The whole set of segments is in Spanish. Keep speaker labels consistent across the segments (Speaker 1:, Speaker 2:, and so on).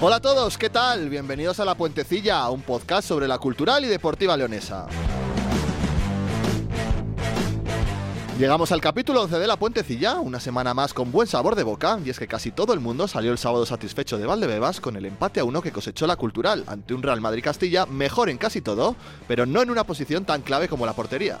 Speaker 1: Hola a todos, ¿qué tal? Bienvenidos a La Puentecilla, un podcast sobre la cultural y deportiva leonesa. Llegamos al capítulo 11 de La Puentecilla, una semana más con buen sabor de boca, y es que casi todo el mundo salió el sábado satisfecho de Valdebebas con el empate a uno que cosechó la Cultural ante un Real Madrid Castilla mejor en casi todo, pero no en una posición tan clave como la portería.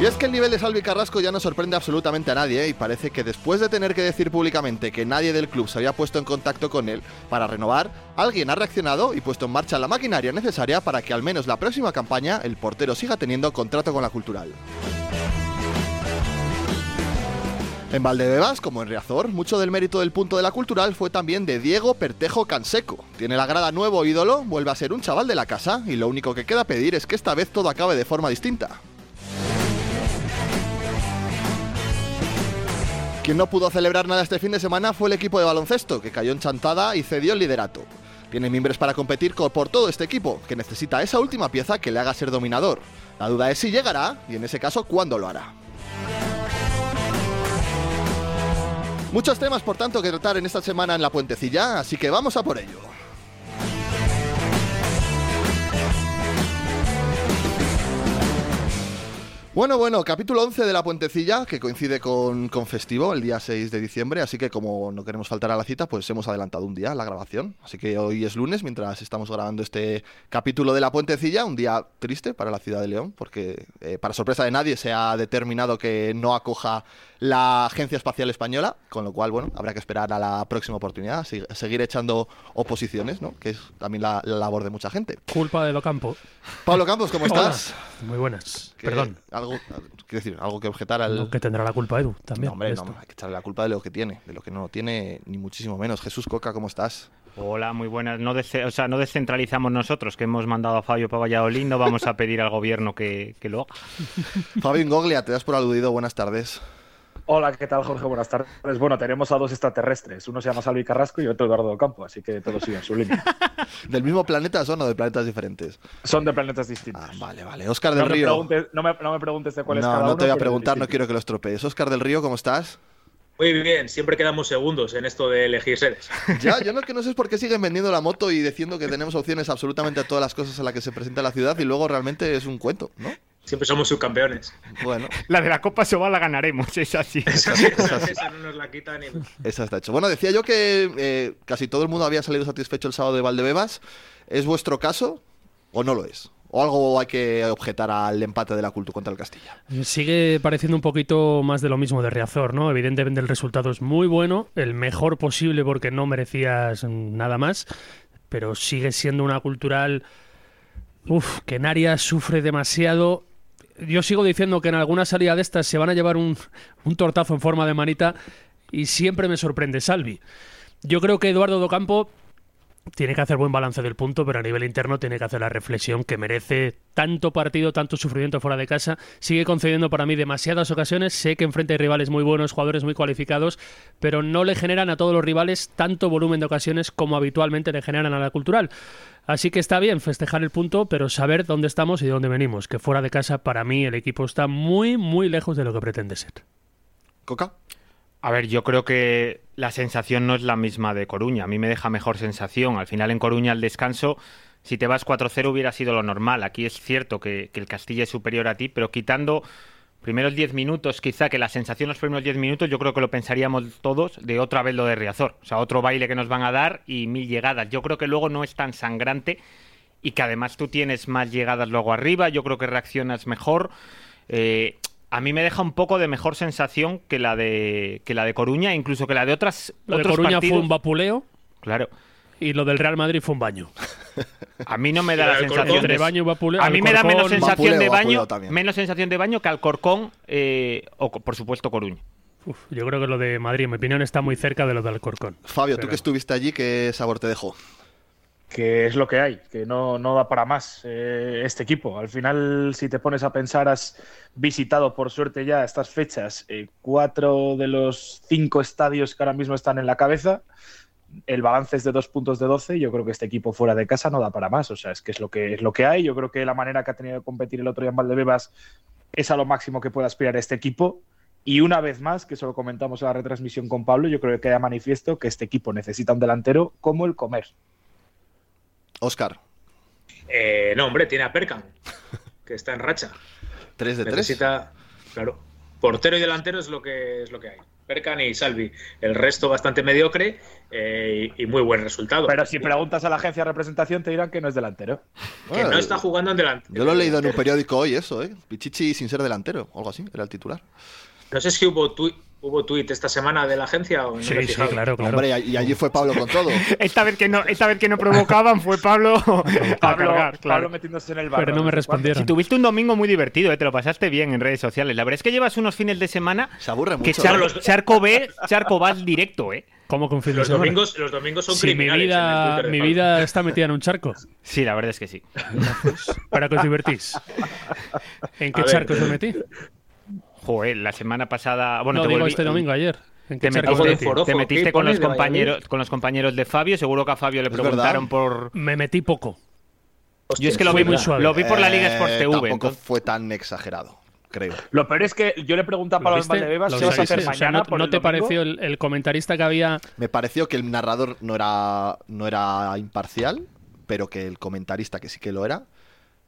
Speaker 1: Y es que el nivel de Salvi Carrasco ya no sorprende absolutamente a nadie ¿eh? y parece que después de tener que decir públicamente que nadie del club se había puesto en contacto con él para renovar, alguien ha reaccionado y puesto en marcha la maquinaria necesaria para que al menos la próxima campaña el portero siga teniendo contrato con la Cultural. En Valdebebas, como en Riazor, mucho del mérito del punto de la cultural fue también de Diego Pertejo Canseco. Tiene la grada nuevo ídolo, vuelve a ser un chaval de la casa y lo único que queda pedir es que esta vez todo acabe de forma distinta. Quien no pudo celebrar nada este fin de semana fue el equipo de baloncesto, que cayó enchantada y cedió el liderato. Tiene mimbres para competir co- por todo este equipo, que necesita esa última pieza que le haga ser dominador. La duda es si llegará y en ese caso cuándo lo hará. Muchos temas por tanto que tratar en esta semana en la puentecilla, así que vamos a por ello. Bueno, bueno, capítulo 11 de La Puentecilla, que coincide con, con festivo el día 6 de diciembre, así que como no queremos faltar a la cita, pues hemos adelantado un día la grabación. Así que hoy es lunes, mientras estamos grabando este capítulo de La Puentecilla, un día triste para la ciudad de León, porque eh, para sorpresa de nadie se ha determinado que no acoja la Agencia Espacial Española, con lo cual, bueno, habrá que esperar a la próxima oportunidad, se- seguir echando oposiciones, ¿no? Que es también la, la labor de mucha gente.
Speaker 2: Culpa de Locampo.
Speaker 1: Pablo Campos, ¿cómo estás?
Speaker 2: Muy buenas.
Speaker 1: Que-
Speaker 2: Perdón.
Speaker 1: Algo, quiero decir, algo que objetar al...
Speaker 2: Que tendrá la culpa Edu también.
Speaker 1: No, hombre,
Speaker 2: de
Speaker 1: no,
Speaker 2: esto.
Speaker 1: hay que echarle la culpa de lo que tiene, de lo que no lo tiene, ni muchísimo menos. Jesús Coca, ¿cómo estás?
Speaker 3: Hola, muy buenas. No, desce- o sea, no descentralizamos nosotros, que hemos mandado a Fabio para Valladolid, no vamos a pedir al gobierno que, que lo haga.
Speaker 1: Fabio Ingoglia, te das por aludido, buenas tardes.
Speaker 4: Hola, ¿qué tal, Jorge? Buenas tardes. Bueno, tenemos a dos extraterrestres. Uno se llama Salvi Carrasco y otro Eduardo Campo, así que todos siguen su línea.
Speaker 1: ¿Del mismo planeta son o de planetas diferentes?
Speaker 4: Son de planetas distintos.
Speaker 1: Ah, vale, vale. Óscar del
Speaker 4: no, me
Speaker 1: Río.
Speaker 4: preguntes, no, me, no me preguntes de cuál es
Speaker 1: No,
Speaker 4: cada
Speaker 1: no
Speaker 4: uno.
Speaker 1: te voy a
Speaker 4: pero
Speaker 1: preguntar, no
Speaker 4: distinto.
Speaker 1: quiero que los tropees. Óscar del Río, ¿cómo estás?
Speaker 5: Muy bien, siempre quedamos segundos en esto de elegir sedes.
Speaker 1: Ya, yo lo que no sé es por qué siguen vendiendo la moto y diciendo que tenemos opciones absolutamente a todas las cosas a las que se presenta la ciudad y luego realmente es un cuento, ¿no?
Speaker 5: Siempre somos subcampeones.
Speaker 1: Bueno,
Speaker 3: La de la Copa Sobal la ganaremos, es así.
Speaker 5: Esa, esa- esa no nos la quita ni.
Speaker 1: esa está hecho. Bueno, decía yo que eh, casi todo el mundo había salido satisfecho el sábado de Valdebebas. ¿Es vuestro caso o no lo es? ¿O algo hay que objetar al empate de la cultura contra el Castilla?
Speaker 2: Sigue pareciendo un poquito más de lo mismo de Riazor, ¿no? Evidentemente el resultado es muy bueno, el mejor posible porque no merecías nada más, pero sigue siendo una cultural. Uf, que en Arias sufre demasiado. Yo sigo diciendo que en alguna salida de estas se van a llevar un, un tortazo en forma de manita y siempre me sorprende Salvi. Yo creo que Eduardo Docampo tiene que hacer buen balance del punto, pero a nivel interno tiene que hacer la reflexión que merece tanto partido, tanto sufrimiento fuera de casa. Sigue concediendo para mí demasiadas ocasiones. Sé que enfrente hay rivales muy buenos, jugadores muy cualificados, pero no le generan a todos los rivales tanto volumen de ocasiones como habitualmente le generan a la cultural. Así que está bien festejar el punto, pero saber dónde estamos y de dónde venimos. Que fuera de casa, para mí, el equipo está muy, muy lejos de lo que pretende ser.
Speaker 1: ¿Coca?
Speaker 3: A ver, yo creo que la sensación no es la misma de Coruña. A mí me deja mejor sensación. Al final en Coruña al descanso, si te vas 4-0 hubiera sido lo normal. Aquí es cierto que, que el Castilla es superior a ti, pero quitando primeros 10 minutos, quizá que la sensación los primeros 10 minutos, yo creo que lo pensaríamos todos de otra vez lo de Riazor. O sea, otro baile que nos van a dar y mil llegadas. Yo creo que luego no es tan sangrante y que además tú tienes más llegadas luego arriba, yo creo que reaccionas mejor. Eh, a mí me deja un poco de mejor sensación que la de que la de Coruña, incluso que la de otras
Speaker 2: Lo de
Speaker 3: otros
Speaker 2: Coruña
Speaker 3: partidos.
Speaker 2: fue un vapuleo
Speaker 3: Claro.
Speaker 2: y lo del Real Madrid fue un baño.
Speaker 3: A mí no me da
Speaker 5: Y
Speaker 3: la
Speaker 5: al Alcorcón.
Speaker 3: sensación
Speaker 2: Entre
Speaker 3: de
Speaker 2: baño y Vapule-
Speaker 3: A mí me da menos
Speaker 2: Alcorcón,
Speaker 1: sensa-
Speaker 3: sensación
Speaker 1: Mapuleo,
Speaker 3: de baño,
Speaker 1: Mapuleo también.
Speaker 3: menos sensación de baño que Alcorcón eh, o co- por supuesto Coruña.
Speaker 2: Uf, yo creo que lo de Madrid, en mi opinión, está muy cerca de lo del Alcorcón.
Speaker 1: Fabio, tú
Speaker 2: Pero-
Speaker 1: que estuviste allí, ¿qué sabor te dejó?
Speaker 4: que es lo que hay, que no, no da para más eh, este equipo. Al final, si te pones a pensar, has visitado por suerte ya a estas fechas eh, cuatro de los cinco estadios que ahora mismo están en la cabeza. El balance es de dos puntos de 12. Yo creo que este equipo fuera de casa no da para más. O sea, es que es lo que, es lo que hay. Yo creo que la manera que ha tenido de competir el otro día en Valdebebas es a lo máximo que puede aspirar este equipo. Y una vez más, que eso lo comentamos en la retransmisión con Pablo, yo creo que queda manifiesto que este equipo necesita un delantero como el comer.
Speaker 1: Oscar,
Speaker 5: Eh, no, hombre, tiene a Perkan, que está en racha.
Speaker 1: 3 de 3.
Speaker 5: Necesita, claro, portero y delantero es lo que es lo que hay. Perkan y Salvi. El resto bastante mediocre eh, y, y muy buen resultado.
Speaker 4: Pero si preguntas a la agencia de representación te dirán que no es delantero.
Speaker 5: que no está jugando en delantero.
Speaker 1: Yo lo he leído en un periódico hoy, eso, ¿eh? Pichichi sin ser delantero, o algo así, era el titular.
Speaker 5: No sé si hubo tuit, hubo tuit esta semana de la agencia o no me he
Speaker 2: Sí, sí,
Speaker 5: fijado.
Speaker 2: claro, claro.
Speaker 1: Hombre, y y allí fue Pablo con todo.
Speaker 3: Esta vez que no, esta vez que no provocaban fue Pablo a
Speaker 4: Pablo,
Speaker 3: cargar,
Speaker 4: Pablo
Speaker 3: claro.
Speaker 4: metiéndose en el barro.
Speaker 2: pero no me
Speaker 4: de vez en cuando.
Speaker 3: Si
Speaker 2: respondieron.
Speaker 3: tuviste un domingo muy divertido, eh, te lo pasaste bien en redes sociales. La verdad es que llevas unos fines de semana
Speaker 1: Se aburre mucho.
Speaker 3: que
Speaker 1: ¿eh?
Speaker 3: Char- Charco B, Charco vas directo, ¿eh?
Speaker 2: ¿Cómo con fin de
Speaker 5: Los
Speaker 2: semana?
Speaker 5: domingos, los domingos son
Speaker 2: Si mi
Speaker 5: criminales. en el
Speaker 2: vida,
Speaker 5: Twitter de
Speaker 2: mi
Speaker 5: Pablo.
Speaker 2: vida está metida en un charco.
Speaker 3: Sí, la verdad es que sí.
Speaker 2: ¿Para que os divertís? ¿En qué
Speaker 5: A ver.
Speaker 2: charco os metí?
Speaker 3: Joder, la semana pasada, bueno,
Speaker 2: no
Speaker 3: te
Speaker 2: digo
Speaker 3: volví-
Speaker 2: este domingo ayer. ¿En qué
Speaker 3: Te
Speaker 2: charco os
Speaker 5: de
Speaker 2: metí?
Speaker 3: metiste,
Speaker 5: foro.
Speaker 3: te
Speaker 5: ¿qué
Speaker 3: metiste con
Speaker 5: pones
Speaker 3: los
Speaker 5: de Valladolid?
Speaker 3: compañeros, con los compañeros de Fabio. Seguro que a Fabio le
Speaker 1: Es verdad.
Speaker 3: preguntaron por.
Speaker 2: Me metí poco.
Speaker 3: Yo es que lo
Speaker 2: fue
Speaker 3: vi
Speaker 2: muy suave.
Speaker 3: Lo vi por la Liga
Speaker 1: Eh,
Speaker 3: Sports TV.
Speaker 1: Tampoco
Speaker 3: entonces-
Speaker 1: fue tan exagerado, creo.
Speaker 4: Lo peor es que yo le pregunté a
Speaker 2: ¿Lo
Speaker 4: Pablo
Speaker 2: viste?
Speaker 4: Valdebebas
Speaker 2: ¿Lo
Speaker 4: si vas a
Speaker 2: viste?
Speaker 4: hacer
Speaker 2: O sea,
Speaker 4: mañana.
Speaker 2: ¿no,
Speaker 4: por
Speaker 2: no
Speaker 4: el
Speaker 2: te
Speaker 4: domingo?
Speaker 2: pareció el, el comentarista que había?
Speaker 1: Me pareció que el narrador no era, no era imparcial, pero que el comentarista, que sí que lo era,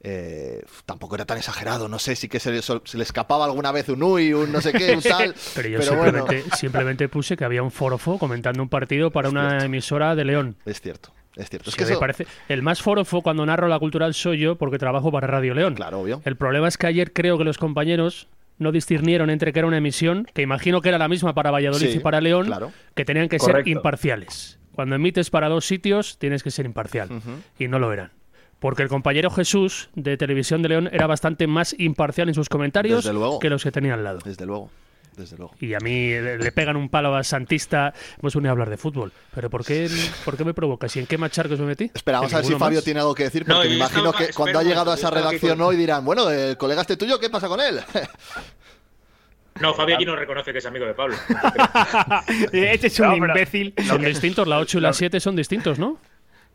Speaker 1: eh, tampoco era tan exagerado. No sé, sí que se le, sol- se le escapaba alguna vez un uy, un no sé qué, un tal.
Speaker 2: Pero yo
Speaker 1: bueno,
Speaker 2: simplemente, simplemente puse que había un forofo comentando un partido para
Speaker 1: Es
Speaker 2: una
Speaker 1: cierto.
Speaker 2: emisora de León.
Speaker 1: es cierto, es cierto. Es
Speaker 2: Sí,
Speaker 1: que
Speaker 2: me
Speaker 1: eso-
Speaker 2: parece, el más forofo cuando narro la cultural soy yo porque trabajo para Radio León.
Speaker 1: Claro, obvio.
Speaker 2: El problema es que ayer creo que los compañeros no discernieron entre que era una emisión, que imagino que era la misma para Valladolid
Speaker 1: Sí,
Speaker 2: y para León,
Speaker 1: claro.
Speaker 2: que tenían que
Speaker 4: Correcto.
Speaker 2: ser imparciales. Cuando emites para dos sitios, tienes que ser imparcial. Y no lo eran. Porque el compañero Jesús de Televisión de León era bastante más imparcial en sus comentarios
Speaker 1: Desde luego.
Speaker 2: que los que tenía al lado.
Speaker 1: Desde luego, desde luego.
Speaker 2: Y a mí le le pegan un palo a Santista. Hemos unido a hablar de fútbol. ¿pero por qué, por qué me provocas? ¿Y en qué macharcos me metí?
Speaker 1: Espera, vamos
Speaker 2: ¿En
Speaker 1: a ver si
Speaker 2: ninguno
Speaker 1: Fabio
Speaker 2: más?
Speaker 1: tiene algo que decir,
Speaker 5: No,
Speaker 1: porque me
Speaker 5: yo
Speaker 1: imagino
Speaker 5: estaba-
Speaker 1: que cuando ha
Speaker 5: espera un
Speaker 1: llegado a
Speaker 5: momento,
Speaker 1: esa
Speaker 5: yo estaba aquí
Speaker 1: redacción
Speaker 5: con-
Speaker 1: hoy dirán, bueno, el colega este tuyo, ¿qué pasa con él?
Speaker 5: No, Fabi aquí no reconoce que es amigo de Pablo.
Speaker 3: Este es un
Speaker 4: No, pero-
Speaker 3: imbécil.
Speaker 2: Son distintos, la 8 y la 7 son distintos, ¿no?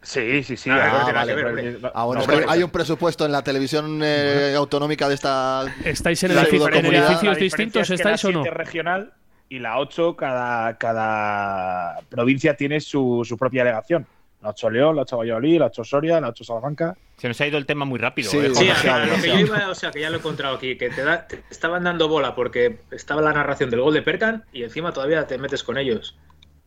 Speaker 4: Sí, sí, sí.
Speaker 5: Ah,
Speaker 4: yo creo
Speaker 1: vale,
Speaker 4: que tiene que ver,
Speaker 5: hombre.
Speaker 4: hombre.
Speaker 1: Ah, bueno,
Speaker 4: No,
Speaker 1: es que
Speaker 4: hombre,
Speaker 2: eh,
Speaker 1: hay un presupuesto en la televisión eh, autonómica de esta...
Speaker 2: ¿Estáis en,
Speaker 1: La
Speaker 2: edifi- en
Speaker 1: pseudocomunidad-
Speaker 4: la
Speaker 2: edificios
Speaker 4: diferencia
Speaker 2: distintos?
Speaker 4: es que la
Speaker 2: ¿Estáis o no?
Speaker 4: siete regional y la 8, cada, cada provincia tiene su, su propia delegación. La 8 León, la 8 Valladolid, la 8 Soria, la 8 Salamanca.
Speaker 3: Se nos ha ido el tema muy rápido.
Speaker 1: Sí,
Speaker 3: eh,
Speaker 5: Sí,
Speaker 3: Jorge.
Speaker 5: a- a lo que yo
Speaker 1: demasiado.
Speaker 5: iba, o sea, que ya lo he encontrado aquí, que te, da- te estaban dando bola porque estaba la narración del gol de Perkan y encima todavía te metes con ellos,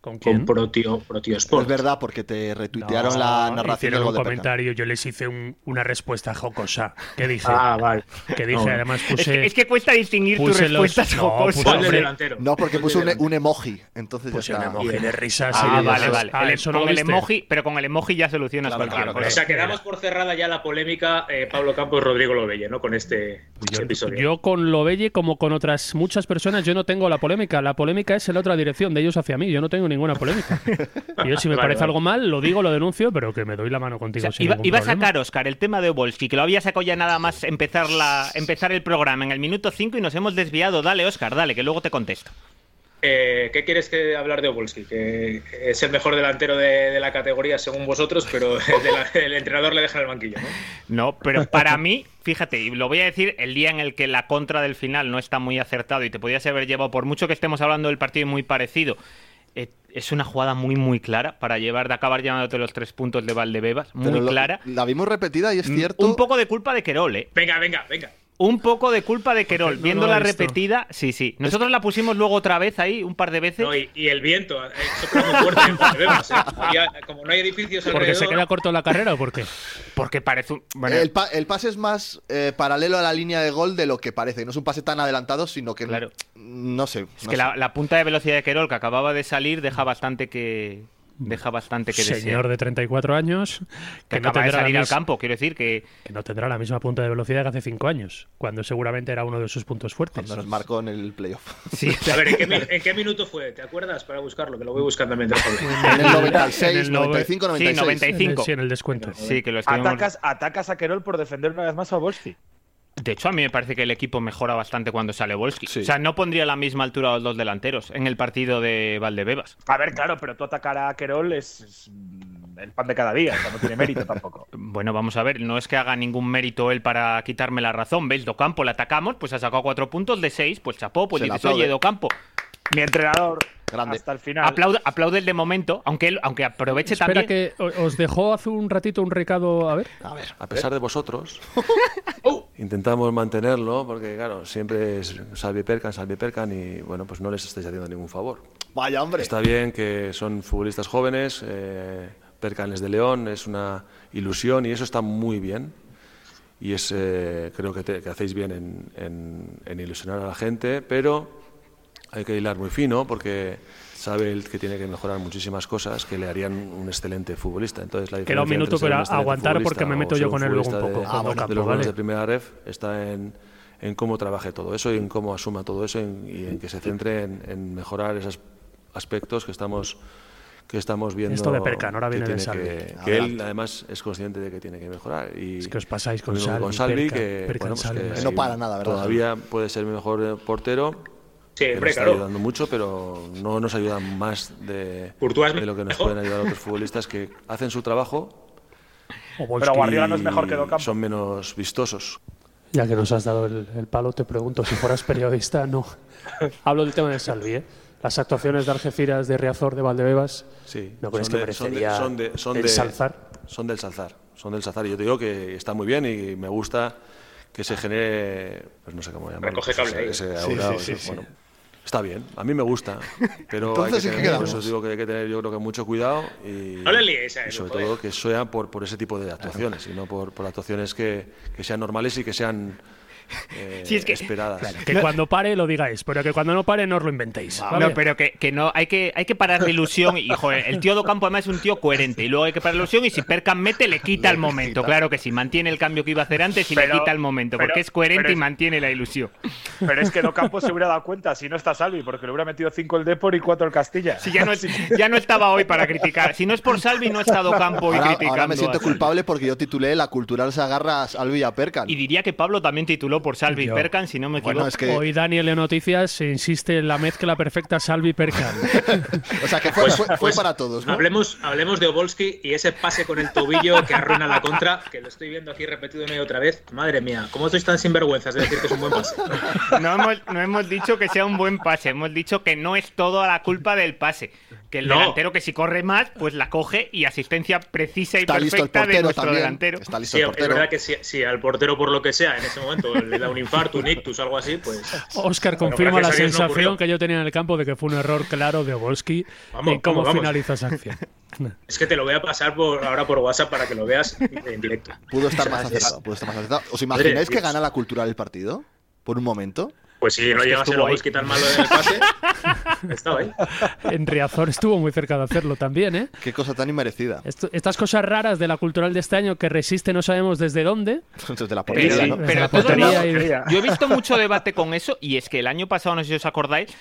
Speaker 2: ¿Con
Speaker 5: con Protio, Protio
Speaker 1: Es
Speaker 5: Sport.
Speaker 1: verdad, porque te retuitearon
Speaker 2: No,
Speaker 1: la narración
Speaker 2: hicieron
Speaker 1: del
Speaker 2: un
Speaker 1: gol de Perkan.
Speaker 2: comentario, yo les hice un- una respuesta jocosa. ¿Qué dije?
Speaker 5: Ah, vale.
Speaker 2: que dije,
Speaker 5: no.
Speaker 2: además
Speaker 3: Es,
Speaker 2: puse...
Speaker 3: que, es que cuesta distinguir tus
Speaker 2: puse los-
Speaker 3: respuestas
Speaker 2: no,
Speaker 3: jocosas. Ah,
Speaker 2: puse-
Speaker 5: Gol del
Speaker 2: Hombre,
Speaker 5: delantero.
Speaker 1: No, porque
Speaker 5: Gol
Speaker 1: puso
Speaker 5: del
Speaker 1: un,
Speaker 5: delantero.
Speaker 1: un emoji. Entonces
Speaker 2: puse
Speaker 1: ya
Speaker 2: Pues un
Speaker 1: está.
Speaker 2: emoji de risas. y
Speaker 3: Ah,
Speaker 2: de
Speaker 3: vale,
Speaker 2: cosas.
Speaker 3: vale.
Speaker 2: Ah,
Speaker 3: El-
Speaker 2: eso no
Speaker 3: con
Speaker 2: lo
Speaker 3: el
Speaker 2: viste.
Speaker 3: emoji, pero con el emoji ya solucionas cualquier
Speaker 1: claro,
Speaker 3: cosa.
Speaker 5: O sea, quedamos por cerrada ya la polémica eh, Pablo Campos y Rodrigo Lobelle, ¿no? Con este episodio.
Speaker 2: Yo con Lobelle, como con otras muchas personas, yo no tengo la polémica. La polémica es en la otra dirección, de ellos hacia mí. Yo no tengo ninguna polémica. Yo si me
Speaker 5: Vale,
Speaker 2: parece
Speaker 5: vale.
Speaker 2: algo mal, lo digo, lo denuncio, pero que me doy la mano
Speaker 3: O
Speaker 2: contigo.
Speaker 3: sea,
Speaker 2: sin
Speaker 3: iba,
Speaker 2: ningún
Speaker 3: iba a
Speaker 2: problema.
Speaker 3: sacar, Oscar, el tema de Obolski, que lo había sacado ya nada más empezar, la, empezar el programa en el minuto 5 y nos hemos desviado. Dale, Oscar, dale, que luego te contesto.
Speaker 5: Eh, ¿Qué quieres que hablar de Obolski? Que es el mejor delantero de, de la categoría según vosotros, pero el, de la- el entrenador le deja en el banquillo, ¿no?
Speaker 3: No, pero para mí, fíjate, y lo voy a decir el día en el que la contra del final no está muy acertado y te podías haber llevado, por mucho que estemos hablando del partido muy parecido, eh, es una jugada muy, muy clara para llevar de acabar llevándote los tres puntos de Valdebebas, muy
Speaker 1: Pero lo-
Speaker 3: clara.
Speaker 1: La vimos repetida y es cierto.
Speaker 3: Un poco de culpa de Querol, ¿eh?
Speaker 5: Venga, venga, venga.
Speaker 3: Un poco de culpa de Querol.
Speaker 2: no
Speaker 3: Viendo
Speaker 2: lo
Speaker 3: la
Speaker 2: he visto?
Speaker 3: repetida, sí, sí. Nosotros la pusimos luego otra vez ahí, un par de veces.
Speaker 5: No, y, y el viento, eh, sopla muy fuerte en Valdebebas, eh. Ya, como no hay edificios
Speaker 2: ¿Porque se
Speaker 5: alrededor,
Speaker 2: queda corto la carrera o por qué?
Speaker 3: Porque parece un. bueno,
Speaker 1: El, pa- el pase es más eh, paralelo a la línea de gol de lo que parece. No es un pase tan adelantado, sino que.
Speaker 3: Claro.
Speaker 1: No sé.
Speaker 3: es
Speaker 1: no
Speaker 3: que
Speaker 1: sé.
Speaker 3: la, la punta de velocidad de Querol que acababa de salir deja bastante que, deja bastante que desear.
Speaker 2: Señor de 34 años
Speaker 3: que,
Speaker 2: que no,
Speaker 3: acaba
Speaker 2: tendrá
Speaker 3: de
Speaker 2: la
Speaker 3: salir al
Speaker 2: mis-
Speaker 3: campo, quiero decir que
Speaker 2: que no tendrá la misma punta de velocidad que hace 5 años, cuando seguramente era uno de sus puntos fuertes.
Speaker 1: Cuando nos marcó en el playoff.
Speaker 3: sí,
Speaker 5: A ver, ¿en qué, mi- en qué minuto fue? ¿Te acuerdas? Para buscarlo, que lo voy buscando mientras hablo.
Speaker 1: En el 96,
Speaker 2: En el nove-
Speaker 1: 95,
Speaker 3: sí,
Speaker 1: 96.
Speaker 3: 95.
Speaker 2: En el- sí, en el descuento.
Speaker 3: sí, que lo estuvimos-
Speaker 4: Atacas, atacas a Querol por defender una vez más a Volsky.
Speaker 3: De hecho, a mí me parece que el equipo mejora bastante cuando sale Volsky.
Speaker 1: Sí.
Speaker 3: O sea, no pondría a la misma altura a los dos delanteros en el partido de Valdebebas.
Speaker 4: A ver, claro, pero tú atacar a Querol es, es, mm, el pan de cada día, o sea, no tiene mérito tampoco.
Speaker 3: Bueno, vamos a ver, no es que haga ningún mérito él para quitarme la razón. ¿Veis? Docampo le atacamos, pues ha sacado cuatro puntos de seis, pues chapó, pues
Speaker 1: Se le
Speaker 3: dices,
Speaker 1: aplaude.
Speaker 3: oye, Docampo,
Speaker 4: Mi entrenador,
Speaker 1: Grande.
Speaker 4: hasta el final.
Speaker 3: aplaude, aplaude el de momento, aunque él, aunque aproveche
Speaker 2: Espera
Speaker 3: también.
Speaker 2: que o- os dejó hace un ratito un recado, a ver.
Speaker 1: A ver,
Speaker 6: A pesar de vosotros, intentamos mantenerlo porque, claro, siempre es salve y percan, salve y percan y, bueno, pues no les estáis haciendo ningún favor.
Speaker 1: vaya hombre.
Speaker 6: Está bien que son futbolistas jóvenes, eh, Percan es de León, es una ilusión y eso está muy bien. Y es, eh, creo que, te- que hacéis bien en, en- en ilusionar a la gente, pero hay que hilar muy fino porque sabe él que tiene que mejorar muchísimas cosas que le harían un excelente futbolista. Entonces, la
Speaker 2: Queda un
Speaker 6: diferencia
Speaker 2: minuto,
Speaker 6: entre ser
Speaker 2: pero
Speaker 6: un excelente
Speaker 2: aguantar porque
Speaker 6: futbolista
Speaker 2: me
Speaker 6: o
Speaker 2: meto
Speaker 6: ser
Speaker 2: yo
Speaker 6: un
Speaker 2: con él luego un
Speaker 6: futbolista
Speaker 2: poco,
Speaker 6: de- Ah,
Speaker 2: con Docampo,
Speaker 6: de los buenos
Speaker 2: ¿vale?
Speaker 6: de primera ref está en, en cómo trabaje todo eso y en cómo asuma todo eso y en, y en que se centre en, en mejorar esos aspectos que estamos que estamos viendo.
Speaker 2: Esto de Perkan, ahora
Speaker 6: que
Speaker 2: viene de
Speaker 6: tiene
Speaker 2: Salvi.
Speaker 6: Que, que
Speaker 1: Adelante.
Speaker 6: él además es consciente de que tiene que mejorar. Y
Speaker 2: Es que os pasáis con
Speaker 6: lo mismo que
Speaker 2: Salvi, Perkan,
Speaker 6: que,
Speaker 2: Perkan,
Speaker 6: bueno, pues
Speaker 2: Salvi.
Speaker 6: que
Speaker 1: Que no para nada, ¿verdad?
Speaker 6: Todavía puede ser mi mejor eh, portero.
Speaker 5: Sí,
Speaker 6: que nos
Speaker 5: hombre,
Speaker 6: está
Speaker 5: claro.
Speaker 6: ayudando mucho, pero no nos ayudan más de,
Speaker 5: Courtois es
Speaker 6: de lo que nos
Speaker 5: mejor.
Speaker 6: pueden ayudar otros futbolistas que hacen su trabajo
Speaker 2: O
Speaker 4: Pero Guardiola no es
Speaker 6: y
Speaker 4: mejor que Docampo.
Speaker 6: Son menos vistosos.
Speaker 2: Ya que nos has dado el, el palo, te pregunto si fueras periodista, no. Hablo del tema de Salvi, ¿eh? Las actuaciones de Algeciras, de Riazor, de Valdebebas,
Speaker 6: Sí.
Speaker 2: ¿no crees
Speaker 6: son
Speaker 2: que
Speaker 6: de- son de-
Speaker 2: merecería
Speaker 6: son de- son
Speaker 2: el
Speaker 6: de-
Speaker 2: Salzar?
Speaker 6: Son del Salzar. Son del Salzar. Y yo te digo que está muy bien y me gusta que se genere. Pues no sé cómo llamarlo.
Speaker 5: Recoge
Speaker 6: pues,
Speaker 5: cable ahí.
Speaker 6: ese
Speaker 1: Sí,
Speaker 6: aura,
Speaker 1: sí,
Speaker 6: o
Speaker 1: sí,
Speaker 6: eso,
Speaker 1: sí.
Speaker 6: bueno, está bien. A mí me gusta. Pero
Speaker 1: Entonces,
Speaker 6: hay que
Speaker 1: ¿en qué
Speaker 6: tener, por eso
Speaker 1: quedamos?
Speaker 6: digo que hay que tener, yo creo que mucho cuidado. Y,
Speaker 5: No le liéis a
Speaker 6: y
Speaker 5: él,
Speaker 6: sobre
Speaker 5: joder.
Speaker 6: todo que sea por, por ese tipo de actuaciones y no por, por actuaciones que, que sean normales y que sean. eh,
Speaker 3: Sí, es que-
Speaker 6: esperadas.
Speaker 2: Que cuando pare lo digáis, pero que cuando no pare no os lo inventéis.
Speaker 1: Ah,
Speaker 2: ¿vale?
Speaker 3: No, pero que, que no, hay que, hay que parar la ilusión. Y, joder, el tío Docampo además es un tío coherente. Y luego hay que parar la ilusión. Y si Percan mete, le quita el momento. Claro que sí, mantiene el cambio que iba a hacer antes y le
Speaker 4: Pero-
Speaker 3: quita el momento.
Speaker 4: pero-
Speaker 3: porque es coherente
Speaker 4: pero
Speaker 3: y
Speaker 4: es-
Speaker 3: mantiene la ilusión.
Speaker 4: Pero es que Docampo se hubiera dado cuenta si no está Salvi, porque le hubiera metido 5 el Depor y 4 el Castilla.
Speaker 3: Si ya no, ya no estaba hoy para criticar. Si no es por Salvi, no ha estado Campo y
Speaker 1: Ahora,
Speaker 3: criticando.
Speaker 1: ahora me siento
Speaker 3: a Salvi.
Speaker 1: culpable porque yo titulé La cultural se agarra al Villapercan.
Speaker 3: Y diría que Pablo también tituló por Salvi y
Speaker 2: Yo.
Speaker 3: Percan, si no me equivoco.
Speaker 1: Bueno, es que.
Speaker 2: Hoy Daniel en Noticias se insiste en la mezcla perfecta Salvi-Perkan.
Speaker 1: O sea, que fue, fue- fue
Speaker 5: pues,
Speaker 1: para todos, ¿no?
Speaker 5: Hablemos, hablemos de Obolski y ese pase con el tobillo que arruina la contra, que lo estoy viendo aquí repetido una y otra vez. Madre mía, ¿cómo sois tan sinvergüenzas de decir que es un buen pase?
Speaker 3: No hemos, no hemos dicho que sea un buen pase, hemos dicho que no es toda la culpa del pase. Que el
Speaker 5: No.
Speaker 3: delantero que si corre más, pues la coge y asistencia precisa y
Speaker 1: Está listo el
Speaker 3: perfecta de
Speaker 1: portero
Speaker 3: nuestro
Speaker 1: también.
Speaker 3: delantero.
Speaker 1: Está listo
Speaker 5: Sí,
Speaker 1: el
Speaker 5: es
Speaker 1: portero.
Speaker 5: verdad que si, si al portero por lo que sea en ese momento le da un infarto, un ictus o algo así, pues...
Speaker 2: Oscar
Speaker 5: Bueno,
Speaker 2: confirma la
Speaker 5: gracias a Dios no
Speaker 2: sensación
Speaker 5: ocurrió.
Speaker 2: que yo tenía en el campo de que fue un error claro de Obolski
Speaker 5: Vamos,
Speaker 2: en cómo
Speaker 5: vamos, vamos.
Speaker 2: finaliza esa acción.
Speaker 5: Es que te lo voy a pasar por, ahora por WhatsApp para que lo veas en directo.
Speaker 1: Pudo estar más acertado. Pudo estar más acertado. ¿Os imagináis que
Speaker 5: Dios.
Speaker 1: gana la cultural el partido? Por un momento.
Speaker 5: Pues si no llega a ser
Speaker 3: estuvo ahí.
Speaker 5: Obolski tan malo en el pase, estaba ahí.
Speaker 2: En Riazor estuvo muy cerca de hacerlo también, ¿eh?
Speaker 1: Qué cosa tan inmerecida.
Speaker 2: Esto- estas cosas raras de la cultural de este año que resiste no sabemos desde dónde.
Speaker 1: Desde la
Speaker 3: Pero,
Speaker 1: portería,
Speaker 3: sí,
Speaker 1: ¿no?
Speaker 2: Desde
Speaker 3: pero
Speaker 2: la
Speaker 3: de todos
Speaker 2: portería
Speaker 3: modos,
Speaker 2: y-
Speaker 3: yo he visto mucho debate con eso y es que el año pasado, no sé si os acordáis,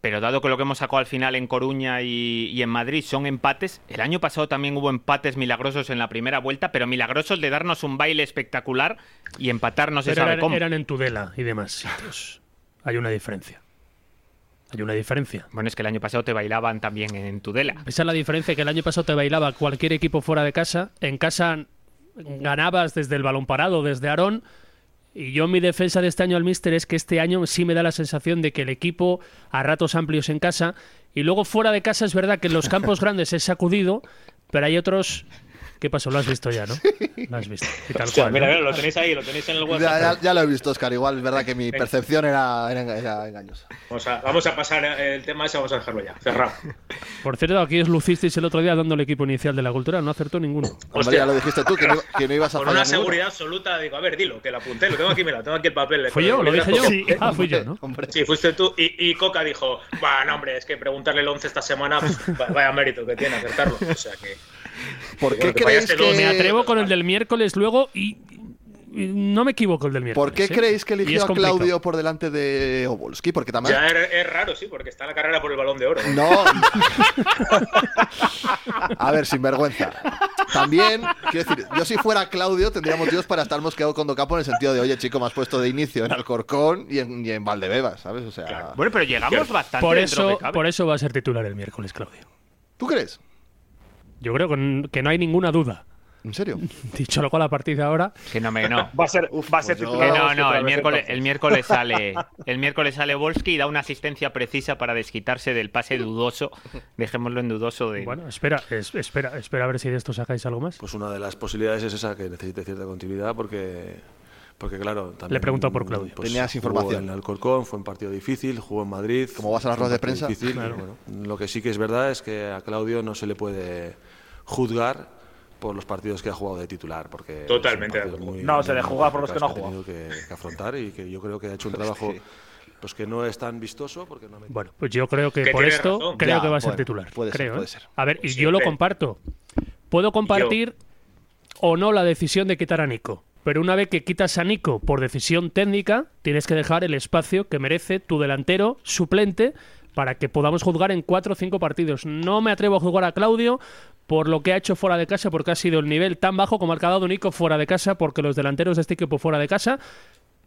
Speaker 3: pero dado que lo que hemos sacado al final en Coruña y, y en Madrid son empates, el año pasado también hubo empates milagrosos en la primera vuelta, pero milagrosos de darnos un baile espectacular y empatar no se
Speaker 2: Pero
Speaker 3: sabe
Speaker 2: eran,
Speaker 3: cómo.
Speaker 2: eran en Tudela y demás sitios. Hay una diferencia. Hay una diferencia.
Speaker 3: Bueno, es que el año pasado te bailaban también en Tudela.
Speaker 2: Esa es la diferencia que el año pasado te bailaba cualquier equipo fuera de casa. En casa ganabas desde el balón parado, desde Aarón. Y yo mi defensa de este año al míster es que este año sí me da la sensación de que el equipo a ratos amplios en casa y luego fuera de casa es verdad que en los campos grandes es sacudido, pero hay otros ¿Qué pasó? Lo has visto ya, ¿no? Lo has visto. Y tal
Speaker 5: O sea,
Speaker 2: cual,
Speaker 5: mira,
Speaker 2: ¿no?
Speaker 5: mira, lo tenéis ahí, lo tenéis en el
Speaker 1: Ya,
Speaker 5: WhatsApp.
Speaker 1: ya- ya lo he visto, Oscar. Igual es verdad que mi percepción era, era enga- era engañosa.
Speaker 5: Vamos, a, vamos a pasar el tema ese, vamos a dejarlo ya, cerrado.
Speaker 2: Por cierto, aquí os lucisteis el otro día dando el equipo inicial de la cultura, no acertó ninguno.
Speaker 1: Hombre, ya lo dijiste tú, que no, que no ibas a
Speaker 5: Con
Speaker 1: fallar
Speaker 5: una
Speaker 1: ninguno.
Speaker 5: seguridad absoluta, digo, a ver, dilo, que lo apunté, lo tengo aquí, mira, tengo aquí el papel.
Speaker 2: ¿Fui yo? ¿Lo dije yo?
Speaker 5: Sí.
Speaker 2: Ah, fui yo, ¿no?
Speaker 1: Hombre,
Speaker 5: Sí, fuiste tú. Y, y Coca dijo, bueno, hombre, es que preguntarle el 11 esta semana, pf, va- vaya mérito que tiene acertarlo. O sea que...
Speaker 1: ¿por qué
Speaker 5: Bueno, que
Speaker 1: creéis
Speaker 5: fallaste
Speaker 1: que...?
Speaker 5: dos.
Speaker 2: Me atrevo con el del miércoles luego y, y no me equivoco el del miércoles.
Speaker 1: ¿Por qué
Speaker 2: ¿eh?
Speaker 1: creéis que
Speaker 2: Y es
Speaker 1: eligió a
Speaker 2: complicado.
Speaker 1: Claudio por delante de Obolski? Porque también...
Speaker 5: Ya es, es raro, sí, porque está en la carrera por el balón de oro. ¿eh?
Speaker 1: No. A ver, sin vergüenza. También, quiero decir, yo si fuera Claudio tendría motivos para estar mosqueado con Docapo en el sentido de, oye, chico, me has puesto de inicio en Alcorcón y en, y en Valdebebas, ¿sabes? O sea,
Speaker 3: Bueno, pero llegamos bastante
Speaker 2: Por
Speaker 3: dentro
Speaker 2: eso,
Speaker 3: que cabe.
Speaker 2: por eso va a ser titular el miércoles, Claudio.
Speaker 1: ¿tú crees?
Speaker 2: Yo creo que n- que no hay ninguna duda.
Speaker 1: ¿En serio?
Speaker 2: Dicho lo cual, a partir de ahora,
Speaker 3: Que no me no.
Speaker 4: Va a ser, va a ser
Speaker 1: pues yo-
Speaker 3: Que
Speaker 4: titular
Speaker 3: no,
Speaker 4: Volsky
Speaker 3: no,
Speaker 4: otra
Speaker 3: el
Speaker 4: vez,
Speaker 3: miércoles,
Speaker 4: entonces.
Speaker 3: el miércoles sale el miércoles sale Volsky y da una asistencia precisa para desquitarse del pase dudoso. Dejémoslo en dudoso de
Speaker 2: bueno, espera, es- espera, espera a ver si de esto sacáis algo más.
Speaker 6: Pues una de las posibilidades es esa, que necesite cierta continuidad porque, porque claro, también... pues,
Speaker 2: Le he preguntado por Claudio.
Speaker 1: Tenías
Speaker 6: jugó
Speaker 1: información.
Speaker 6: en Alcorcón, fue un partido difícil, jugó en Madrid.
Speaker 1: Como vas a las
Speaker 6: fue un
Speaker 1: ruedas de
Speaker 6: partido
Speaker 1: prensa.
Speaker 6: difícil, bueno. lo que sí que es verdad es que a Claudio no se le puede juzgar por los partidos que ha jugado de titular, porque... son
Speaker 5: Totalmente de
Speaker 6: partidos
Speaker 5: acuerdo.
Speaker 6: muy-
Speaker 4: No,
Speaker 6: muy
Speaker 4: se le juzga por los que no ha
Speaker 6: complicados
Speaker 4: jugado.
Speaker 6: tenido que, que afrontar y que yo creo que ha hecho un trabajo pues que no es tan vistoso porque no ha metido-
Speaker 2: Bueno, pues yo creo que,
Speaker 5: Que
Speaker 2: por
Speaker 5: tiene
Speaker 2: esto
Speaker 5: razón.
Speaker 2: creo
Speaker 1: Ya,
Speaker 2: que va a ser
Speaker 1: bueno,
Speaker 2: titular.
Speaker 1: puede ser,
Speaker 2: creo, ¿eh?
Speaker 1: puede ser.
Speaker 2: A ver, y
Speaker 5: Pues
Speaker 2: yo lo
Speaker 5: siempre.
Speaker 2: comparto. Puedo compartir o no la decisión de quitar a Nico. Pero una vez que quitas a Nico por decisión técnica, tienes que dejar el espacio que merece tu delantero suplente para que podamos juzgar en cuatro o cinco partidos. No me atrevo a jugar a Claudio por lo que ha hecho fuera de casa, porque ha sido el nivel tan bajo como ha dado Nico fuera de casa, porque los delanteros de este equipo fuera de casa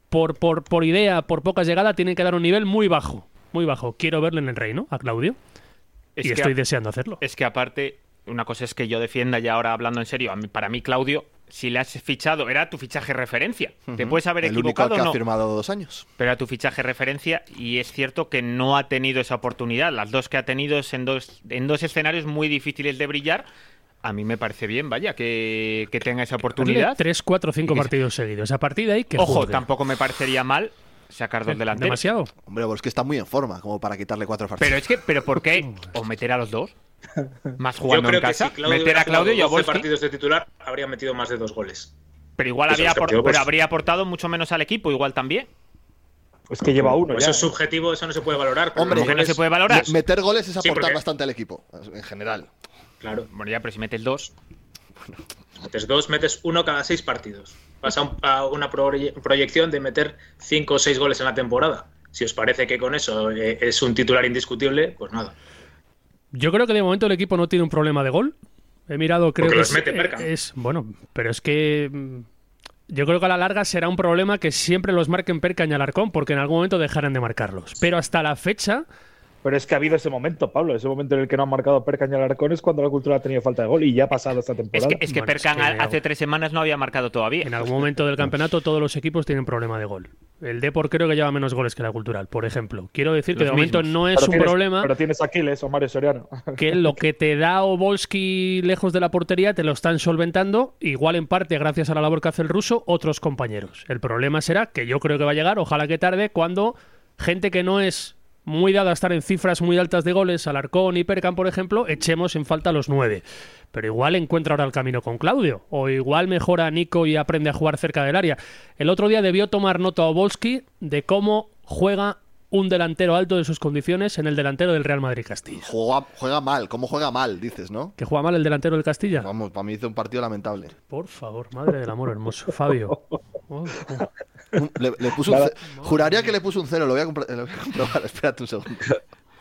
Speaker 2: por, por, por idea, por poca llegada, tienen que dar un nivel muy bajo. Muy bajo. Quiero verle en el reino a Claudio.
Speaker 3: Es
Speaker 2: y
Speaker 3: que-
Speaker 2: estoy deseando hacerlo.
Speaker 3: Es que aparte, una cosa es que yo defienda ya ahora hablando en serio, a mí- para mí Claudio, si le has fichado, era tu fichaje referencia. Te puedes haber
Speaker 1: el único
Speaker 3: equivocado
Speaker 1: que
Speaker 3: o
Speaker 1: ha
Speaker 3: no,
Speaker 1: firmado dos años.
Speaker 3: pero era tu fichaje referencia y es cierto que no ha tenido esa oportunidad. Las dos que ha tenido es en dos, en dos escenarios muy difíciles de brillar. A mí me parece bien, vaya, que, que tenga esa
Speaker 2: Darle
Speaker 3: oportunidad.
Speaker 2: tres, cuatro, cinco
Speaker 3: Y que-
Speaker 2: partidos seguidos. A partir de ahí que
Speaker 3: Ojo,
Speaker 2: juzgue.
Speaker 3: tampoco me parecería mal sacar dos delanteros.
Speaker 2: Demasiado.
Speaker 1: Hombre, pues que está muy en forma, como para quitarle cuatro partidos.
Speaker 3: Pero es que, ¿pero por qué? ¿O meter a los dos? Más
Speaker 5: Yo
Speaker 3: jugando
Speaker 5: creo
Speaker 3: en
Speaker 5: que
Speaker 3: casa.
Speaker 5: si Claudio
Speaker 3: meter
Speaker 5: hubiera
Speaker 3: a Claudio y a
Speaker 5: jugado 12
Speaker 3: Volsky.
Speaker 5: partidos de titular, habría metido más de dos goles.
Speaker 3: Pero igual
Speaker 5: Eso
Speaker 3: habría,
Speaker 5: es que
Speaker 3: apor-
Speaker 5: yo, pues-
Speaker 3: pero habría aportado mucho menos al equipo, igual también.
Speaker 4: Es que lleva
Speaker 3: Pues
Speaker 4: uno.
Speaker 5: Eso
Speaker 4: ya,
Speaker 5: es
Speaker 4: ¿eh?
Speaker 5: subjetivo, eso no se puede valorar. pero
Speaker 1: Hombre,
Speaker 5: los
Speaker 3: Como que no
Speaker 5: goles-
Speaker 3: se puede valorar.
Speaker 1: Me- Meter goles es
Speaker 5: Sí,
Speaker 1: aportar
Speaker 5: porque-
Speaker 1: bastante al equipo, en general.
Speaker 5: Claro.
Speaker 3: Bueno, ya, pero si metes dos.
Speaker 5: Metes dos, metes uno cada seis partidos. Vas a, un- a una proye- proyección de meter cinco o seis goles en la temporada. Si os parece que con eso eh, es un titular indiscutible, pues nada.
Speaker 2: Yo creo que de momento el equipo no tiene un problema de gol. He mirado, creo
Speaker 5: Porque
Speaker 2: que
Speaker 5: los
Speaker 2: es,
Speaker 5: mete Perkan.
Speaker 2: es- Bueno, pero es que. mm, Yo creo que a la larga será un problema que siempre los marquen Percan y Alarcón, porque en algún momento dejarán de marcarlos. Pero hasta la fecha,
Speaker 4: Pero es que ha habido ese momento, Pablo. Ese momento en el que no ha marcado Percaña y Alarcón es cuando la cultura ha tenido falta de gol y ya ha pasado esta
Speaker 3: Es
Speaker 4: temporada.
Speaker 3: que, es que
Speaker 2: Bueno, es
Speaker 3: Perkan
Speaker 2: que-
Speaker 3: a- hace tres semanas no había marcado todavía.
Speaker 2: En algún momento del campeonato todos los equipos tienen problema de gol. El Depor creo que lleva menos goles que la Cultural, por ejemplo. Quiero decir que
Speaker 3: Los
Speaker 2: de momento
Speaker 3: mismos.
Speaker 2: no es
Speaker 4: Pero
Speaker 2: un
Speaker 4: tienes-
Speaker 2: problema
Speaker 4: Pero tienes a Aquiles o Mario Soriano.
Speaker 2: que lo que te da Obolski lejos de la portería te lo están solventando, igual en parte gracias a la labor que hace el ruso, otros compañeros. El problema será que yo creo que va a llegar, ojalá que tarde, cuando gente que no es muy dada a estar en cifras muy altas de goles, Alarcón y Percan, por ejemplo, echemos en falta a los nueve. Pero igual encuentra ahora el camino con Claudio, o igual mejora a Nico y aprende a jugar cerca del área. El otro día debió tomar nota Obolski de cómo juega un delantero alto de sus condiciones en el delantero del Real Madrid Castilla.
Speaker 1: Juega, juega mal, ¿cómo juega mal? Dices, ¿no?
Speaker 2: ¿Que juega mal el delantero del Castilla?
Speaker 1: Vamos, para mí hizo un partido lamentable.
Speaker 2: Por favor, madre del amor hermoso. Fabio. Oh, oh.
Speaker 1: Un- Le, le puso un ce- Juraría que le puso un cero, lo voy a, compro- lo voy a comprobar. Espérate un segundo.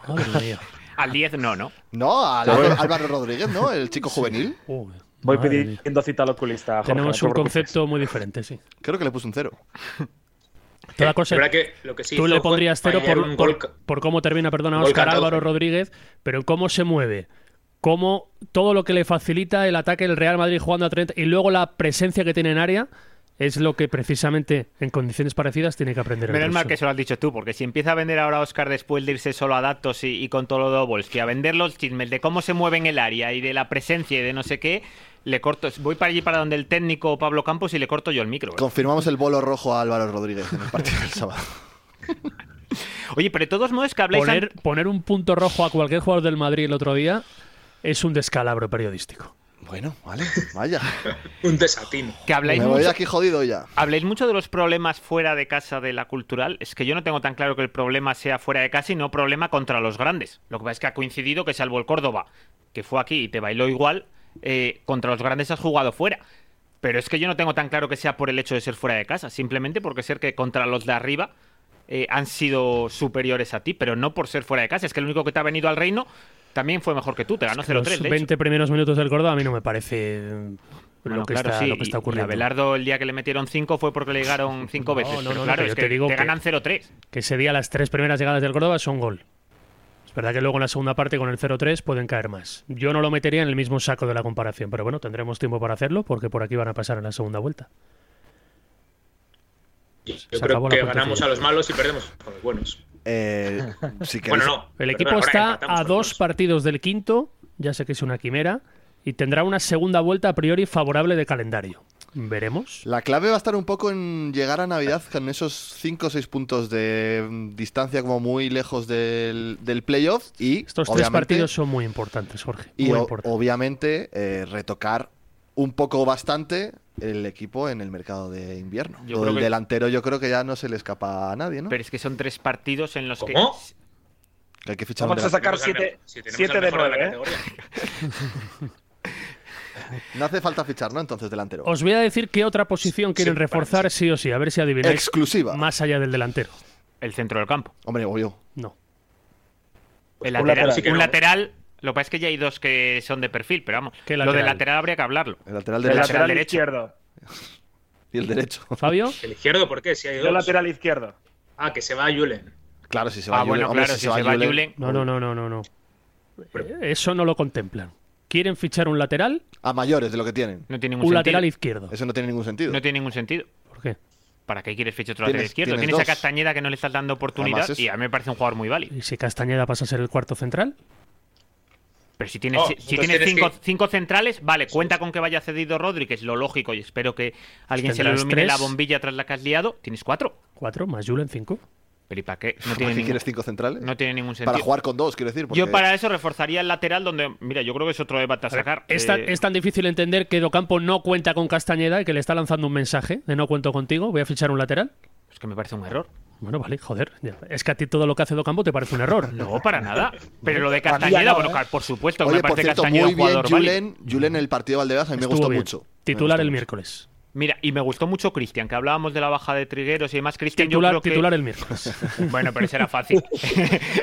Speaker 2: Madre mía.
Speaker 3: Al 10 no, ¿no?
Speaker 1: No, al Álvaro, Álvaro Rodríguez, ¿no? El chico juvenil.
Speaker 2: Uy,
Speaker 4: Voy
Speaker 2: Oh, madre mía.
Speaker 4: pidiendo cita al oculista. Jorge, no
Speaker 2: Tenemos
Speaker 4: te
Speaker 2: un
Speaker 4: preocupes.
Speaker 2: concepto muy diferente, sí.
Speaker 1: Creo que le puso un cero.
Speaker 2: Toda cosa.
Speaker 5: La verdad que lo que sí
Speaker 2: Tú
Speaker 5: hizo
Speaker 2: le
Speaker 5: fue
Speaker 2: pondrías cero
Speaker 5: fallar
Speaker 2: por,
Speaker 5: un
Speaker 2: por-
Speaker 5: gol ca-
Speaker 2: por cómo termina, perdona,
Speaker 5: gol
Speaker 2: Oscar
Speaker 5: 14.
Speaker 2: Álvaro Rodríguez, pero en cómo se mueve, cómo todo lo que le facilita el ataque del Real Madrid jugando a 30 y luego la presencia que tiene en área es lo que precisamente en condiciones parecidas tiene que aprender. el
Speaker 3: Menos mal
Speaker 2: ruso.
Speaker 3: que se lo has dicho tú, porque si empieza a vender ahora a Oscar después de irse solo a datos y, y con todo lo de Obolsky, a vender los chismes de cómo se mueve en el área y de la presencia y de no sé qué, le corto, voy para allí para donde el técnico Pablo Campos y le corto yo el micro. ¿eh?
Speaker 1: Confirmamos el bolo rojo a Álvaro Rodríguez en el partido del sábado.
Speaker 3: Oye, pero de todos modos que habláis...
Speaker 2: Poner,
Speaker 3: an-
Speaker 2: poner un punto rojo a cualquier jugador del Madrid el otro día es un descalabro periodístico.
Speaker 1: Bueno, vale, vaya.
Speaker 5: Un desatino.
Speaker 3: Que habláis
Speaker 1: Me voy
Speaker 3: mucho-
Speaker 1: aquí jodido ya.
Speaker 3: Habléis mucho de los problemas fuera de casa de la cultural. Es que yo no tengo tan claro que el problema sea fuera de casa y no problema contra los grandes. Lo que pasa es que ha coincidido que salvo el Córdoba, que fue aquí y te bailó igual, eh, contra los grandes has jugado fuera. Pero es que yo no tengo tan claro que sea por el hecho de ser fuera de casa, simplemente porque ser que contra los de arriba eh, han sido superiores a ti, pero no por ser fuera de casa. Es que el único que te ha venido al reino también fue mejor que tú, te ganó
Speaker 2: Que los
Speaker 3: 0-3. de hecho.
Speaker 2: 20 primeros minutos del Córdoba a mí no me parece eh,
Speaker 3: Bueno,
Speaker 2: lo, que
Speaker 3: claro,
Speaker 2: está,
Speaker 3: sí,
Speaker 2: lo que está
Speaker 3: y- y
Speaker 2: ocurriendo.
Speaker 3: a Belardo el día que le metieron 5 fue porque le llegaron 5
Speaker 2: No,
Speaker 3: veces.
Speaker 2: no,
Speaker 3: pero
Speaker 2: no,
Speaker 3: claro,
Speaker 2: pero yo
Speaker 3: es
Speaker 2: te
Speaker 3: que
Speaker 2: digo
Speaker 3: te
Speaker 2: que-
Speaker 3: ganan 0-3.
Speaker 2: Que ese día las tres primeras llegadas del Córdoba son gol. Es verdad que luego en la segunda parte con el 0-3 pueden caer más. Yo no lo metería en el mismo saco de la comparación, pero bueno, tendremos tiempo para hacerlo porque por aquí van a pasar en la segunda vuelta.
Speaker 5: Yo
Speaker 2: Se acabó
Speaker 5: creo
Speaker 2: la
Speaker 5: que
Speaker 2: cuenta
Speaker 5: ganamos
Speaker 2: final.
Speaker 5: a los malos y perdemos a los buenos.
Speaker 1: Eh, si queréis-
Speaker 5: Bueno, no.
Speaker 2: El
Speaker 5: perdón,
Speaker 2: equipo
Speaker 5: ahora
Speaker 2: está
Speaker 5: empatamos
Speaker 2: a
Speaker 5: con
Speaker 2: dos
Speaker 5: los-
Speaker 2: partidos del quinto, ya sé que es una quimera, y tendrá una segunda vuelta a priori favorable de calendario. Veremos.
Speaker 1: La clave va a estar un poco en llegar a Navidad con esos 5 o 6 puntos de mm, distancia como muy lejos del, del playoff y
Speaker 2: Estos tres
Speaker 1: obviamente,
Speaker 2: partidos son muy importantes, Jorge.
Speaker 1: y
Speaker 2: muy
Speaker 1: o-
Speaker 2: importantes.
Speaker 1: obviamente eh, retocar un poco bastante el equipo en el mercado de invierno. Lo
Speaker 3: Yo creo
Speaker 1: del
Speaker 3: que-
Speaker 1: delantero yo creo que ya no se le escapa a nadie, ¿no?
Speaker 3: Pero es que son tres partidos en los
Speaker 5: ¿Cómo?
Speaker 3: que.
Speaker 1: Que hay que fichar un
Speaker 4: Vamos a
Speaker 1: delantero.
Speaker 4: sacar
Speaker 5: Si tenemos al mejor-
Speaker 4: 7
Speaker 5: si tenemos al
Speaker 4: de
Speaker 5: mejor la
Speaker 4: 9, ¿eh?
Speaker 5: categoría.
Speaker 1: No hace falta fichar, ¿no? Entonces delantero.
Speaker 2: Os voy a decir qué otra posición quieren
Speaker 5: Sí,
Speaker 2: reforzar sí o sí, a ver si adivináis
Speaker 1: Exclusiva.
Speaker 2: más allá del delantero.
Speaker 3: El centro del campo.
Speaker 1: Hombre, obvio.
Speaker 2: No.
Speaker 3: El lateral.
Speaker 4: un lateral
Speaker 5: sí que
Speaker 3: un
Speaker 5: no.
Speaker 3: lateral. Lo que pasa es que ya hay dos que son de perfil, pero vamos.
Speaker 2: ¿Qué
Speaker 3: Lo de
Speaker 2: lateral?
Speaker 3: lateral habría que hablarlo.
Speaker 1: El lateral
Speaker 4: El
Speaker 1: derecho
Speaker 4: lateral
Speaker 3: derecho.
Speaker 4: izquierdo.
Speaker 1: y el derecho.
Speaker 2: Fabio,
Speaker 5: El izquierdo, ¿por qué? Si hay
Speaker 4: Yo
Speaker 5: dos.
Speaker 4: lateral izquierdo.
Speaker 5: Ah, que se va Julen.
Speaker 1: Claro, si se va
Speaker 3: Ah,
Speaker 1: Julen.
Speaker 3: bueno,
Speaker 1: Hombre,
Speaker 3: claro, si se va
Speaker 1: Julen-
Speaker 3: Julen.
Speaker 2: no, no, no, no, no, no. Eh, Eso no lo contemplan. Quieren fichar un lateral,
Speaker 1: A mayores de lo que tienen.
Speaker 3: No tiene
Speaker 2: un
Speaker 3: ningún sentido.
Speaker 2: lateral izquierdo.
Speaker 1: Eso no tiene ningún sentido.
Speaker 3: No tiene ningún sentido.
Speaker 2: ¿Por qué?
Speaker 3: ¿Para qué quieres fichar otro
Speaker 1: Tienes-
Speaker 3: lateral izquierdo?
Speaker 1: tienes
Speaker 3: Tienes,
Speaker 1: dos.
Speaker 3: a Castañeda que no le estás dando oportunidad
Speaker 1: Además eso.
Speaker 3: y a mí me parece un jugador muy válido.
Speaker 2: ¿Y si Castañeda pasa a ser el cuarto central?
Speaker 3: Pero si tienes,
Speaker 5: Oh,
Speaker 3: si- si
Speaker 5: entonces
Speaker 3: tienes
Speaker 5: tienes
Speaker 3: cinco,
Speaker 5: que-
Speaker 3: cinco centrales, vale, cuenta con que vaya cedido Rodríguez, lo lógico, y espero que alguien se le
Speaker 2: Tendrás
Speaker 3: ilumine la
Speaker 2: tres.
Speaker 3: bombilla tras la que has liado. Tienes cuatro.
Speaker 2: Cuatro más Julen, cinco.
Speaker 3: Pero ¿y para qué? No
Speaker 1: ¿Para
Speaker 3: tiene,
Speaker 1: qué
Speaker 3: ningún,
Speaker 1: quieres cinco centrales?
Speaker 3: no tiene ningún sentido.
Speaker 1: Para jugar con dos, quiero decir. porque-
Speaker 3: Yo para eso reforzaría el lateral donde, mira, yo creo que es otro debate a sacar.
Speaker 2: Es tan,
Speaker 3: Eh,
Speaker 2: es tan difícil entender que Docampo no cuenta con Castañeda y que le está lanzando un mensaje de no cuento contigo, voy a fichar un lateral.
Speaker 3: es que me parece un error.
Speaker 2: Bueno, vale, joder. ya. Es que a ti todo lo que hace Docampo te parece un error.
Speaker 3: No, para nada. Pero lo de
Speaker 4: Para mí ya
Speaker 3: Castañeda,
Speaker 4: no,
Speaker 3: bueno,
Speaker 4: ¿eh?
Speaker 3: claro, por supuesto, que
Speaker 1: Oye,
Speaker 3: me
Speaker 1: por
Speaker 3: parece
Speaker 1: cierto,
Speaker 3: Castañeda
Speaker 1: muy
Speaker 3: un
Speaker 1: bien
Speaker 3: jugador válido.
Speaker 1: Julen. Julen en el partido de Valdebebas a mí me
Speaker 2: Estuvo
Speaker 1: gustó
Speaker 2: bien.
Speaker 1: mucho. Me
Speaker 2: Titular
Speaker 1: gustó
Speaker 2: el
Speaker 1: mucho.
Speaker 2: miércoles.
Speaker 3: Mira, y me gustó mucho Cristian, que hablábamos de la baja de Trigueros y demás. Cristian, yo
Speaker 2: Titular,
Speaker 3: creo que-
Speaker 2: titular el miércoles.
Speaker 3: Bueno, pero ese era fácil.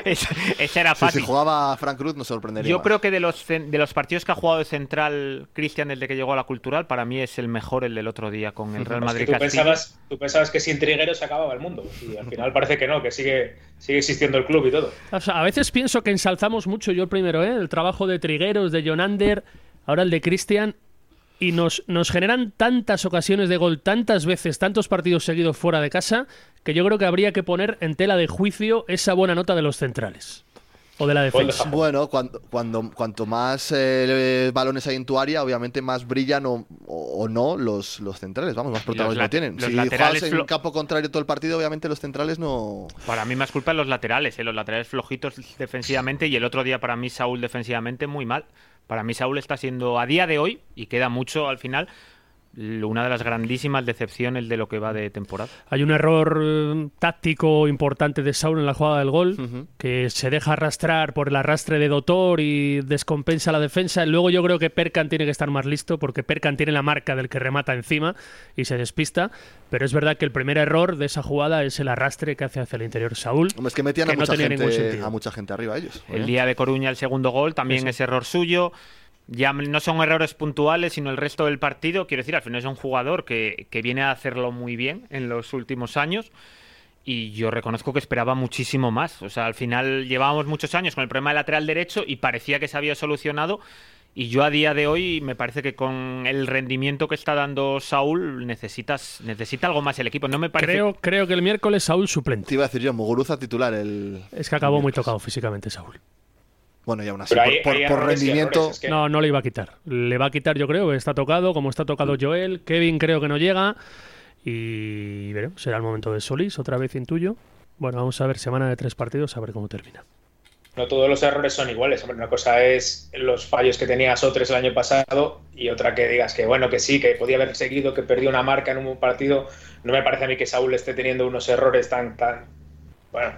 Speaker 3: ese, ese era
Speaker 1: Si,
Speaker 3: fácil.
Speaker 1: si jugaba Frank Cruz no sorprendería.
Speaker 3: Yo
Speaker 1: más.
Speaker 3: creo que de los, cen- de los partidos que ha jugado de central Cristian desde que llegó a la Cultural, para mí es el mejor el del otro día con el Real
Speaker 5: Es que
Speaker 3: Madrid
Speaker 5: tú,
Speaker 3: Castilla.
Speaker 5: pensabas, tú pensabas que sin Trigueros se acababa el mundo. Y al final parece que no, que sigue, sigue existiendo el club y todo.
Speaker 2: O sea, a veces pienso que ensalzamos mucho, yo el primero, ¿eh? el trabajo de Trigueros, de Jonander, ahora el de Cristian, y nos, nos generan tantas ocasiones de gol, tantas veces, tantos partidos seguidos fuera de casa, que yo creo que habría que poner en tela de juicio esa buena nota de los centrales. O de la
Speaker 5: Gol de
Speaker 2: defensa.
Speaker 5: Japón.
Speaker 1: Bueno, cuando, cuando, cuanto más eh, balones hay en tu área, obviamente más brillan o, o- o no los, los centrales. Vamos, más protagonismo
Speaker 3: la-
Speaker 1: tienen.
Speaker 3: los
Speaker 1: Si
Speaker 3: laterales
Speaker 1: juegas en
Speaker 3: flo-
Speaker 1: un campo contrario todo el partido, obviamente los centrales no.
Speaker 3: Para mí más culpa de los laterales, ¿eh? los laterales flojitos defensivamente y el otro día para mí Saúl defensivamente muy mal. Para mí Saúl está siendo a día de hoy, y queda mucho al final, l- una de las grandísimas decepciones de lo que va de temporada.
Speaker 2: Hay un error eh, táctico importante de Saúl en la jugada del gol,
Speaker 1: Ujú.
Speaker 2: que se deja arrastrar por el arrastre de Dotor y descompensa la defensa. Luego yo creo que Perkan tiene que estar más listo, porque Perkan tiene la marca del que remata encima y se despista. Pero es verdad que el primer error de esa jugada es el arrastre que hace hacia el interior Saúl.
Speaker 1: Hombre, es que metían
Speaker 2: Que
Speaker 1: a,
Speaker 2: no
Speaker 1: mucha
Speaker 2: tenía ningún
Speaker 1: gente,
Speaker 2: sentido.
Speaker 1: a mucha gente arriba ellos.
Speaker 3: El
Speaker 1: ¿eh?
Speaker 3: día de Coruña, el segundo gol, también es error suyo. Ya m- no son errores puntuales, sino el resto del partido. Quiero decir, al final es un jugador que, que viene a hacerlo muy bien en los últimos años. Y yo reconozco que esperaba muchísimo más. O sea, al final llevábamos muchos años con el problema del lateral derecho y parecía que se había solucionado. Y yo a día de hoy me parece que con el rendimiento que está dando Saúl necesitas necesita algo más el equipo. No me parece
Speaker 2: Creo, creo que el miércoles Saúl
Speaker 1: Te
Speaker 2: suplente.
Speaker 1: iba a decir yo, Muguruza titular. El...
Speaker 2: Es que acabó muy tocado físicamente Saúl.
Speaker 1: Bueno, y aún así,
Speaker 5: Pero
Speaker 1: por,
Speaker 5: hay-
Speaker 1: por-
Speaker 5: hay
Speaker 1: por
Speaker 5: errores y
Speaker 1: rendimiento.
Speaker 5: errores, es que-
Speaker 2: No, no le iba a quitar. Le va a quitar, yo creo. Está tocado, como está
Speaker 5: Mm.
Speaker 2: tocado Joel. Kevin creo que no llega. Y veremos, será el momento de Solís, otra vez intuyo. Bueno, vamos a ver semana de tres partidos, a ver cómo termina.
Speaker 5: No todos los errores son iguales. Hombre, una cosa es los fallos que tenía Sotres el año pasado y otra que digas que bueno, que sí, que podía haber seguido, que perdió una marca en un partido. No me parece a mí que Saúl esté teniendo unos errores tan, tan. Bueno,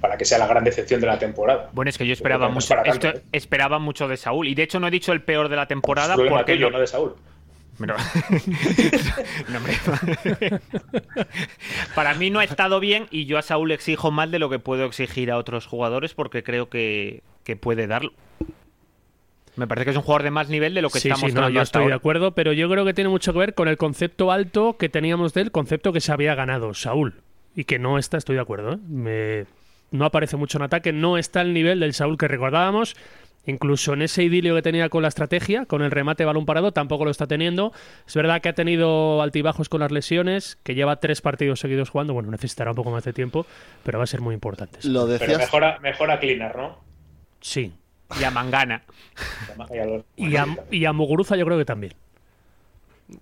Speaker 5: para que sea la gran decepción de la temporada.
Speaker 3: Bueno, es que yo esperaba
Speaker 5: Pues
Speaker 3: mucho,
Speaker 5: para tanto,
Speaker 3: esto-
Speaker 5: ¿eh?
Speaker 3: esperaba mucho de Saúl. Y de hecho no he dicho el peor de la temporada
Speaker 5: Es problema
Speaker 3: porque
Speaker 5: tuyo,
Speaker 3: no-
Speaker 5: no de Saúl.
Speaker 3: Pero- No, hombre. Para mí no ha estado bien y yo a Saúl le exijo más de lo que puedo exigir a otros jugadores porque creo que, que puede darlo. Me parece que es un jugador de más nivel de lo que
Speaker 2: sí,
Speaker 3: está
Speaker 2: sí,
Speaker 3: mostrando
Speaker 2: no, yo
Speaker 3: hasta
Speaker 2: estoy de
Speaker 3: ahora.
Speaker 2: acuerdo, pero yo creo que tiene mucho que ver con el concepto alto que teníamos del concepto que se había ganado Saúl. Y que no está, estoy de acuerdo. ¿eh? Me- No aparece mucho en ataque, no está al nivel del Saúl que recordábamos. Incluso en ese idilio que tenía con la estrategia, con el remate balón parado, tampoco lo está teniendo. Es verdad que ha tenido altibajos con las lesiones, que lleva tres partidos seguidos jugando. Bueno, necesitará un poco más de tiempo, pero va a ser muy importante. eso.
Speaker 1: Lo
Speaker 5: Pero
Speaker 1: decías.
Speaker 5: mejora, mejora Cleaner, ¿no?
Speaker 2: Sí.
Speaker 3: Y a Mangana.
Speaker 5: Y a los-
Speaker 2: Y a, y a Muguruza yo creo que también.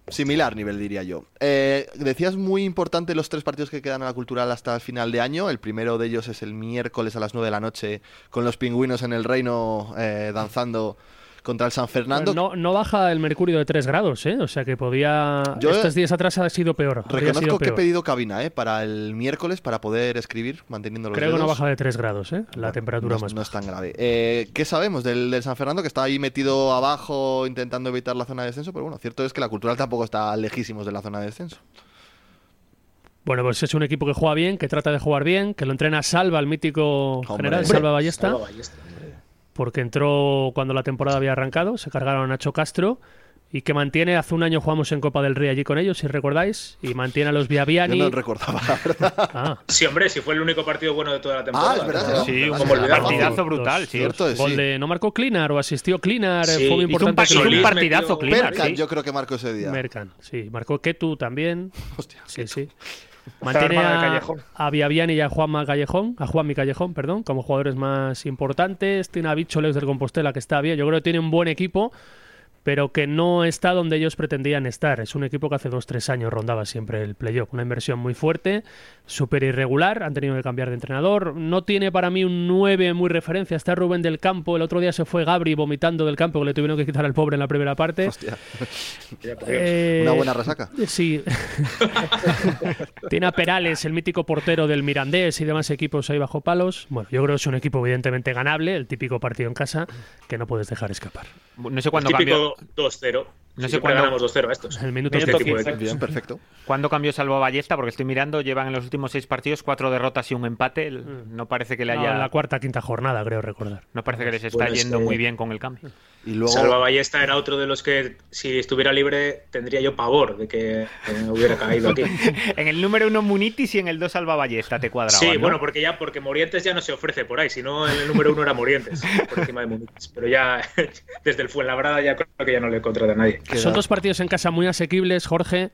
Speaker 1: Similar nivel, diría yo. Eh, decías muy importante los tres partidos que quedan a la cultural hasta el final de año. El primero de ellos es el miércoles a las 9 de la noche con los pingüinos en el reino eh, danzando contra el San Fernando.
Speaker 2: No, no baja el mercurio de 3 grados, ¿eh? O sea que podía.
Speaker 1: Yo-
Speaker 2: Estos días atrás ha sido peor. habría
Speaker 1: Reconozco
Speaker 2: sido
Speaker 1: que he
Speaker 2: peor.
Speaker 1: pedido cabina eh, para el miércoles para poder escribir manteniendo los
Speaker 2: Creo que no
Speaker 1: dedos.
Speaker 2: baja de 3 grados, ¿eh? La
Speaker 1: Bueno,
Speaker 2: temperatura
Speaker 1: no,
Speaker 2: más.
Speaker 1: No es tan grave. Eh, ¿Qué sabemos del, del San Fernando? Que está ahí metido abajo intentando evitar la zona de descenso, pero bueno, cierto es que la cultural tampoco está lejísimos de la zona de descenso.
Speaker 2: Bueno, pues es un equipo que juega bien, que trata de jugar bien, que lo entrena Salva, el mítico
Speaker 1: Hombre.
Speaker 2: general,
Speaker 1: Hombre.
Speaker 2: Salva Ballesta,
Speaker 5: Salva Ballesta, hombre.
Speaker 2: porque entró cuando la temporada había arrancado, se cargaron a Nacho Castro. Y que mantiene, hace un año jugamos en Copa del Rey allí con ellos, si recordáis, y mantiene a los
Speaker 1: Yo
Speaker 2: Viaviani.
Speaker 1: no recordaba, la verdad.
Speaker 2: Ah,
Speaker 5: Sí, hombre, si fue el único partido bueno de toda la temporada.
Speaker 1: Ah, es verdad,
Speaker 5: ¿no?
Speaker 1: sí,
Speaker 3: Sí,
Speaker 1: Mangana.
Speaker 3: un
Speaker 5: ¿Cómo olvidarlo?
Speaker 3: partidazo brutal, sí.
Speaker 1: Cierto es,
Speaker 2: gol
Speaker 1: sí.
Speaker 2: de- no marcó Klinar o asistió Klinar, eh,
Speaker 5: Sí,
Speaker 2: fue muy
Speaker 3: Hizo
Speaker 5: hizo
Speaker 3: un,
Speaker 2: importante.
Speaker 3: partido-
Speaker 2: que-
Speaker 3: un
Speaker 5: Solís
Speaker 3: partidazo
Speaker 5: metió-
Speaker 3: Klinar,
Speaker 1: Perkan,
Speaker 3: sí.
Speaker 1: yo creo que marcó ese día.
Speaker 2: Mercan, sí. Marcó Ketu también.
Speaker 1: Hostia,
Speaker 2: Sí, sí. Mantiene
Speaker 4: hermana de
Speaker 2: a,
Speaker 4: Callejón.
Speaker 2: a Biaviani y a Juanma Callejón, a Juanmi Callejón, perdón, como jugadores más importantes. Tiene a Bicholeus del Compostela que está bien. Yo creo que tiene un buen equipo, pero que no está donde ellos pretendían estar. Es un equipo que hace dos, tres años rondaba siempre el playoff. Una inversión muy fuerte, súper irregular. Han tenido que cambiar de entrenador. No tiene para mí un 9 muy referencia. Está Rubén del Campo. El otro día se fue Gabri vomitando del campo, que le tuvieron que quitar al pobre en la primera parte.
Speaker 1: hostia.
Speaker 2: Eh,
Speaker 1: Una buena resaca.
Speaker 2: Sí. Tiene a Perales, el mítico portero del Mirandés y demás equipos ahí bajo palos. Bueno, yo creo que es un equipo evidentemente ganable, el típico partido en casa que no puedes dejar escapar.
Speaker 3: No sé cuándo cambió,
Speaker 5: Típico 2-0.
Speaker 3: No sé
Speaker 5: Siempre
Speaker 3: cuándo-
Speaker 5: ganamos 2-0 a estos.
Speaker 2: El minuto
Speaker 5: Este tipo de
Speaker 2: 15.
Speaker 5: equipos.
Speaker 1: Bien, perfecto.
Speaker 3: cuándo cambió Salva Ballesta porque estoy mirando, llevan en los últimos seis partidos cuatro derrotas y un empate. El- No parece que le
Speaker 2: Mm. No,
Speaker 3: haya...
Speaker 2: en la cuarta, quinta jornada, creo recordar.
Speaker 3: No parece que les está
Speaker 5: Bueno,
Speaker 3: yendo
Speaker 5: ese-
Speaker 3: muy bien con el cambio.
Speaker 1: Y luego.
Speaker 5: Salva Ballesta era otro de los que, si estuviera libre, tendría yo pavor de que eh, hubiera caído aquí.
Speaker 3: En el número uno Munitis y en el dos Alba Ballesta te cuadraba.
Speaker 5: Sí,
Speaker 3: ¿no?
Speaker 5: bueno, porque ya porque Morientes ya no se ofrece por ahí, si no el número uno era Morientes, por encima de Muniz. Pero ya desde el Fuenlabrada ya creo que ya no le contrata a nadie.
Speaker 1: queda-
Speaker 2: Son dos partidos en casa muy asequibles, Jorge.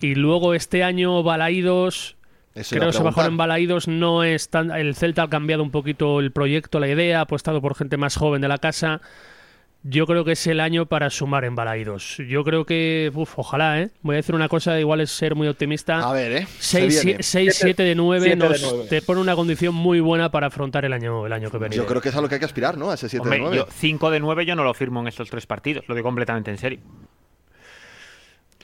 Speaker 2: Y luego este año Balaídos,
Speaker 1: eso iba
Speaker 2: creo
Speaker 1: a
Speaker 2: que se bajaron
Speaker 1: preguntar.
Speaker 2: en Balaídos, no es tan... El Celta ha cambiado un poquito el proyecto, la idea, ha apostado por gente más joven de la casa. Yo creo que es el año para sumar en Balaídos. Yo creo que, uf, ojalá, ¿eh? Voy a decir una cosa, igual es ser muy
Speaker 1: A
Speaker 2: optimista.
Speaker 1: ver, ¿eh? Se
Speaker 2: 6-7
Speaker 1: viene.
Speaker 2: de 9
Speaker 4: Siete de
Speaker 2: nos
Speaker 4: nueve.
Speaker 2: te pone una condición muy buena para afrontar el año, el año que viene.
Speaker 1: Yo creo que es a lo que hay que aspirar, ¿no? A ese 7
Speaker 3: Hombre,
Speaker 1: de 9.
Speaker 3: yo 5 de 9 yo no lo firmo en estos tres partidos, lo digo completamente en serio.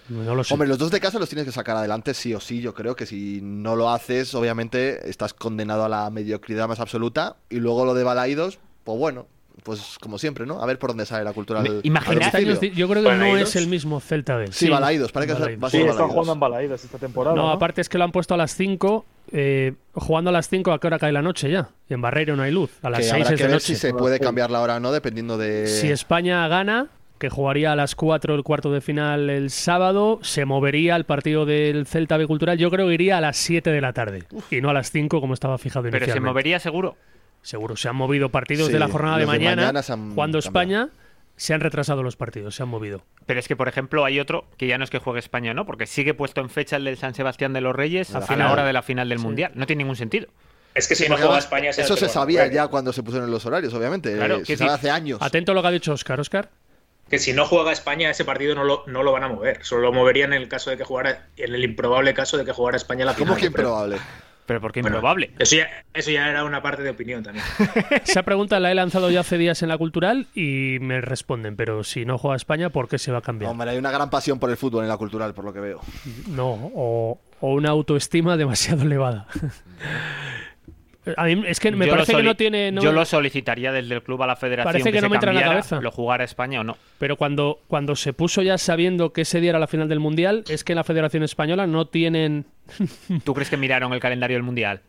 Speaker 2: No lo sé.
Speaker 1: Hombre, los dos de casa los tienes que sacar adelante sí o sí. Yo creo que si no lo haces, obviamente estás condenado a la mediocridad más absoluta. Y luego lo de Balaídos, pues bueno, pues como siempre, ¿no? A ver por dónde sale la cultura.
Speaker 3: Me-
Speaker 1: al-
Speaker 3: imagina-
Speaker 1: al
Speaker 2: Este año
Speaker 1: domicilio.
Speaker 2: es di- yo creo que no
Speaker 5: ¿Balaídos?
Speaker 2: es el mismo Celta de
Speaker 1: Sí, Balaídos, parece que va a ser-
Speaker 2: Balaídos.
Speaker 1: va a
Speaker 4: Sí,
Speaker 1: ser
Speaker 4: están
Speaker 1: Balaídos.
Speaker 4: jugando en Balaídos esta
Speaker 1: Ah,
Speaker 4: temporada.
Speaker 2: No,
Speaker 4: ¿no?
Speaker 2: aparte es que lo han puesto a las 5. eh, jugando a las 5, ¿a qué hora cae la noche ya? En Barreiro no hay luz. A las
Speaker 1: que
Speaker 2: 6
Speaker 1: habrá
Speaker 2: es
Speaker 1: que
Speaker 2: de
Speaker 1: ver
Speaker 2: noche.
Speaker 1: si se puede cambiar la hora o no, dependiendo de.
Speaker 2: Si España gana, que jugaría a las 4 el cuarto de final el sábado, se movería al partido del Celta B Cultural. Yo creo que iría a las 7 de la tarde y no a las 5 como estaba fijado
Speaker 3: Pero se
Speaker 2: inicialmente.
Speaker 3: movería seguro.
Speaker 2: Seguro, se han movido partidos
Speaker 1: Sí,
Speaker 2: de la jornada de
Speaker 1: los de
Speaker 2: mañana.
Speaker 1: mañana se han cambiado.
Speaker 2: cuando España se han retrasado los partidos, se han movido.
Speaker 3: Pero es que, por ejemplo, hay otro que ya no es que juegue España, ¿no? Porque sigue puesto en fecha el del San Sebastián de los Reyes
Speaker 1: La
Speaker 3: a la
Speaker 1: final.
Speaker 3: hora de la final del Mundial. No tiene ningún sentido.
Speaker 5: Es que si no
Speaker 1: Porque
Speaker 5: juega
Speaker 1: además,
Speaker 5: España...
Speaker 1: Eso se sabía ya cuando se pusieron los horarios, obviamente.
Speaker 3: Claro,
Speaker 1: Eh,
Speaker 3: que
Speaker 1: se sabe
Speaker 3: sí.
Speaker 1: hace años.
Speaker 2: Atento a lo que ha dicho Oscar. Oscar.
Speaker 5: que si no juega España ese partido no lo, no lo van a mover. Solo lo moverían en el caso de que jugara, en el improbable caso de que jugara España la
Speaker 1: ¿Cómo
Speaker 5: final.
Speaker 1: que
Speaker 5: pero-
Speaker 1: improbable?
Speaker 3: Pero porque
Speaker 5: Bueno,
Speaker 3: improbable.
Speaker 5: Eso ya, eso ya era una parte de opinión también.
Speaker 2: Esa pregunta la he lanzado ya hace días en la cultural y me responden, pero si no juega España, ¿por qué se va a cambiar?
Speaker 1: Hombre, hay una gran pasión por el fútbol en la cultural, por lo que veo.
Speaker 2: No, o, o una autoestima demasiado elevada. A mí es que me
Speaker 3: Yo lo
Speaker 2: parece que
Speaker 3: soli-
Speaker 2: no tiene... no-
Speaker 3: Yo lo solicitaría desde el club a la federación
Speaker 2: Parece que
Speaker 3: que
Speaker 2: no
Speaker 3: se
Speaker 2: me entra en la
Speaker 3: cambiara,
Speaker 2: cabeza.
Speaker 3: lo jugara España o no.
Speaker 2: Pero cuando, cuando se puso ya sabiendo que ese día era la final del Mundial, es que en la Federación Española no tienen...
Speaker 3: ¿Tú crees que miraron el calendario del Mundial?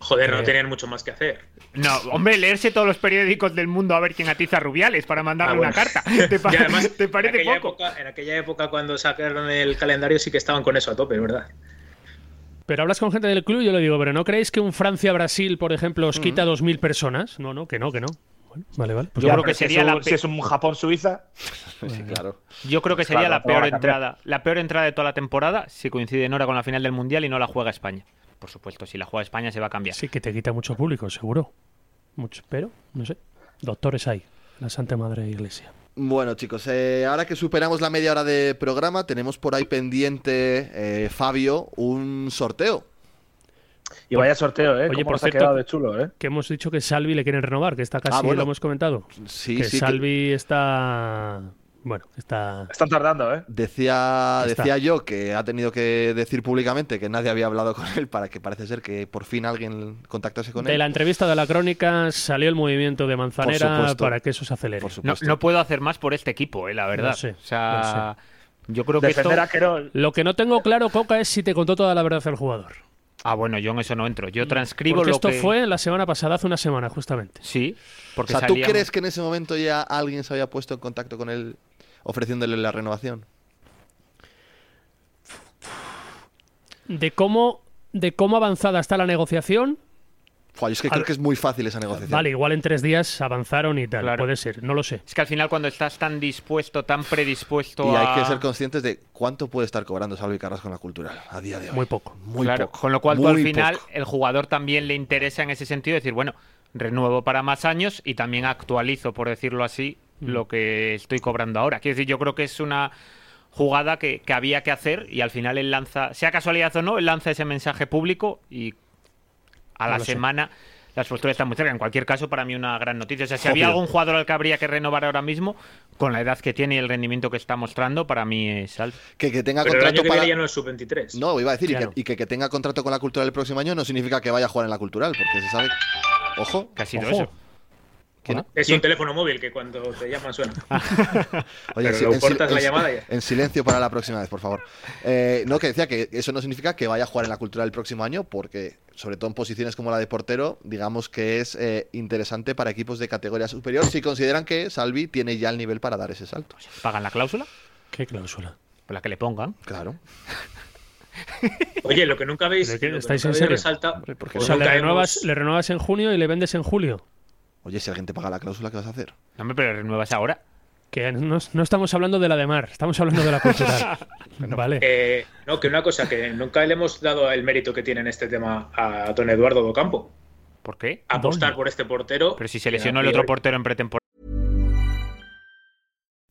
Speaker 5: Joder, no
Speaker 2: Eh,
Speaker 5: tenían mucho más que hacer.
Speaker 3: No, hombre, leerse todos los periódicos del mundo a ver quién atiza a Rubiales para mandarle
Speaker 5: Ah, bueno.
Speaker 3: una carta. ¿Te, pa-
Speaker 5: Y además,
Speaker 3: te
Speaker 5: en
Speaker 3: parece
Speaker 5: aquella
Speaker 3: poco?
Speaker 5: época- en aquella época, cuando sacaron el calendario, sí que estaban con eso a tope, ¿verdad?
Speaker 2: Pero hablas con gente del club y yo le digo, pero ¿no creéis que un Francia-Brasil, por ejemplo, os
Speaker 3: Mm.
Speaker 2: quita 2.000 personas? No, no, que no, que no. Bueno, vale, vale. Pues
Speaker 3: Yo
Speaker 4: Ya,
Speaker 2: vale.
Speaker 3: creo
Speaker 4: pero
Speaker 3: que
Speaker 4: si es
Speaker 3: sería
Speaker 4: un-
Speaker 3: la pe-
Speaker 4: Si es un Japón-Suiza,
Speaker 1: Sí, claro.
Speaker 3: Yo creo que sería
Speaker 4: Claro,
Speaker 3: la
Speaker 4: no van a
Speaker 3: peor
Speaker 4: cambiar.
Speaker 3: entrada, la peor entrada de toda la temporada si coincide en hora con la final del mundial y no la juega España. Por supuesto, si la juega España se va a cambiar.
Speaker 2: Sí, que te quita mucho público, seguro. Mucho, pero, no sé. Doctores hay. La Santa Madre Iglesia.
Speaker 1: Bueno, chicos, eh, ahora que superamos la media hora de programa, tenemos por ahí pendiente, eh, Fabio, un sorteo.
Speaker 4: y vaya sorteo, ¿eh?
Speaker 2: Oye,
Speaker 4: Cómo
Speaker 2: por
Speaker 4: nos
Speaker 2: cierto-
Speaker 4: ha quedado de chulo, ¿eh?
Speaker 2: Que hemos dicho que Salvi le quieren renovar, que está casi,
Speaker 1: Ah, bueno.
Speaker 2: lo hemos comentado.
Speaker 1: Sí,
Speaker 2: que
Speaker 1: sí. que-
Speaker 2: Salvi está... Bueno, está...
Speaker 4: Están tardando, ¿eh?
Speaker 1: Decía,
Speaker 2: Está.
Speaker 1: decía yo que ha tenido que decir públicamente que nadie había hablado con él para que parece ser que por fin alguien contactase con
Speaker 2: De
Speaker 1: él.
Speaker 2: la entrevista de la crónica salió el movimiento de
Speaker 1: Por
Speaker 2: Manzanera
Speaker 1: supuesto.
Speaker 2: para que eso se acelere.
Speaker 1: Por
Speaker 3: No,
Speaker 1: supuesto.
Speaker 3: no puedo hacer más por este equipo, eh, la verdad.
Speaker 2: sé,
Speaker 3: o sea, yo creo que esto...
Speaker 4: Defender a Querol.
Speaker 2: Lo que no tengo claro, Coca, es si te contó toda la verdad el jugador.
Speaker 3: Ah, bueno, yo en eso no entro. Yo transcribo
Speaker 2: Porque
Speaker 3: lo
Speaker 2: esto
Speaker 3: que...
Speaker 2: fue la semana pasada, hace una semana, justamente.
Speaker 3: Sí,
Speaker 1: o
Speaker 3: porque
Speaker 1: sea, ¿tú
Speaker 3: salían-
Speaker 1: crees que en ese momento ya alguien se había puesto en contacto con él ofreciéndole la renovación?
Speaker 2: De cómo, de cómo avanzada está la negociación.
Speaker 1: Fua, yo es que
Speaker 2: Al-
Speaker 1: creo que es muy fácil esa negociación.
Speaker 2: Vale, igual en tres días avanzaron y tal.
Speaker 3: Claro.
Speaker 2: Puede ser, no lo sé.
Speaker 3: Es que al final cuando estás tan dispuesto, tan predispuesto
Speaker 1: Y
Speaker 3: a...
Speaker 1: hay que ser conscientes de cuánto puede estar cobrando Salvi Carrasco en la cultural a día de hoy.
Speaker 2: Muy poco.
Speaker 1: Muy
Speaker 3: Claro,
Speaker 1: poco,
Speaker 3: con lo cual tú
Speaker 1: muy
Speaker 3: al final
Speaker 1: poco.
Speaker 3: el jugador también le interesa en ese sentido decir, bueno, renuevo para más años y también actualizo, por decirlo así,
Speaker 1: Mm.
Speaker 3: lo que estoy cobrando ahora. Quiero decir, yo creo que es una jugada que, que había que hacer y al final él lanza, sea casualidad o no, él lanza ese mensaje público y a
Speaker 2: No
Speaker 3: la
Speaker 2: lo sé.
Speaker 3: semana las posturas están muy cerca. En cualquier caso, para mí una gran noticia. O sea, si había
Speaker 1: Obvio.
Speaker 3: algún jugador al que habría que renovar ahora mismo, con la edad que tiene y el rendimiento que está mostrando, para mí es alto.
Speaker 1: Que, que tenga
Speaker 5: Pero el año
Speaker 1: contrato
Speaker 5: que
Speaker 1: para...
Speaker 5: viene ya no es sub-23.
Speaker 1: No, iba a decir, y
Speaker 2: Ya
Speaker 1: que,
Speaker 2: no.
Speaker 1: y que, que tenga contrato con la cultural el próximo año no significa que vaya a jugar en la cultural, porque se sabe... Ojo,
Speaker 3: Que ha sido
Speaker 2: Ojo.
Speaker 3: eso.
Speaker 1: ¿quién-
Speaker 5: Es un teléfono móvil que cuando te llaman suena.
Speaker 2: Ah.
Speaker 1: Oye,
Speaker 5: Pero
Speaker 1: si-
Speaker 5: lo
Speaker 1: en,
Speaker 5: cortas
Speaker 1: sil-
Speaker 5: la
Speaker 1: en-
Speaker 5: llamada ya.
Speaker 1: en silencio para la próxima vez, por favor. Eh, no, que decía que eso no significa que vaya a jugar en la cultura el próximo año, porque, sobre todo en posiciones como la de portero, digamos que es eh, interesante para equipos de categoría superior si consideran que Salvi tiene ya el nivel para dar ese salto.
Speaker 3: ¿Pagan la cláusula?
Speaker 2: Qué cláusula.
Speaker 3: Por la que le pongan.
Speaker 1: Claro.
Speaker 5: Oye, lo que nunca veis,
Speaker 2: ¿Pero qué?
Speaker 5: lo que
Speaker 2: ¿Estáis
Speaker 5: nunca
Speaker 2: en
Speaker 5: habéis
Speaker 2: serio?
Speaker 5: resaltado-
Speaker 1: porque
Speaker 2: O
Speaker 5: pues
Speaker 2: sea,
Speaker 5: nunca
Speaker 2: le
Speaker 5: hemos-
Speaker 2: renuevas, le renuevas en junio y le vendes en julio.
Speaker 1: Oye, si alguien te paga la cláusula, ¿qué vas a hacer?
Speaker 3: No, hombre, pero renuevas ahora.
Speaker 2: Que no, no estamos hablando de la de Mar, estamos hablando de la cultural. vale.
Speaker 5: Eh, no, que una cosa, que nunca le hemos dado el mérito que tiene en este tema a don Eduardo Docampo.
Speaker 3: ¿Por qué?
Speaker 5: Apostar
Speaker 2: Doña.
Speaker 5: por este portero.
Speaker 3: Pero si se lesionó el otro portero en pretemporada.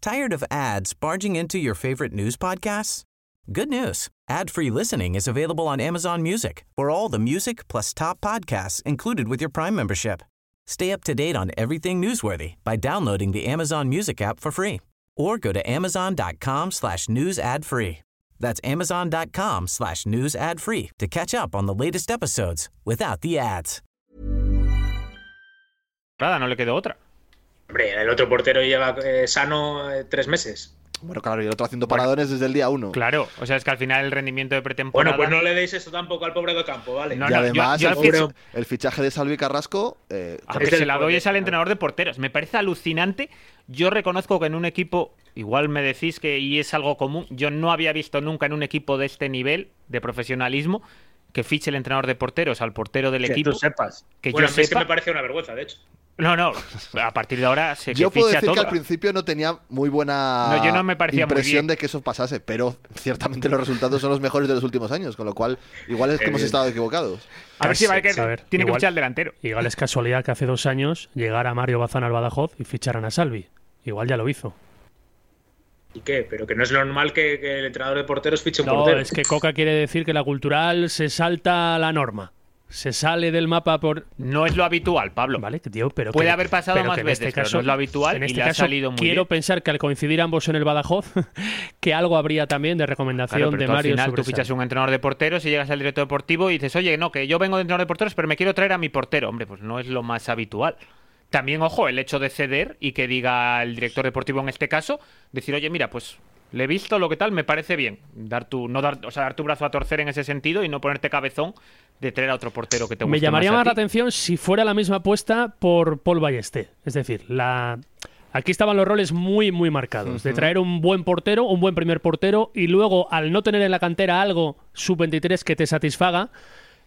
Speaker 7: Tired of ads barging into your favorite news podcasts? Good news. Ad-free listening is available on Amazon Music for all the music plus top podcasts included with your Prime membership. Stay up to date on everything newsworthy by downloading the Amazon Music app for free or go to amazon.com slash news ad free. That's amazon.com slash news ad free to catch up on the latest episodes without the ads.
Speaker 3: no le quedó otra.
Speaker 5: Hombre, el otro portero lleva eh, sano eh, tres meses.
Speaker 3: Pues
Speaker 1: Bueno, claro, y el otro haciendo paradones desde el día uno.
Speaker 3: Claro, o sea, es que al final el rendimiento de pretemporada.
Speaker 5: Bueno, pues no le deis eso tampoco al pobre Docampo, ¿vale?
Speaker 3: No,
Speaker 1: y
Speaker 3: no,
Speaker 1: además,
Speaker 3: yo- yo
Speaker 1: el,
Speaker 3: al Ah,
Speaker 1: fich-
Speaker 5: final-
Speaker 1: el fichaje de Salvi Carrasco, eh,
Speaker 3: A
Speaker 5: Es
Speaker 3: que se
Speaker 5: del
Speaker 3: la doy
Speaker 5: portero.
Speaker 3: es al entrenador de porteros. Me parece alucinante. Yo reconozco que en un equipo, igual me decís que y es algo común, yo no había visto nunca en un equipo de este nivel de profesionalismo que fiche el entrenador de porteros al portero del
Speaker 4: Que
Speaker 3: equipo.
Speaker 4: tú sepas.
Speaker 3: Que
Speaker 5: bueno,
Speaker 3: yo
Speaker 5: a mí es que
Speaker 3: sepa-
Speaker 5: me parece una vergüenza, de hecho.
Speaker 3: No, no, a partir de ahora se
Speaker 1: Yo
Speaker 3: que
Speaker 1: puedo
Speaker 3: fiche a
Speaker 1: decir que al
Speaker 3: todos.
Speaker 1: principio no tenía muy buena
Speaker 3: No, yo no me parecía muy
Speaker 1: impresión
Speaker 3: bien.
Speaker 1: de que eso pasase, pero ciertamente los resultados son los mejores de los últimos años, con lo cual igual es que hemos
Speaker 3: Eh,
Speaker 5: Evidente.
Speaker 1: estado equivocados.
Speaker 3: A ver si va a
Speaker 2: A ver,
Speaker 3: tiene que
Speaker 2: igual-
Speaker 3: fichar al delantero.
Speaker 2: Igual es casualidad que hace dos años llegara Mario Bazán al Badajoz y ficharan a Salvi. Igual ya lo hizo.
Speaker 5: ¿Y qué? Pero que no es normal que, que el entrenador de porteros fiche un
Speaker 2: No,
Speaker 5: portero.
Speaker 2: es que Coca quiere decir que la cultural se salta la norma. Se sale del mapa por.
Speaker 3: No es lo habitual, Pablo.
Speaker 2: Vale, tío, pero.
Speaker 3: Puede
Speaker 2: que-
Speaker 3: haber pasado
Speaker 2: pero
Speaker 3: más
Speaker 2: que en
Speaker 3: veces,
Speaker 2: este
Speaker 3: pero
Speaker 2: caso,
Speaker 3: no es lo habitual
Speaker 2: En
Speaker 3: y
Speaker 2: este
Speaker 3: le ha
Speaker 2: caso,
Speaker 3: salido muy
Speaker 2: Quiero
Speaker 3: bien.
Speaker 2: pensar que al coincidir ambos en el Badajoz, que algo habría también de recomendación
Speaker 3: Claro, pero
Speaker 2: de
Speaker 3: tú al
Speaker 2: Mario.
Speaker 3: final
Speaker 2: sobre
Speaker 3: tú fichas
Speaker 2: Salvi.
Speaker 3: un entrenador de porteros y llegas al director deportivo y dices, oye, no, que yo vengo de entrenador de porteros, pero me quiero traer a mi portero. Hombre, pues no es lo más habitual. También, ojo, el hecho de ceder y que diga el director deportivo en este caso, decir, oye, mira, pues le he visto lo que tal, me parece bien. Dar tu, no dar, o sea, dar tu brazo a torcer en ese sentido y no ponerte cabezón de traer a otro portero que te guste.
Speaker 2: Me llamaría
Speaker 3: más,
Speaker 2: más,
Speaker 3: a
Speaker 2: la
Speaker 3: ti.
Speaker 2: atención si fuera la misma apuesta por Paul Ballesté. Es decir, la... aquí estaban los roles muy, muy marcados. De traer un buen portero, un buen primer portero, y luego, al no tener en la cantera algo sub-23 que te satisfaga,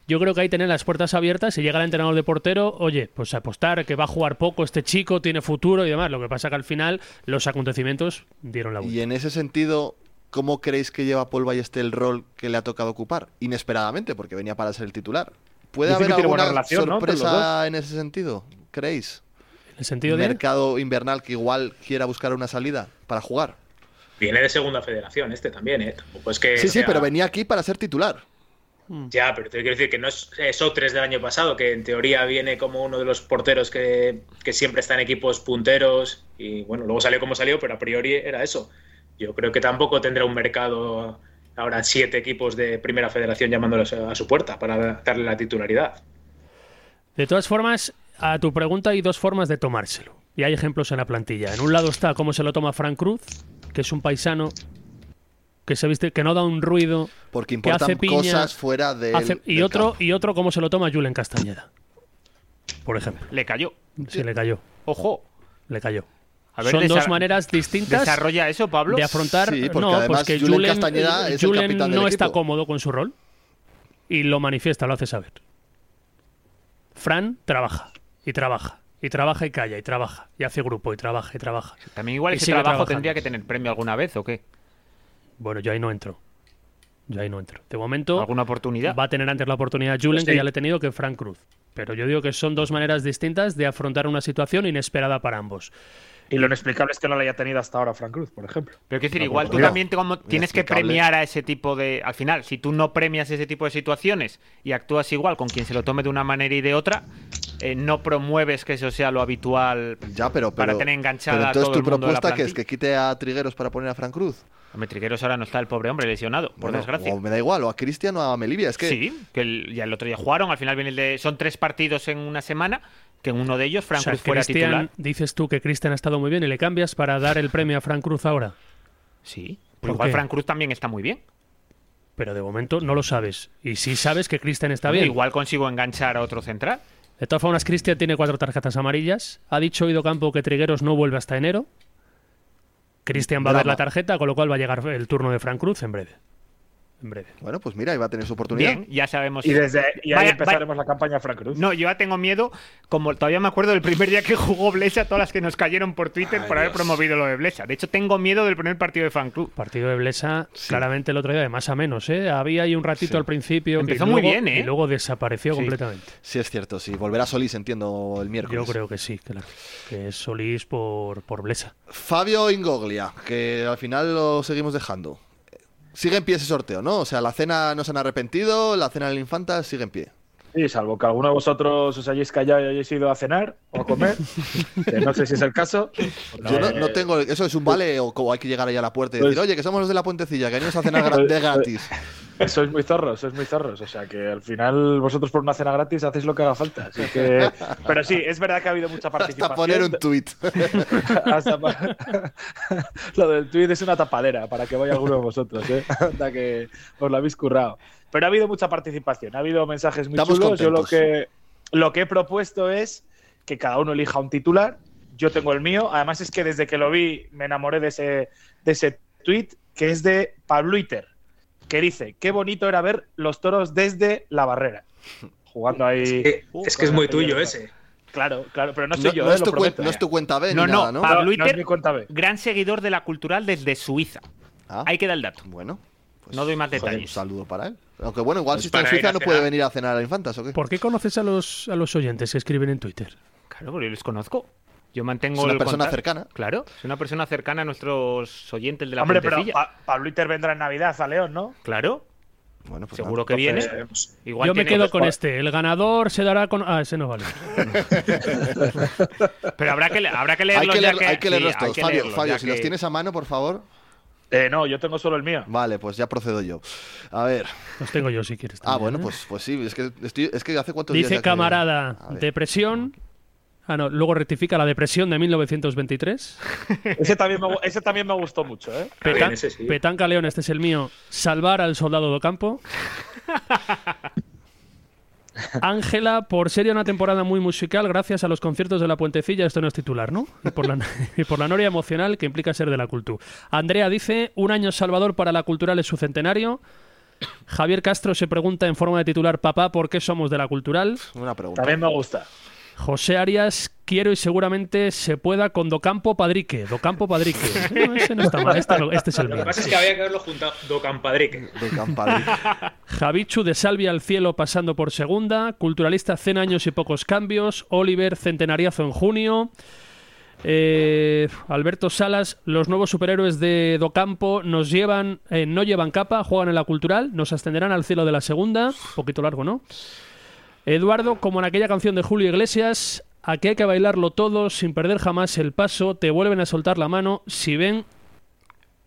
Speaker 2: yo creo que ahí tener las puertas abiertas. Si llega el entrenador de portero, oye, pues apostar que va a jugar poco este chico, tiene futuro y demás. Lo que pasa que al final los acontecimientos dieron la vuelta.
Speaker 1: Y en ese sentido, ¿cómo creéis que lleva Paul Ballester el rol que le ha tocado ocupar? Inesperadamente, porque venía para ser el titular. ¿Puede
Speaker 4: Dicen
Speaker 1: haber
Speaker 4: que tiene
Speaker 1: alguna
Speaker 4: buena relación, ¿no? entre los
Speaker 1: sorpresa en ese sentido? ¿Creéis?
Speaker 2: En el sentido de.
Speaker 1: mercado invernal que igual quiera buscar una salida para jugar.
Speaker 5: Viene de segunda federación este también, ¿eh? Tampoco es que
Speaker 1: Sí, sí,
Speaker 5: sea-
Speaker 1: pero venía aquí para ser titular.
Speaker 5: Ya, pero te quiero decir que no es eso 3 del año pasado, que en teoría viene como uno de los porteros que, que siempre está en equipos punteros y bueno, luego salió como salió, pero a priori era eso. Yo creo que tampoco tendrá un mercado ahora siete equipos de primera federación llamándolos a a su puerta para darle la titularidad.
Speaker 2: De todas formas, a tu pregunta hay dos formas de tomárselo. Y hay ejemplos en la plantilla. En un lado está cómo se lo toma Frank Cruz, que es un paisano que se viste, que no da un ruido.
Speaker 1: Porque
Speaker 2: que hace
Speaker 1: importan
Speaker 2: piña,
Speaker 1: cosas fuera de.
Speaker 2: hace- y otro, y otro cómo se lo toma Julen Castañeda. Por ejemplo.
Speaker 3: Le cayó.
Speaker 2: Sí, le cayó.
Speaker 3: Ojo.
Speaker 2: Le cayó.
Speaker 3: A ver,
Speaker 2: Son dos
Speaker 3: desa-
Speaker 2: maneras distintas
Speaker 3: Desarrolla eso, Pablo.
Speaker 2: de afrontar.
Speaker 1: Sí, porque
Speaker 2: no, pues
Speaker 1: además
Speaker 2: que
Speaker 1: Julen
Speaker 2: Julen,
Speaker 1: Castañeda es el
Speaker 2: Julen
Speaker 1: capitán del
Speaker 2: no está
Speaker 1: equipo.
Speaker 2: cómodo con su rol y lo manifiesta, lo hace saber. Fran trabaja y trabaja y trabaja y calla y trabaja y hace grupo y trabaja y trabaja.
Speaker 3: También igual
Speaker 2: Y
Speaker 3: ese
Speaker 2: sigue
Speaker 3: trabajo
Speaker 2: trabajando.
Speaker 3: tendría que tener premio alguna vez o qué.
Speaker 2: Bueno, yo ahí no entro. Yo ahí no entro. De momento
Speaker 3: ¿Alguna oportunidad?
Speaker 2: va a tener antes la oportunidad Julen,
Speaker 5: Sí.
Speaker 2: que ya le he tenido, que Frank Cruz. Pero yo digo que son dos maneras distintas de afrontar una situación inesperada para ambos.
Speaker 4: Y lo inexplicable es que no la haya tenido hasta ahora Frank Cruz, por ejemplo.
Speaker 3: Pero quiero decir, igual tú
Speaker 1: mira,
Speaker 3: también te- como tienes que
Speaker 1: inexplicable.
Speaker 3: premiar a ese tipo de. Al final, si tú no premias ese tipo de situaciones y actúas igual con quien se lo tome de una manera y de otra, eh, no promueves que eso sea lo habitual.
Speaker 1: Ya, pero, pero-
Speaker 3: Para tener enganchada
Speaker 1: pero
Speaker 3: a
Speaker 1: entonces
Speaker 3: todo
Speaker 1: tu
Speaker 3: el mundo de la
Speaker 1: propuesta que es que
Speaker 3: plantilla.
Speaker 1: quite a Trigueros para poner a Fran Cruz.
Speaker 3: Hombre, Trigueros ahora no está el pobre hombre lesionado, por
Speaker 1: Bueno,
Speaker 3: desgracia.
Speaker 1: o me da igual, o a Cristian o a Melivia. Es que
Speaker 3: Sí, que el- ya el otro día jugaron, al final viene el de. Son tres partidos en una semana, que en uno de ellos Frank
Speaker 2: O sea,
Speaker 3: Cruz fuera
Speaker 2: Cristian,
Speaker 3: titular.
Speaker 2: dices tú que Cristian ha estado muy bien y le cambias para dar el premio a Frank Cruz ahora.
Speaker 3: Sí.
Speaker 2: ¿Por
Speaker 3: Pues igual
Speaker 2: qué?
Speaker 3: Frank Cruz también está muy bien.
Speaker 2: Pero de momento no lo sabes. Y sí sabes que Cristian está bien.
Speaker 3: Igual consigo enganchar a otro central.
Speaker 2: De todas formas, Cristian tiene cuatro tarjetas amarillas. Ha dicho Ido Campo que Trigueros no vuelve hasta enero. Cristian va a ver
Speaker 1: Drama.
Speaker 2: la tarjeta, con lo cual va a llegar el turno de Frank Cruz en breve. En breve.
Speaker 1: Bueno, pues mira, iba a tener su oportunidad.
Speaker 3: Bien, ya sabemos.
Speaker 4: Y desde y ahí
Speaker 3: Vaya-
Speaker 4: empezaremos la campaña Frank Cruz.
Speaker 3: No, yo ya tengo miedo, como todavía me acuerdo del primer día que jugó Blesa, todas las que nos cayeron por Twitter por haber promovido lo de Blesa. De hecho, tengo miedo del primer partido de Fan Club.
Speaker 2: Partido de Blesa, claramente el otro día de más a menos, ¿eh? Había ahí un ratito al principio.
Speaker 3: Empezó
Speaker 2: y
Speaker 3: muy
Speaker 2: luego-
Speaker 3: bien, ¿eh?
Speaker 2: Y luego desapareció
Speaker 3: Sí.
Speaker 2: completamente.
Speaker 1: Sí, es cierto, sí. Volverá Solís, entiendo, el miércoles.
Speaker 2: Yo creo que sí, claro. Que es Solís por, por Blesa.
Speaker 1: Fabio Ingoglia, que al final lo seguimos dejando. Sigue en pie ese sorteo, ¿no? O sea, la cena no se han arrepentido, la cena del Infanta sigue en pie.
Speaker 4: Sí, salvo que alguno de vosotros os hayáis callado y hayáis ido a cenar o a comer, que no sé si es el caso.
Speaker 1: Yo no,
Speaker 4: Eh,
Speaker 1: no tengo. Eso es un vale o como hay que llegar allá a la puerta y
Speaker 4: Pues-
Speaker 1: decir, oye, que somos los de la puentecilla, que venimos a cenar gra- de gratis.
Speaker 4: Sois muy zorros, sois muy zorros. O sea que al final vosotros por una cena gratis hacéis lo que haga falta. Así que... Pero sí, es verdad que ha habido mucha participación.
Speaker 1: Hasta poner un tuit.
Speaker 4: Hasta pa- Lo del tweet es una tapadera para que vaya alguno de vosotros, ¿eh? Anda que os lo habéis currado. Pero ha habido mucha participación, ha habido mensajes muy
Speaker 1: Estamos
Speaker 4: chulos. Yo lo
Speaker 1: contentos.
Speaker 4: que, lo que he propuesto es que cada uno elija un titular. Yo tengo el mío. Además, es que desde que lo vi me enamoré de ese, de ese tweet, que es de Pabluiter. que dice, qué bonito era ver los toros desde la barrera. Jugando ahí.
Speaker 5: Es que
Speaker 4: Uh,
Speaker 5: es, que es
Speaker 4: con
Speaker 5: muy
Speaker 4: la
Speaker 5: tuyo
Speaker 4: pelota.
Speaker 5: ese.
Speaker 4: Claro, claro, pero no soy yo,
Speaker 1: no,
Speaker 4: eh,
Speaker 1: es
Speaker 4: lo
Speaker 1: tu cuen-
Speaker 4: prometo.
Speaker 1: no es tu cuenta B
Speaker 3: No,
Speaker 1: ni
Speaker 3: no,
Speaker 1: nada, ¿no?
Speaker 3: pa- Pablo
Speaker 4: No, no es
Speaker 3: Iter-
Speaker 4: mi cuenta B.
Speaker 3: Gran seguidor de la cultural desde Suiza.
Speaker 1: Ah,
Speaker 3: Ahí queda el dato.
Speaker 1: Bueno. pues,
Speaker 3: No doy más
Speaker 1: joder,
Speaker 3: detalles.
Speaker 1: un saludo para él. Aunque bueno, igual
Speaker 5: Pues
Speaker 1: si está en
Speaker 5: para ir
Speaker 1: Suiza
Speaker 5: a
Speaker 1: no puede
Speaker 5: cenar.
Speaker 1: venir a cenar a Infantas, ¿o qué?
Speaker 2: ¿Por qué conoces a los, a los oyentes que escriben en Twitter?
Speaker 3: Claro, porque yo les conozco. Yo mantengo
Speaker 1: Es una
Speaker 3: el
Speaker 1: persona
Speaker 3: contacto.
Speaker 1: cercana.
Speaker 3: Claro, es una persona cercana a nuestros oyentes de la
Speaker 4: Hombre, pero
Speaker 3: Puentecilla.
Speaker 2: ah.
Speaker 4: Pa- Pablo Iter vendrá en Navidad a León, ¿no?
Speaker 3: Claro,
Speaker 1: Bueno, pues
Speaker 3: seguro
Speaker 1: nada.
Speaker 3: que viene.
Speaker 5: Eh, pues,
Speaker 3: Igual
Speaker 2: Yo me
Speaker 3: tiene-
Speaker 2: quedo con este. El ganador se dará con. Ah, ese no vale. este.
Speaker 3: Pero habrá que, le- habrá que
Speaker 1: Hay
Speaker 3: leerlos.
Speaker 1: que,
Speaker 3: ya
Speaker 1: leer, hay que
Speaker 3: sí,
Speaker 1: leerlos
Speaker 3: hay
Speaker 1: todos.
Speaker 3: que
Speaker 1: Fabio,
Speaker 3: leerlos,
Speaker 1: Fabio,
Speaker 3: ya
Speaker 1: si
Speaker 3: que-
Speaker 1: los tienes a mano, por favor.
Speaker 4: Eh, no, yo tengo solo el mío.
Speaker 1: Vale, pues ya procedo yo. A ver.
Speaker 2: Los tengo yo si quieres.
Speaker 1: Ah,
Speaker 2: también,
Speaker 1: bueno,
Speaker 2: ¿eh?
Speaker 1: pues, pues sí. Es que, estoy, es que hace cuántos días. ya
Speaker 2: Dice
Speaker 1: que-
Speaker 2: camarada,
Speaker 1: A ver.
Speaker 2: depresión. Ah, no, luego rectifica la depresión de 1923.
Speaker 4: Ese también me, gu- ese también me gustó mucho, ¿eh?
Speaker 2: Peta-
Speaker 5: bien, ese sí.
Speaker 2: Petanca León, este es el mío. Salvar al soldado do campo. Ángela, por sería una temporada muy musical, gracias a los conciertos de la Puentecilla, esto no es titular, ¿no? Y por la, y por la noria emocional que implica ser de la cultura. Andrea dice, un año salvador para la cultural es su centenario. Javier Castro se pregunta en forma de titular, papá, ¿por qué somos de la cultural?
Speaker 1: Una pregunta.
Speaker 4: También me gusta.
Speaker 2: José Arias, quiero y seguramente se pueda con Docampo Padrique. Docampo Padrique. No, ese no está mal, este, lo- este es el
Speaker 5: Lo
Speaker 2: mío.
Speaker 5: que pasa es que había que haberlo juntado Do Campadrique.
Speaker 1: De Campari.
Speaker 2: Javichu de Salvia al cielo pasando por segunda. Culturalista 100 años y pocos cambios. Oliver centenariazo en junio. Eh, Alberto Salas, los nuevos superhéroes de Docampo nos llevan, eh, no llevan capa, juegan en la cultural, nos ascenderán al cielo de la segunda. Poquito largo, ¿no? Eduardo, como en aquella canción de Julio Iglesias, aquí hay que bailarlo todo sin perder jamás el paso. Te vuelven a soltar la mano si ven,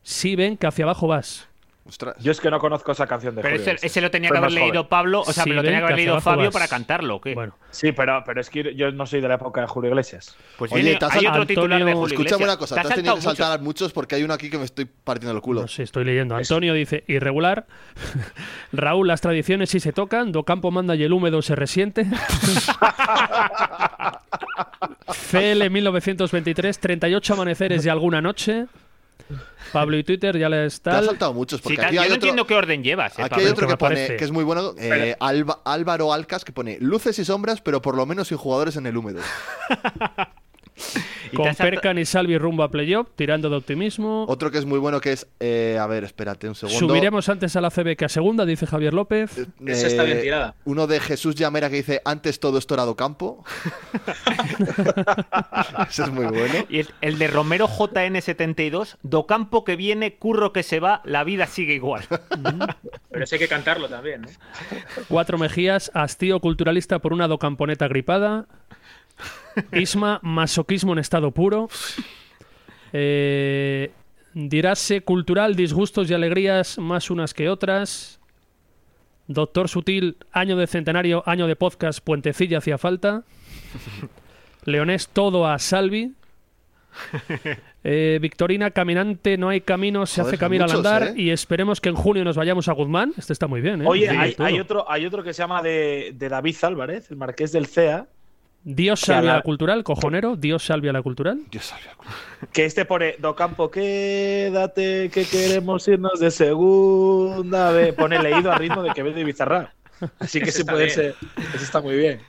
Speaker 2: si ven que hacia abajo vas.
Speaker 1: Ostras.
Speaker 4: Yo es que no conozco esa canción de
Speaker 3: Pero
Speaker 4: Julio
Speaker 3: ese,
Speaker 4: Iglesias.
Speaker 3: ese lo
Speaker 2: Pues
Speaker 3: tenía que
Speaker 4: Soy
Speaker 3: haber
Speaker 4: más joven.
Speaker 3: leído Pablo, o sea,
Speaker 2: Si
Speaker 3: pero lo tenía
Speaker 2: ven
Speaker 3: que
Speaker 2: que
Speaker 3: haber leído
Speaker 2: hacia abajo
Speaker 3: Fabio
Speaker 2: vas.
Speaker 3: para cantarlo, ¿o ¿qué?
Speaker 2: Bueno.
Speaker 4: Sí, pero, pero es que yo no soy de la época de Julio Iglesias.
Speaker 3: pues
Speaker 1: Oye,
Speaker 3: viene,
Speaker 1: te has
Speaker 3: hay
Speaker 2: saltado-
Speaker 3: otro titular de
Speaker 2: Antonio,
Speaker 3: Julio
Speaker 1: Escucha
Speaker 3: Iglesias.
Speaker 1: una cosa. Te has tenido
Speaker 3: saltado
Speaker 1: que
Speaker 3: mucho.
Speaker 1: saltar muchos porque hay uno aquí que me estoy partiendo el culo.
Speaker 2: No sé, estoy leyendo. Antonio dice, irregular. Raúl, las tradiciones sí se tocan. Docampo manda y el húmedo se resiente. CL 1923, 38 amaneceres y alguna noche. Pablo y Twitter ya le
Speaker 1: Te has
Speaker 2: está.
Speaker 1: saltado muchos
Speaker 3: Sí,
Speaker 1: porque
Speaker 3: tal-
Speaker 1: aquí
Speaker 3: yo
Speaker 1: hay
Speaker 3: no
Speaker 1: otro.
Speaker 3: entiendo qué orden llevas. eh,
Speaker 1: Aquí hay
Speaker 3: Pablo.
Speaker 1: otro
Speaker 2: que
Speaker 1: que
Speaker 2: me
Speaker 1: pone,
Speaker 2: parece.
Speaker 1: que es muy bueno, eh, Alba- Álvaro Alcas, que pone luces y sombras, pero por lo menos sin jugadores en el húmedo.
Speaker 3: Y te
Speaker 2: Con
Speaker 3: has salta-
Speaker 2: Perkan y Salvi rumbo a playoff, tirando de optimismo.
Speaker 1: Otro que es muy bueno que es, eh, a ver, espérate un segundo. Eh,
Speaker 2: Subiremos antes a la CB que a segunda, dice Javier López.
Speaker 5: Esa está bien tirada.
Speaker 1: Uno de Jesús Llamera que dice, antes todo es Torado Campo. Ese es muy bueno.
Speaker 3: Y el, el de Romero JN72, Docampo que viene, curro que se va, la vida sigue igual.
Speaker 5: Pero ese hay que cantarlo también, ¿no?
Speaker 2: Cuatro Mejías, hastío culturalista por una docamponeta gripada. Isma, masoquismo en estado puro. Eh, dirase cultural, disgustos y alegrías más unas que otras. Doctor Sutil, año de centenario, año de podcast, puentecilla hacía falta. Leonés, todo a Salvi. Eh, Victorina, caminante, no hay camino, se
Speaker 1: Joder,
Speaker 2: hace
Speaker 1: son
Speaker 2: camino al
Speaker 1: muchos,
Speaker 2: andar.
Speaker 1: ¿eh?
Speaker 2: Y esperemos que en junio nos vayamos a Guzmán. Este está muy bien, ¿eh?
Speaker 4: Oye,
Speaker 2: Sí,
Speaker 4: hay,
Speaker 2: todo.
Speaker 4: hay otro, hay otro que se llama de, de David Álvarez, el marqués del CEA,
Speaker 2: Dios
Speaker 4: Que a
Speaker 2: salve a
Speaker 4: la-
Speaker 2: la cultural, cojonero. Dios salve a la cultural.
Speaker 1: Dios sabía.
Speaker 4: que este pone Docampo, quédate, que queremos irnos de segunda. B". Pone leído al ritmo de Quevedo y Bizarra. Así que
Speaker 5: Ese
Speaker 4: sí
Speaker 5: está
Speaker 4: puede
Speaker 5: bien.
Speaker 4: ser. Eso está muy bien.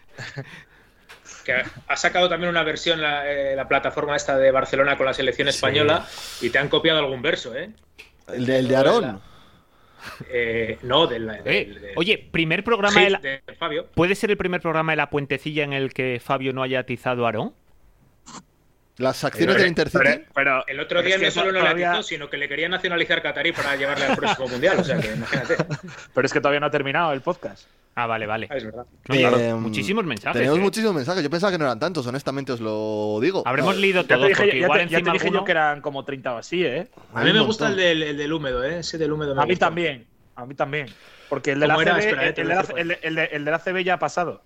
Speaker 5: Que ha sacado también una versión la, eh, la plataforma esta de Barcelona con la selección española y te han copiado algún verso, ¿eh?
Speaker 1: El de, el de Aarón.
Speaker 5: Eh, no, del.
Speaker 3: Eh,
Speaker 5: del- del-
Speaker 3: oye, primer programa
Speaker 5: hit
Speaker 3: de la-
Speaker 5: de Fabio.
Speaker 3: ¿Puede ser el primer programa de la puentecilla en el que Fabio no haya atizado a Aarón?
Speaker 1: Las
Speaker 3: Eh,
Speaker 1: acciones del Intercity.
Speaker 4: Pero
Speaker 5: El otro día
Speaker 4: es que
Speaker 5: no solo no le
Speaker 4: todavía-
Speaker 5: atizó, sino que le quería nacionalizar Qatarí para llevarle al próximo mundial. O sea que imagínate.
Speaker 4: pero es que todavía no ha terminado el podcast.
Speaker 3: Ah, vale, vale.
Speaker 5: Ah, Es verdad.
Speaker 3: No, claro,
Speaker 1: Eh,
Speaker 3: muchísimos mensajes.
Speaker 1: Tenemos
Speaker 3: eh.
Speaker 1: muchísimos mensajes. Yo pensaba que no eran tantos, honestamente os lo digo. Ah,
Speaker 3: Habremos leído
Speaker 4: Ya te
Speaker 3: todos,
Speaker 4: dije,
Speaker 3: porque
Speaker 4: yo- ya
Speaker 3: igual
Speaker 4: te- ya te
Speaker 3: encima
Speaker 4: dije
Speaker 3: alguno-
Speaker 4: yo que eran como 30 o así, ¿eh?
Speaker 5: A mí
Speaker 1: Hay
Speaker 5: me
Speaker 1: un
Speaker 5: gusta el
Speaker 1: montón.
Speaker 5: del, el del húmedo, ¿eh? Ese del húmedo me
Speaker 4: A mí
Speaker 5: gusta.
Speaker 4: también. A mí también. Porque el de la
Speaker 5: ¿Cómo era?
Speaker 4: CB,
Speaker 5: Espera, eh,
Speaker 4: el,
Speaker 5: te
Speaker 4: el
Speaker 5: lo
Speaker 4: de la-
Speaker 5: busco.
Speaker 4: el- el de- el de la CB ya ha pasado.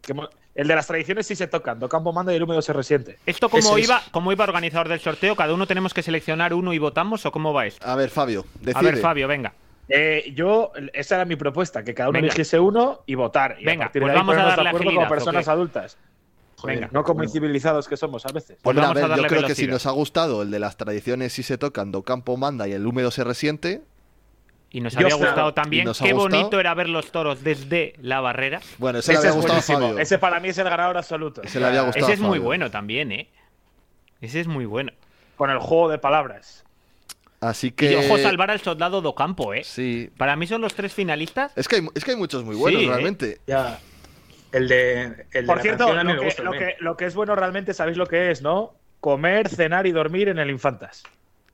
Speaker 4: Que mo- El de las tradiciones sí se tocan. Docampo manda y el húmedo se resiente.
Speaker 3: Esto como
Speaker 5: Eso es.
Speaker 3: iba, como iba organizador del sorteo, cada uno tenemos que seleccionar uno y votamos o cómo va esto.
Speaker 1: A ver, Fabio, decide.
Speaker 3: A ver, Fabio, venga.
Speaker 4: Eh, yo, esa era mi propuesta, que cada uno
Speaker 3: Venga.
Speaker 4: eligiese uno y votar. Y
Speaker 3: Venga,
Speaker 4: partir
Speaker 3: pues
Speaker 4: de ahí
Speaker 3: vamos a
Speaker 4: ponernos
Speaker 3: darle
Speaker 4: de acuerdo
Speaker 3: agilidad,
Speaker 4: como
Speaker 3: ¿o
Speaker 4: personas
Speaker 3: qué?
Speaker 4: adultas.
Speaker 5: Joder,
Speaker 3: Venga.
Speaker 4: No como incivilizados que somos a veces.
Speaker 1: Pues mira,
Speaker 3: Vamos a
Speaker 1: a ver, yo
Speaker 3: darle
Speaker 1: creo que
Speaker 3: velocidad.
Speaker 1: si nos ha gustado el de las tradiciones si se tocan, Do Campo manda y el húmedo se resiente,
Speaker 3: Y nos
Speaker 4: Yo
Speaker 3: había
Speaker 4: sé.
Speaker 3: gustado también.
Speaker 1: nos ha
Speaker 3: Qué
Speaker 1: gustado.
Speaker 3: bonito era ver los toros desde la barrera.
Speaker 1: Bueno, ese,
Speaker 4: Ese
Speaker 1: le había
Speaker 4: es
Speaker 1: gustado a
Speaker 4: buenísimo.
Speaker 1: Fabio.
Speaker 4: Ese para mí es el ganador absoluto.
Speaker 1: Ese le había gustado.
Speaker 3: Ese es muy
Speaker 1: Fabio.
Speaker 3: bueno también, ¿eh? Ese es muy bueno.
Speaker 4: Con el juego de palabras.
Speaker 1: Así que.
Speaker 3: Y ojo, salvar al soldado do campo, ¿eh?
Speaker 1: Sí.
Speaker 3: Para mí son los tres finalistas.
Speaker 1: Es que, hay, es que hay muchos muy buenos,
Speaker 3: Sí, ¿eh?
Speaker 1: realmente.
Speaker 5: Ya. El de. El de
Speaker 4: Por
Speaker 5: la
Speaker 4: cierto,
Speaker 5: canción a mí
Speaker 4: lo
Speaker 5: me
Speaker 4: que,
Speaker 5: gusta
Speaker 4: lo,
Speaker 5: también.
Speaker 4: que, lo que es bueno realmente, sabéis lo que es, ¿no? Comer, cenar y dormir en el Infantas.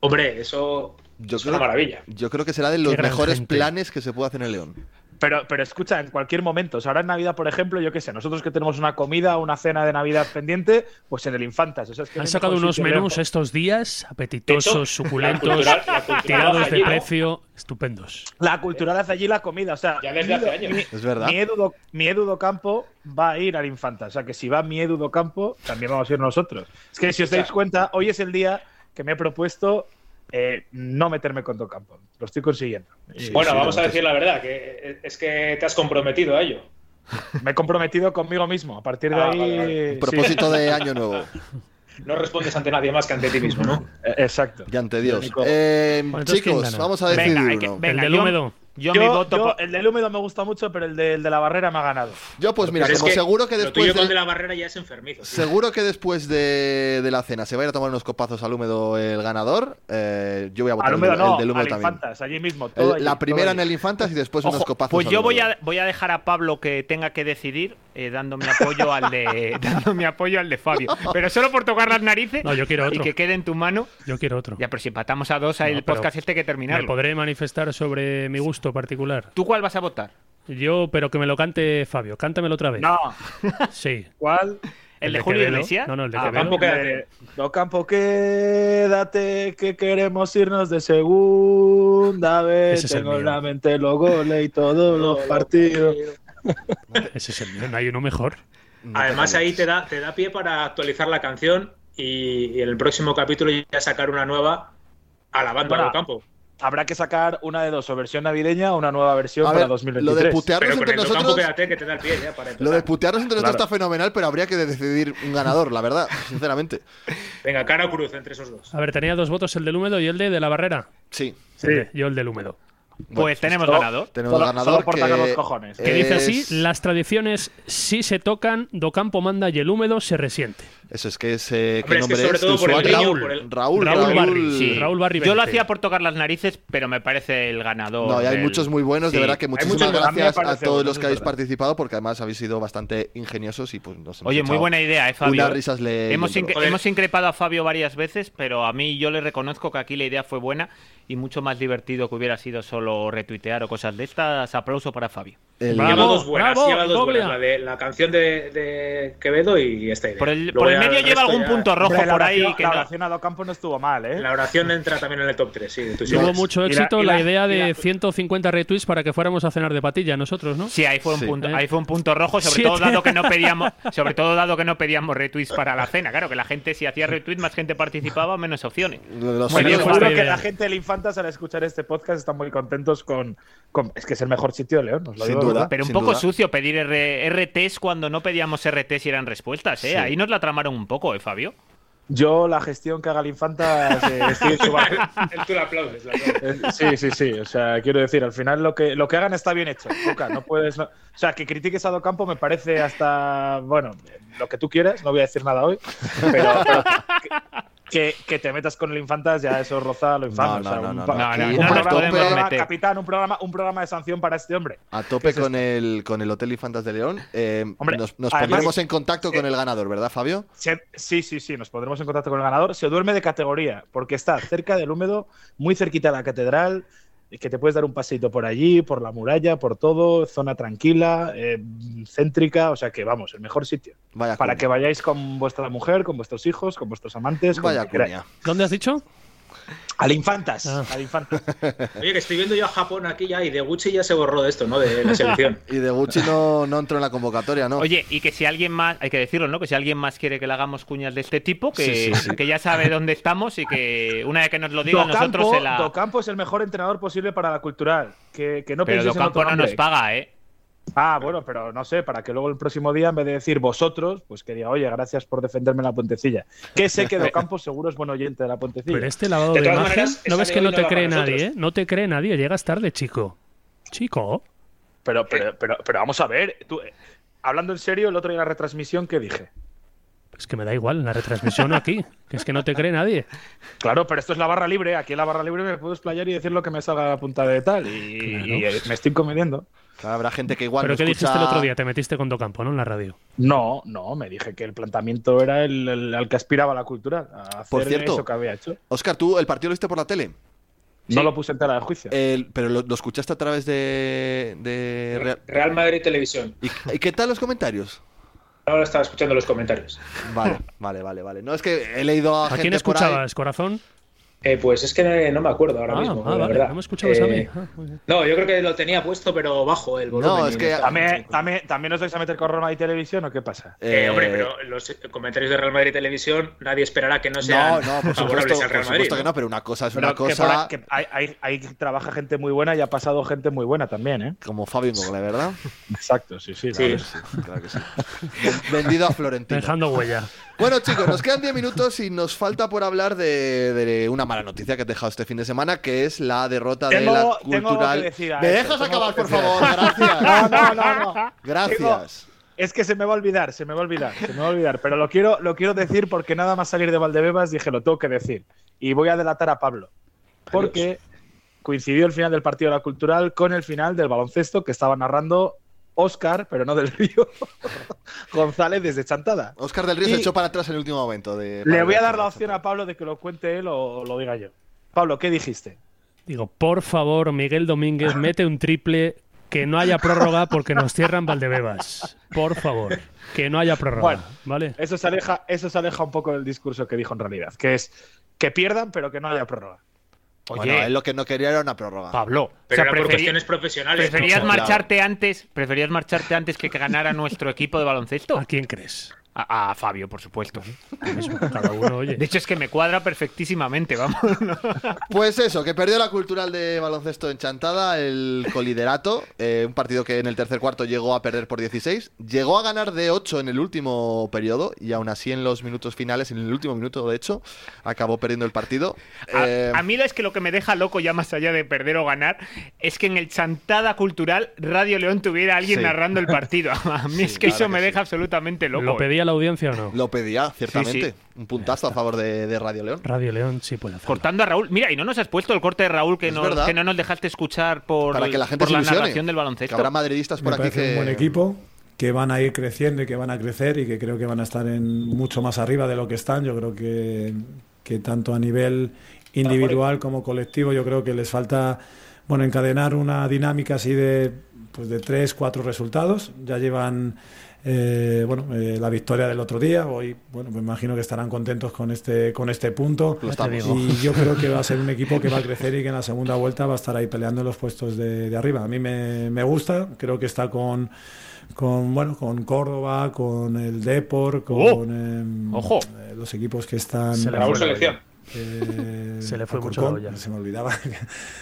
Speaker 5: Hombre, eso
Speaker 1: Yo
Speaker 5: es
Speaker 1: creo-
Speaker 5: una maravilla.
Speaker 1: Yo creo que será de los
Speaker 2: gran
Speaker 1: mejores
Speaker 2: gente.
Speaker 1: planes que se puede hacer en León.
Speaker 4: Pero, pero escucha, en cualquier momento, o sea, ahora en Navidad, por ejemplo, yo qué sé, nosotros que tenemos una comida, una cena de Navidad pendiente, pues en el Infantas. O sea, es que no
Speaker 2: Han
Speaker 4: hay
Speaker 2: sacado
Speaker 4: mejor
Speaker 2: unos
Speaker 4: sitio ¿eh?
Speaker 2: menús
Speaker 4: lejos.
Speaker 2: estos días,
Speaker 5: De hecho,
Speaker 2: apetitosos, suculentos,
Speaker 5: la cultural- la cultural
Speaker 2: tirados de
Speaker 5: allí, ¿no?
Speaker 2: precio, estupendos.
Speaker 4: La cultural hace allí la comida, o sea,
Speaker 5: Ya desde hace años.
Speaker 1: Es verdad.
Speaker 4: mi Edu, Do- mi Edu Do Campo va a ir al Infanta. O sea, que si va mi Edu Do Campo, también vamos a ir nosotros. Es que si os dais cuenta, hoy es el día que me he propuesto eh, no meterme con Do Campo. Lo estoy consiguiendo.
Speaker 5: bueno,
Speaker 1: sí,
Speaker 5: vamos a
Speaker 1: realmente
Speaker 5: decir la verdad, que eh, es que te has comprometido a ello.
Speaker 4: Me he comprometido conmigo mismo. A partir de
Speaker 5: Ah,
Speaker 4: ahí.
Speaker 5: vale, vale.
Speaker 4: sí.
Speaker 1: Propósito de año nuevo.
Speaker 5: No respondes ante nadie más que ante ti mismo, ¿no?
Speaker 4: Eh, Exacto.
Speaker 1: Ya ante Dios.
Speaker 5: Nico.
Speaker 1: Eh,
Speaker 2: Bueno, entonces, ¿quién
Speaker 1: chicos,
Speaker 2: gana?
Speaker 1: vamos a decidir
Speaker 3: Venga, hay que-
Speaker 1: uno.
Speaker 3: venga,
Speaker 2: el del
Speaker 3: yo-
Speaker 2: húmedo.
Speaker 3: Yo,
Speaker 4: Yo-
Speaker 3: mi voto.
Speaker 4: yo,
Speaker 3: por-
Speaker 4: el del húmedo me gusta mucho, pero el de, el de la barrera me ha ganado.
Speaker 1: Yo, pues mira,
Speaker 5: Pero es
Speaker 1: como seguro que
Speaker 5: Lo tuyo
Speaker 1: después.
Speaker 5: con
Speaker 1: del-
Speaker 5: de la barrera ya es enfermizo. tío.
Speaker 1: Seguro que después de, de la cena se va a ir a tomar unos copazos al húmedo el ganador. eh, yo voy a votar
Speaker 4: Al húmedo
Speaker 1: el, del-
Speaker 4: no,
Speaker 1: el del húmedo
Speaker 4: al
Speaker 1: también.
Speaker 4: Infantas, allí mismo.
Speaker 1: El-
Speaker 4: todo allí,
Speaker 1: la
Speaker 4: todo
Speaker 1: primera en
Speaker 4: allí.
Speaker 1: el Infantas y después
Speaker 3: Ojo,
Speaker 1: unos copazos.
Speaker 3: pues
Speaker 1: al
Speaker 3: yo
Speaker 1: húmedo.
Speaker 3: voy a, voy a dejar a Pablo que tenga que decidir eh, dando mi apoyo al de dando mi apoyo al de Fabio. Pero solo por tocar las narices
Speaker 2: No, yo quiero
Speaker 3: y
Speaker 2: otro.
Speaker 3: que quede en tu mano.
Speaker 2: Yo quiero otro.
Speaker 3: Ya, pero si empatamos a dos, ahí
Speaker 2: No,
Speaker 3: el
Speaker 2: pero
Speaker 3: podcast este hay que
Speaker 2: Me
Speaker 3: terminarlo.
Speaker 2: podré manifestar sobre mi gusto particular.
Speaker 3: ¿Tú cuál vas a votar?
Speaker 2: Yo, pero que me lo cante Fabio. Cántamelo otra vez.
Speaker 4: No,
Speaker 2: Sí.
Speaker 4: ¿cuál?
Speaker 3: ¿El, de Julio
Speaker 2: Quevedo.
Speaker 3: Iglesias?
Speaker 2: No, no, el de
Speaker 3: Ah,
Speaker 2: Quevedo.
Speaker 5: Campo, quédate.
Speaker 4: Eh, Docampo, quédate, que queremos irnos de segunda vez.
Speaker 2: Ese es el
Speaker 4: Tengo
Speaker 2: mío.
Speaker 4: en la mente los goles y todos los partidos.
Speaker 2: Ese es el mío. No hay uno mejor.
Speaker 1: No te
Speaker 5: Además, ahí
Speaker 1: cambies.
Speaker 5: te da, te da pie para actualizar la canción y, y en el próximo capítulo ya sacar una nueva alabando
Speaker 4: Bueno,
Speaker 5: a campo.
Speaker 4: Habrá que sacar una de dos, o versión navideña o una nueva versión
Speaker 1: A
Speaker 4: para
Speaker 1: ver, lo
Speaker 4: 2023.
Speaker 1: de putearnos
Speaker 5: Pero con
Speaker 1: entre
Speaker 5: el campo
Speaker 1: nosotros.
Speaker 5: quédate que te da el pie ya para empezar.
Speaker 1: Lo de putearnos entre nosotros está fenomenal, pero habría que decidir un ganador, la verdad, sinceramente.
Speaker 5: Venga, cara o cruz entre esos dos.
Speaker 2: A ver, tenía dos votos, el del húmedo y el de, de la barrera.
Speaker 1: Sí.
Speaker 4: Sí.
Speaker 2: Yo el del húmedo.
Speaker 3: Pues tenemos
Speaker 4: esto-
Speaker 3: ganador.
Speaker 1: Tenemos
Speaker 4: Solo-
Speaker 1: ganador
Speaker 4: solo por
Speaker 1: que,
Speaker 4: sacar los cojones.
Speaker 2: Que dice
Speaker 1: es-
Speaker 2: así, las tradiciones sí se tocan, Docampo manda y el húmedo se resiente.
Speaker 1: Eso es que es eh, ¿qué
Speaker 5: Hombre, es que
Speaker 1: nombre
Speaker 5: sobre
Speaker 1: es?
Speaker 5: todo
Speaker 1: Tu
Speaker 5: por el
Speaker 1: usuario,
Speaker 5: niño,
Speaker 1: Raúl,
Speaker 5: por el-
Speaker 1: Raúl,
Speaker 2: Raúl Barri,
Speaker 3: Sí.
Speaker 2: Raúl Barri
Speaker 3: Yo lo
Speaker 2: Vence.
Speaker 3: hacía por tocar las narices, pero me parece el ganador.
Speaker 1: No, y hay
Speaker 3: del-
Speaker 1: muchos muy buenos,
Speaker 3: Sí.
Speaker 1: de verdad que
Speaker 4: muchos
Speaker 1: muchísimas
Speaker 4: buenos. A mí me
Speaker 1: gracias a
Speaker 4: parece
Speaker 1: todos
Speaker 4: bueno,
Speaker 1: los
Speaker 4: eso
Speaker 1: que
Speaker 4: es
Speaker 1: habéis
Speaker 4: verdad.
Speaker 1: participado porque además habéis sido bastante ingeniosos y pues nos hemos
Speaker 3: Oye, muy
Speaker 1: echado
Speaker 3: buena idea, eh, Fabio.
Speaker 1: Una risas le
Speaker 3: hemos,
Speaker 1: viéndolo.
Speaker 3: incre-
Speaker 5: Joder.
Speaker 3: hemos increpado a Fabio varias veces, pero a mí yo le reconozco que aquí la idea fue buena y mucho más divertido que hubiera sido solo retuitear o cosas de estas. Aplauso para Fabio.
Speaker 1: El-
Speaker 2: Bravo,
Speaker 5: lleva dos buenas,
Speaker 2: bravo,
Speaker 5: lleva dos
Speaker 2: doble
Speaker 5: buenas.
Speaker 2: A.
Speaker 5: La, de, la canción de, de Quevedo y esta idea.
Speaker 3: Por el,
Speaker 5: Luego
Speaker 3: por el
Speaker 5: ya
Speaker 3: medio lleva
Speaker 5: resto
Speaker 3: algún
Speaker 5: ya-
Speaker 3: punto rojo
Speaker 4: Hombre, la
Speaker 3: por ahí
Speaker 4: oración-
Speaker 3: que
Speaker 4: la
Speaker 3: no-
Speaker 4: oración a Docampo no estuvo mal, ¿eh?
Speaker 5: La oración entra también en el top 3, sí, de tus
Speaker 2: Tuvo
Speaker 5: ideas.
Speaker 2: mucho
Speaker 4: y la-
Speaker 2: éxito
Speaker 4: y
Speaker 2: la,
Speaker 4: la-
Speaker 2: idea
Speaker 4: y
Speaker 2: de
Speaker 4: la-
Speaker 2: 150 retweets para que fuéramos a cenar de patilla nosotros, ¿no?
Speaker 3: Sí, ahí fue un
Speaker 1: Sí.
Speaker 3: punto,
Speaker 2: Eh.
Speaker 3: ahí fue un punto rojo, sobre
Speaker 2: Siete.
Speaker 3: todo dado que no pedíamos, sobre todo dado que no pedíamos retweets para la cena, claro que la gente si hacía retweet más gente participaba, menos opciones.
Speaker 1: Lo
Speaker 3: Bueno,
Speaker 1: sé,
Speaker 2: yo
Speaker 1: lo
Speaker 2: fue-
Speaker 1: sé.
Speaker 4: Seguro
Speaker 2: buena
Speaker 4: que
Speaker 2: idea.
Speaker 4: la gente del Infantas al escuchar este podcast están muy contentos con, con- Es que es el mejor sitio de León, os lo
Speaker 1: Sin
Speaker 4: digo de
Speaker 1: duda.
Speaker 4: verdad.
Speaker 3: Pero un
Speaker 1: Ah, sin
Speaker 3: poco
Speaker 1: duda.
Speaker 3: sucio pedir R- RTs cuando no pedíamos RTs y eran respuestas, ¿eh?
Speaker 1: Sí.
Speaker 3: Ahí nos la tramaron un poco, ¿eh, Fabio?
Speaker 4: Yo la gestión que haga el Infantas eh, estoy en su barco.
Speaker 5: Él tú la aplaudes, la aplaudes.
Speaker 4: Eh, Sí, sí, sí. O sea, quiero decir, al final lo que, lo que hagan está bien hecho. Luca, no puedes. no- O sea, que critiques a Docampo me parece hasta. Bueno, lo que tú quieras, no voy a decir nada hoy. Pero. pero que, que te metas con el Infantas, ya eso roza lo
Speaker 1: No,
Speaker 4: infame. o sea,
Speaker 1: no,
Speaker 4: un
Speaker 1: no,
Speaker 4: pa-
Speaker 1: no,
Speaker 3: no,
Speaker 4: un
Speaker 3: no, no
Speaker 4: programa-
Speaker 3: nos podemos
Speaker 4: un programa-
Speaker 3: meter.
Speaker 4: Capitán, un programa, un programa de sanción para este hombre.
Speaker 1: A tope con el, con el Hotel Infantas de León. Eh,
Speaker 4: Hombre,
Speaker 1: nos nos
Speaker 4: además-
Speaker 1: pondremos en contacto con el ganador, ¿verdad, Fabio?
Speaker 4: Se- sí, sí, sí, nos pondremos en contacto con el ganador. Se duerme de categoría, porque está cerca del húmedo, muy cerquita de la catedral, y que te puedes dar un paseito por allí, por la muralla, por todo, zona tranquila, eh, céntrica, o sea que vamos, el mejor sitio.
Speaker 1: Vaya
Speaker 4: Para
Speaker 1: cuña.
Speaker 4: que vayáis con vuestra mujer, con vuestros hijos, con vuestros amantes, con
Speaker 1: Vaya
Speaker 4: quien queráis.
Speaker 1: cuña.
Speaker 2: ¿Dónde has dicho?
Speaker 4: Al infantas,
Speaker 2: Ah.
Speaker 4: al infantas.
Speaker 5: Oye, que estoy viendo yo a Japón aquí ya y de Gucci ya se borró de esto, ¿no? De la selección.
Speaker 1: Y de Gucci no, no entró en la convocatoria, ¿no?
Speaker 3: Oye, y que si alguien más, hay que decirlo, ¿no? Que si alguien más quiere que le hagamos cuñas de este tipo, que,
Speaker 1: Sí, sí, sí.
Speaker 3: que ya sabe dónde estamos y que una vez que nos lo diga, nosotros
Speaker 4: Docampo,
Speaker 3: se la.
Speaker 4: Docampo es el mejor entrenador posible para la cultural. Que, que no
Speaker 3: Pero
Speaker 4: penséis en
Speaker 3: Docampo
Speaker 4: otro
Speaker 3: no nos
Speaker 4: nombre.
Speaker 3: paga, ¿eh?
Speaker 4: Ah, bueno, pero no sé, para que luego el próximo día, en vez de decir vosotros, pues quería, oye, gracias por defenderme en la puentecilla. Que sé que Docampo seguro es buen oyente de la puentecilla.
Speaker 2: Pero este lavado
Speaker 5: De
Speaker 2: de,
Speaker 5: todas
Speaker 2: imagen,
Speaker 5: maneras,
Speaker 2: no
Speaker 5: esa
Speaker 2: ves
Speaker 5: de
Speaker 2: que
Speaker 5: hoy
Speaker 2: no
Speaker 5: no
Speaker 2: te
Speaker 5: va
Speaker 2: cree
Speaker 5: para
Speaker 2: nadie, ¿eh?
Speaker 5: nosotros.
Speaker 2: No te cree nadie, llegas tarde, chico. Chico.
Speaker 4: Pero, pero, pero, pero vamos a ver, tú, eh, hablando en serio, el otro día en la retransmisión, ¿qué dije?
Speaker 2: Es que me da igual, en la retransmisión o aquí. Que es que no te cree nadie.
Speaker 4: Claro, pero esto es la barra libre, aquí en la barra libre me puedo explayar y decir lo que me salga a punta de tal, y,
Speaker 2: Claro.
Speaker 4: y, eh, me estoy comediendo.
Speaker 1: Claro, habrá gente que igual.
Speaker 2: Pero
Speaker 1: no
Speaker 2: ¿qué
Speaker 1: escucha-
Speaker 2: dijiste el otro día? Te metiste con Docampo, ¿no? En la radio.
Speaker 4: No, no, me dije que el planteamiento era el, el- al que aspiraba la cultura, a hacer
Speaker 1: Por cierto,
Speaker 4: eso que había hecho.
Speaker 1: Oscar, tú el partido lo viste por la tele,
Speaker 4: No lo puse en tela de juicio.
Speaker 1: El- pero lo, lo escuchaste a través de. de Real-
Speaker 5: Real Madrid Televisión.
Speaker 1: ¿Y, y qué tal los comentarios?
Speaker 5: Ahora estaba escuchando los comentarios.
Speaker 1: Vale, vale, vale, vale. No, es que he leído a,
Speaker 2: ¿A
Speaker 1: gente
Speaker 2: quién
Speaker 1: por ahí.
Speaker 2: escuchabas, corazón?
Speaker 5: Eh, pues es que no, no me acuerdo ahora
Speaker 2: ah,
Speaker 5: mismo,
Speaker 2: ah,
Speaker 5: la
Speaker 2: vale,
Speaker 5: verdad.
Speaker 2: no me escuchabas a mí.
Speaker 5: Eh,
Speaker 2: Ah, muy bien.
Speaker 5: No, yo creo que lo tenía puesto, pero bajo el volumen.
Speaker 1: No, es
Speaker 5: y
Speaker 1: que-
Speaker 5: estaba
Speaker 4: ¿También,
Speaker 5: mucho.
Speaker 4: también, ¿También os vais a meter con Roma y televisión o qué pasa?
Speaker 5: pues. Eh, hombre,
Speaker 1: Eh,
Speaker 5: pero los comentarios de Real Madrid Televisión, nadie esperará que no
Speaker 1: No,
Speaker 5: sean
Speaker 1: no, por
Speaker 5: favorables
Speaker 1: supuesto,
Speaker 5: al
Speaker 1: por
Speaker 5: Real Madrid.
Speaker 1: supuesto que no, pero una cosa es
Speaker 4: Pero
Speaker 1: una
Speaker 4: que por
Speaker 1: cosa
Speaker 4: la- que ahí- ahí- ahí trabaja gente muy buena y ha pasado gente muy buena también, ¿eh?
Speaker 1: como Fabio Ingoble, ¿verdad?
Speaker 4: Exacto, sí, sí.
Speaker 5: Sí.
Speaker 4: vale.
Speaker 1: Sí, claro que sí. Vendido a Florentino.
Speaker 2: Dejando huella.
Speaker 1: Bueno, chicos, nos quedan 10 minutos y nos falta por hablar de, de una mala noticia que he dejado este fin de semana, que es la derrota
Speaker 4: Tengo-
Speaker 1: de la
Speaker 4: tengo algo
Speaker 1: cultural.
Speaker 4: que decir a
Speaker 1: ¿Me
Speaker 4: eso,
Speaker 1: dejas
Speaker 4: tengo
Speaker 1: acabar,
Speaker 4: algo que
Speaker 1: por
Speaker 4: decir a
Speaker 1: favor? Gracias.
Speaker 4: No, no, no, no.
Speaker 1: Gracias.
Speaker 4: Es que se me va a olvidar, se me va a olvidar, se me va a olvidar. Pero lo quiero, lo quiero decir porque nada más salir de Valdebebas dije, lo tengo que decir. Y voy a delatar a Pablo. Porque coincidió el final del partido de la cultural con el final del baloncesto que estaba narrando Oscar, pero no del Río, González desde Chantada.
Speaker 1: Oscar del Río se
Speaker 4: Y-
Speaker 1: echó para atrás en el último momento. de-
Speaker 4: Le
Speaker 1: para-
Speaker 4: voy a dar la opción a Pablo de que lo cuente él o lo diga yo. Pablo, ¿qué dijiste?
Speaker 2: Digo, por favor, Miguel Domínguez, mete un triple. Que no haya prórroga porque nos cierran Valdebebas. Por favor, que no haya prórroga.
Speaker 4: Bueno.
Speaker 2: ¿Vale?
Speaker 4: Eso se aleja, eso se aleja un poco del discurso que dijo en realidad, que es que pierdan pero que no haya prórroga.
Speaker 1: Bueno,
Speaker 3: Oye.
Speaker 1: él lo que no quería era una prórroga.
Speaker 3: Pablo,
Speaker 5: Pero
Speaker 3: o sea,
Speaker 5: era por
Speaker 3: preferi-
Speaker 5: cuestiones profesionales.
Speaker 3: ¿preferías
Speaker 5: ¿no?
Speaker 3: marcharte antes, preferías marcharte antes que que ganara nuestro equipo de baloncesto?
Speaker 2: ¿A quién crees?
Speaker 3: A, a Fabio, por supuesto.
Speaker 2: Lo mismo, Cada uno, oye.
Speaker 3: De hecho es que me cuadra perfectísimamente, vamos.
Speaker 1: Pues eso, que perdió la cultural de baloncesto enchantada, el coliderato, eh, un partido que en el tercer cuarto llegó a perder por 16, llegó a ganar de 8 en el último periodo y aún así en los minutos finales, en el último minuto de hecho, acabó perdiendo el partido.
Speaker 3: A,
Speaker 1: Eh,
Speaker 3: a mí es que lo que me deja loco ya más allá de perder o ganar es que en el chantada cultural Radio León tuviera alguien
Speaker 1: Sí.
Speaker 3: narrando el partido. A mí es que
Speaker 1: claro
Speaker 3: eso me
Speaker 1: que sí.
Speaker 3: deja absolutamente loco.
Speaker 2: ¿Lo pedía la audiencia o no?
Speaker 1: lo pedía, ciertamente,
Speaker 3: sí.
Speaker 1: un puntazo a favor de, de Radio León.
Speaker 2: Radio León sí puede hacerlo.
Speaker 3: Cortando a Raúl. Mira, y no nos has puesto el corte de Raúl que,
Speaker 1: Es
Speaker 3: nos,
Speaker 1: verdad.
Speaker 3: que no nos dejaste escuchar por,
Speaker 1: Para que la gente
Speaker 3: por
Speaker 1: se
Speaker 3: la
Speaker 1: ilusione.
Speaker 3: narración del
Speaker 1: Que
Speaker 3: baloncesto.
Speaker 1: habrá madridistas por
Speaker 8: me
Speaker 1: aquí
Speaker 8: parece
Speaker 1: que...
Speaker 8: un buen equipo que van a ir creciendo y que van a crecer y que creo que van a estar en mucho más arriba de lo que están. Yo creo que, que tanto a nivel individual como colectivo, yo creo que les falta bueno encadenar una dinámica así de pues de tres, cuatro resultados. Ya llevan eh, bueno eh, la victoria del otro día. Hoy bueno me imagino que estarán contentos con este con este punto.
Speaker 1: Lo estamos.
Speaker 8: Y yo creo que va a ser un equipo que va a crecer y que en la segunda vuelta va a estar ahí peleando en los puestos de, de arriba. A mí me, me gusta, creo que está con, con, bueno, con Córdoba, con el Depor, con
Speaker 3: ¡Oh!
Speaker 8: em,
Speaker 3: ¡Ojo!
Speaker 8: eh, los equipos que están.
Speaker 2: Se le
Speaker 5: Raúl
Speaker 2: fue la
Speaker 5: Selección.
Speaker 8: eh,
Speaker 2: Se le fue mucho
Speaker 8: Alcorcón,
Speaker 2: la olla.
Speaker 8: Se me olvidaba.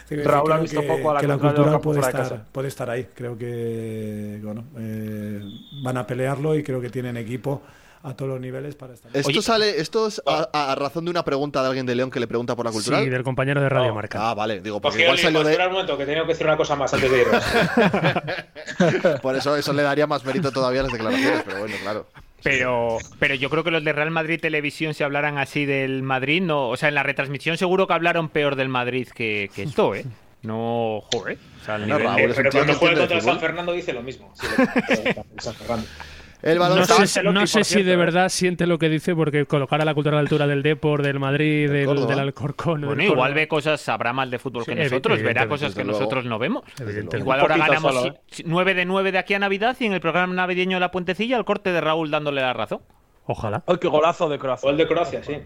Speaker 8: Creo
Speaker 4: Raúl
Speaker 8: que-
Speaker 4: ha visto poco a la
Speaker 8: que la
Speaker 4: contra de
Speaker 8: cultural
Speaker 4: Ocampo
Speaker 8: puede
Speaker 4: fuera de
Speaker 8: estar,
Speaker 4: casa.
Speaker 8: puede estar ahí. Creo que bueno, eh, van a pelearlo y creo que tienen equipo a todos los niveles para estar.
Speaker 1: Esto
Speaker 3: Oye.
Speaker 1: sale, esto es a, a razón de una pregunta de alguien de León que le pregunta por la cultural.
Speaker 2: Sí, del compañero de Radio
Speaker 5: No.
Speaker 2: Marca.
Speaker 1: Ah, vale, digo,
Speaker 5: Pues
Speaker 1: porque igual
Speaker 5: Gioli,
Speaker 1: salió
Speaker 5: pues,
Speaker 1: de,
Speaker 5: espera un momento, que tenía que decir una cosa más antes de irnos.
Speaker 1: Por eso eso le daría más mérito todavía a las declaraciones, pero bueno, claro.
Speaker 3: Pero, pero yo creo que los de Real Madrid Televisión, si hablaran así del Madrid, no, o sea, en la retransmisión seguro que hablaron peor del Madrid que, que esto, ¿eh? No, joder. O sea, al
Speaker 1: No,
Speaker 3: nivel de-
Speaker 1: Raúl, es un
Speaker 5: Eh,
Speaker 1: chaval
Speaker 5: pero
Speaker 1: que
Speaker 5: cuando juega
Speaker 1: entiende
Speaker 5: contra
Speaker 1: de
Speaker 5: el San
Speaker 1: fútbol.
Speaker 5: Fernando dice lo mismo. Sí, lo- contra el San Fernando.
Speaker 1: El
Speaker 2: No
Speaker 1: baloncesto.
Speaker 2: sé,
Speaker 4: está-
Speaker 2: si- no
Speaker 4: Ancelotti,
Speaker 2: sé
Speaker 4: por
Speaker 2: si de
Speaker 4: cierto.
Speaker 2: verdad siente lo que dice, porque colocar a la cultura a la altura del Depor, del Madrid,
Speaker 1: Del
Speaker 2: del,
Speaker 1: Córdoba.
Speaker 2: del Alcorcón.
Speaker 3: Bueno,
Speaker 2: del
Speaker 3: igual
Speaker 2: Córdoba.
Speaker 3: ve cosas, sabrá más de fútbol
Speaker 2: Sí,
Speaker 3: que nosotros,
Speaker 2: evi-
Speaker 3: verá
Speaker 2: evidentemente,
Speaker 3: cosas que
Speaker 1: desde luego.
Speaker 3: nosotros no vemos.
Speaker 2: Evidentemente.
Speaker 3: Igual ahora
Speaker 4: poquito
Speaker 3: ganamos
Speaker 4: solo, ¿eh?
Speaker 3: si- 9 de 9 de aquí a Navidad y en el programa navideño de la puentecilla el corte de Raúl dándole la razón.
Speaker 2: Ojalá.
Speaker 4: ¡Ay, qué golazo de
Speaker 5: Gol
Speaker 4: corazón!
Speaker 5: de Croacia, sí.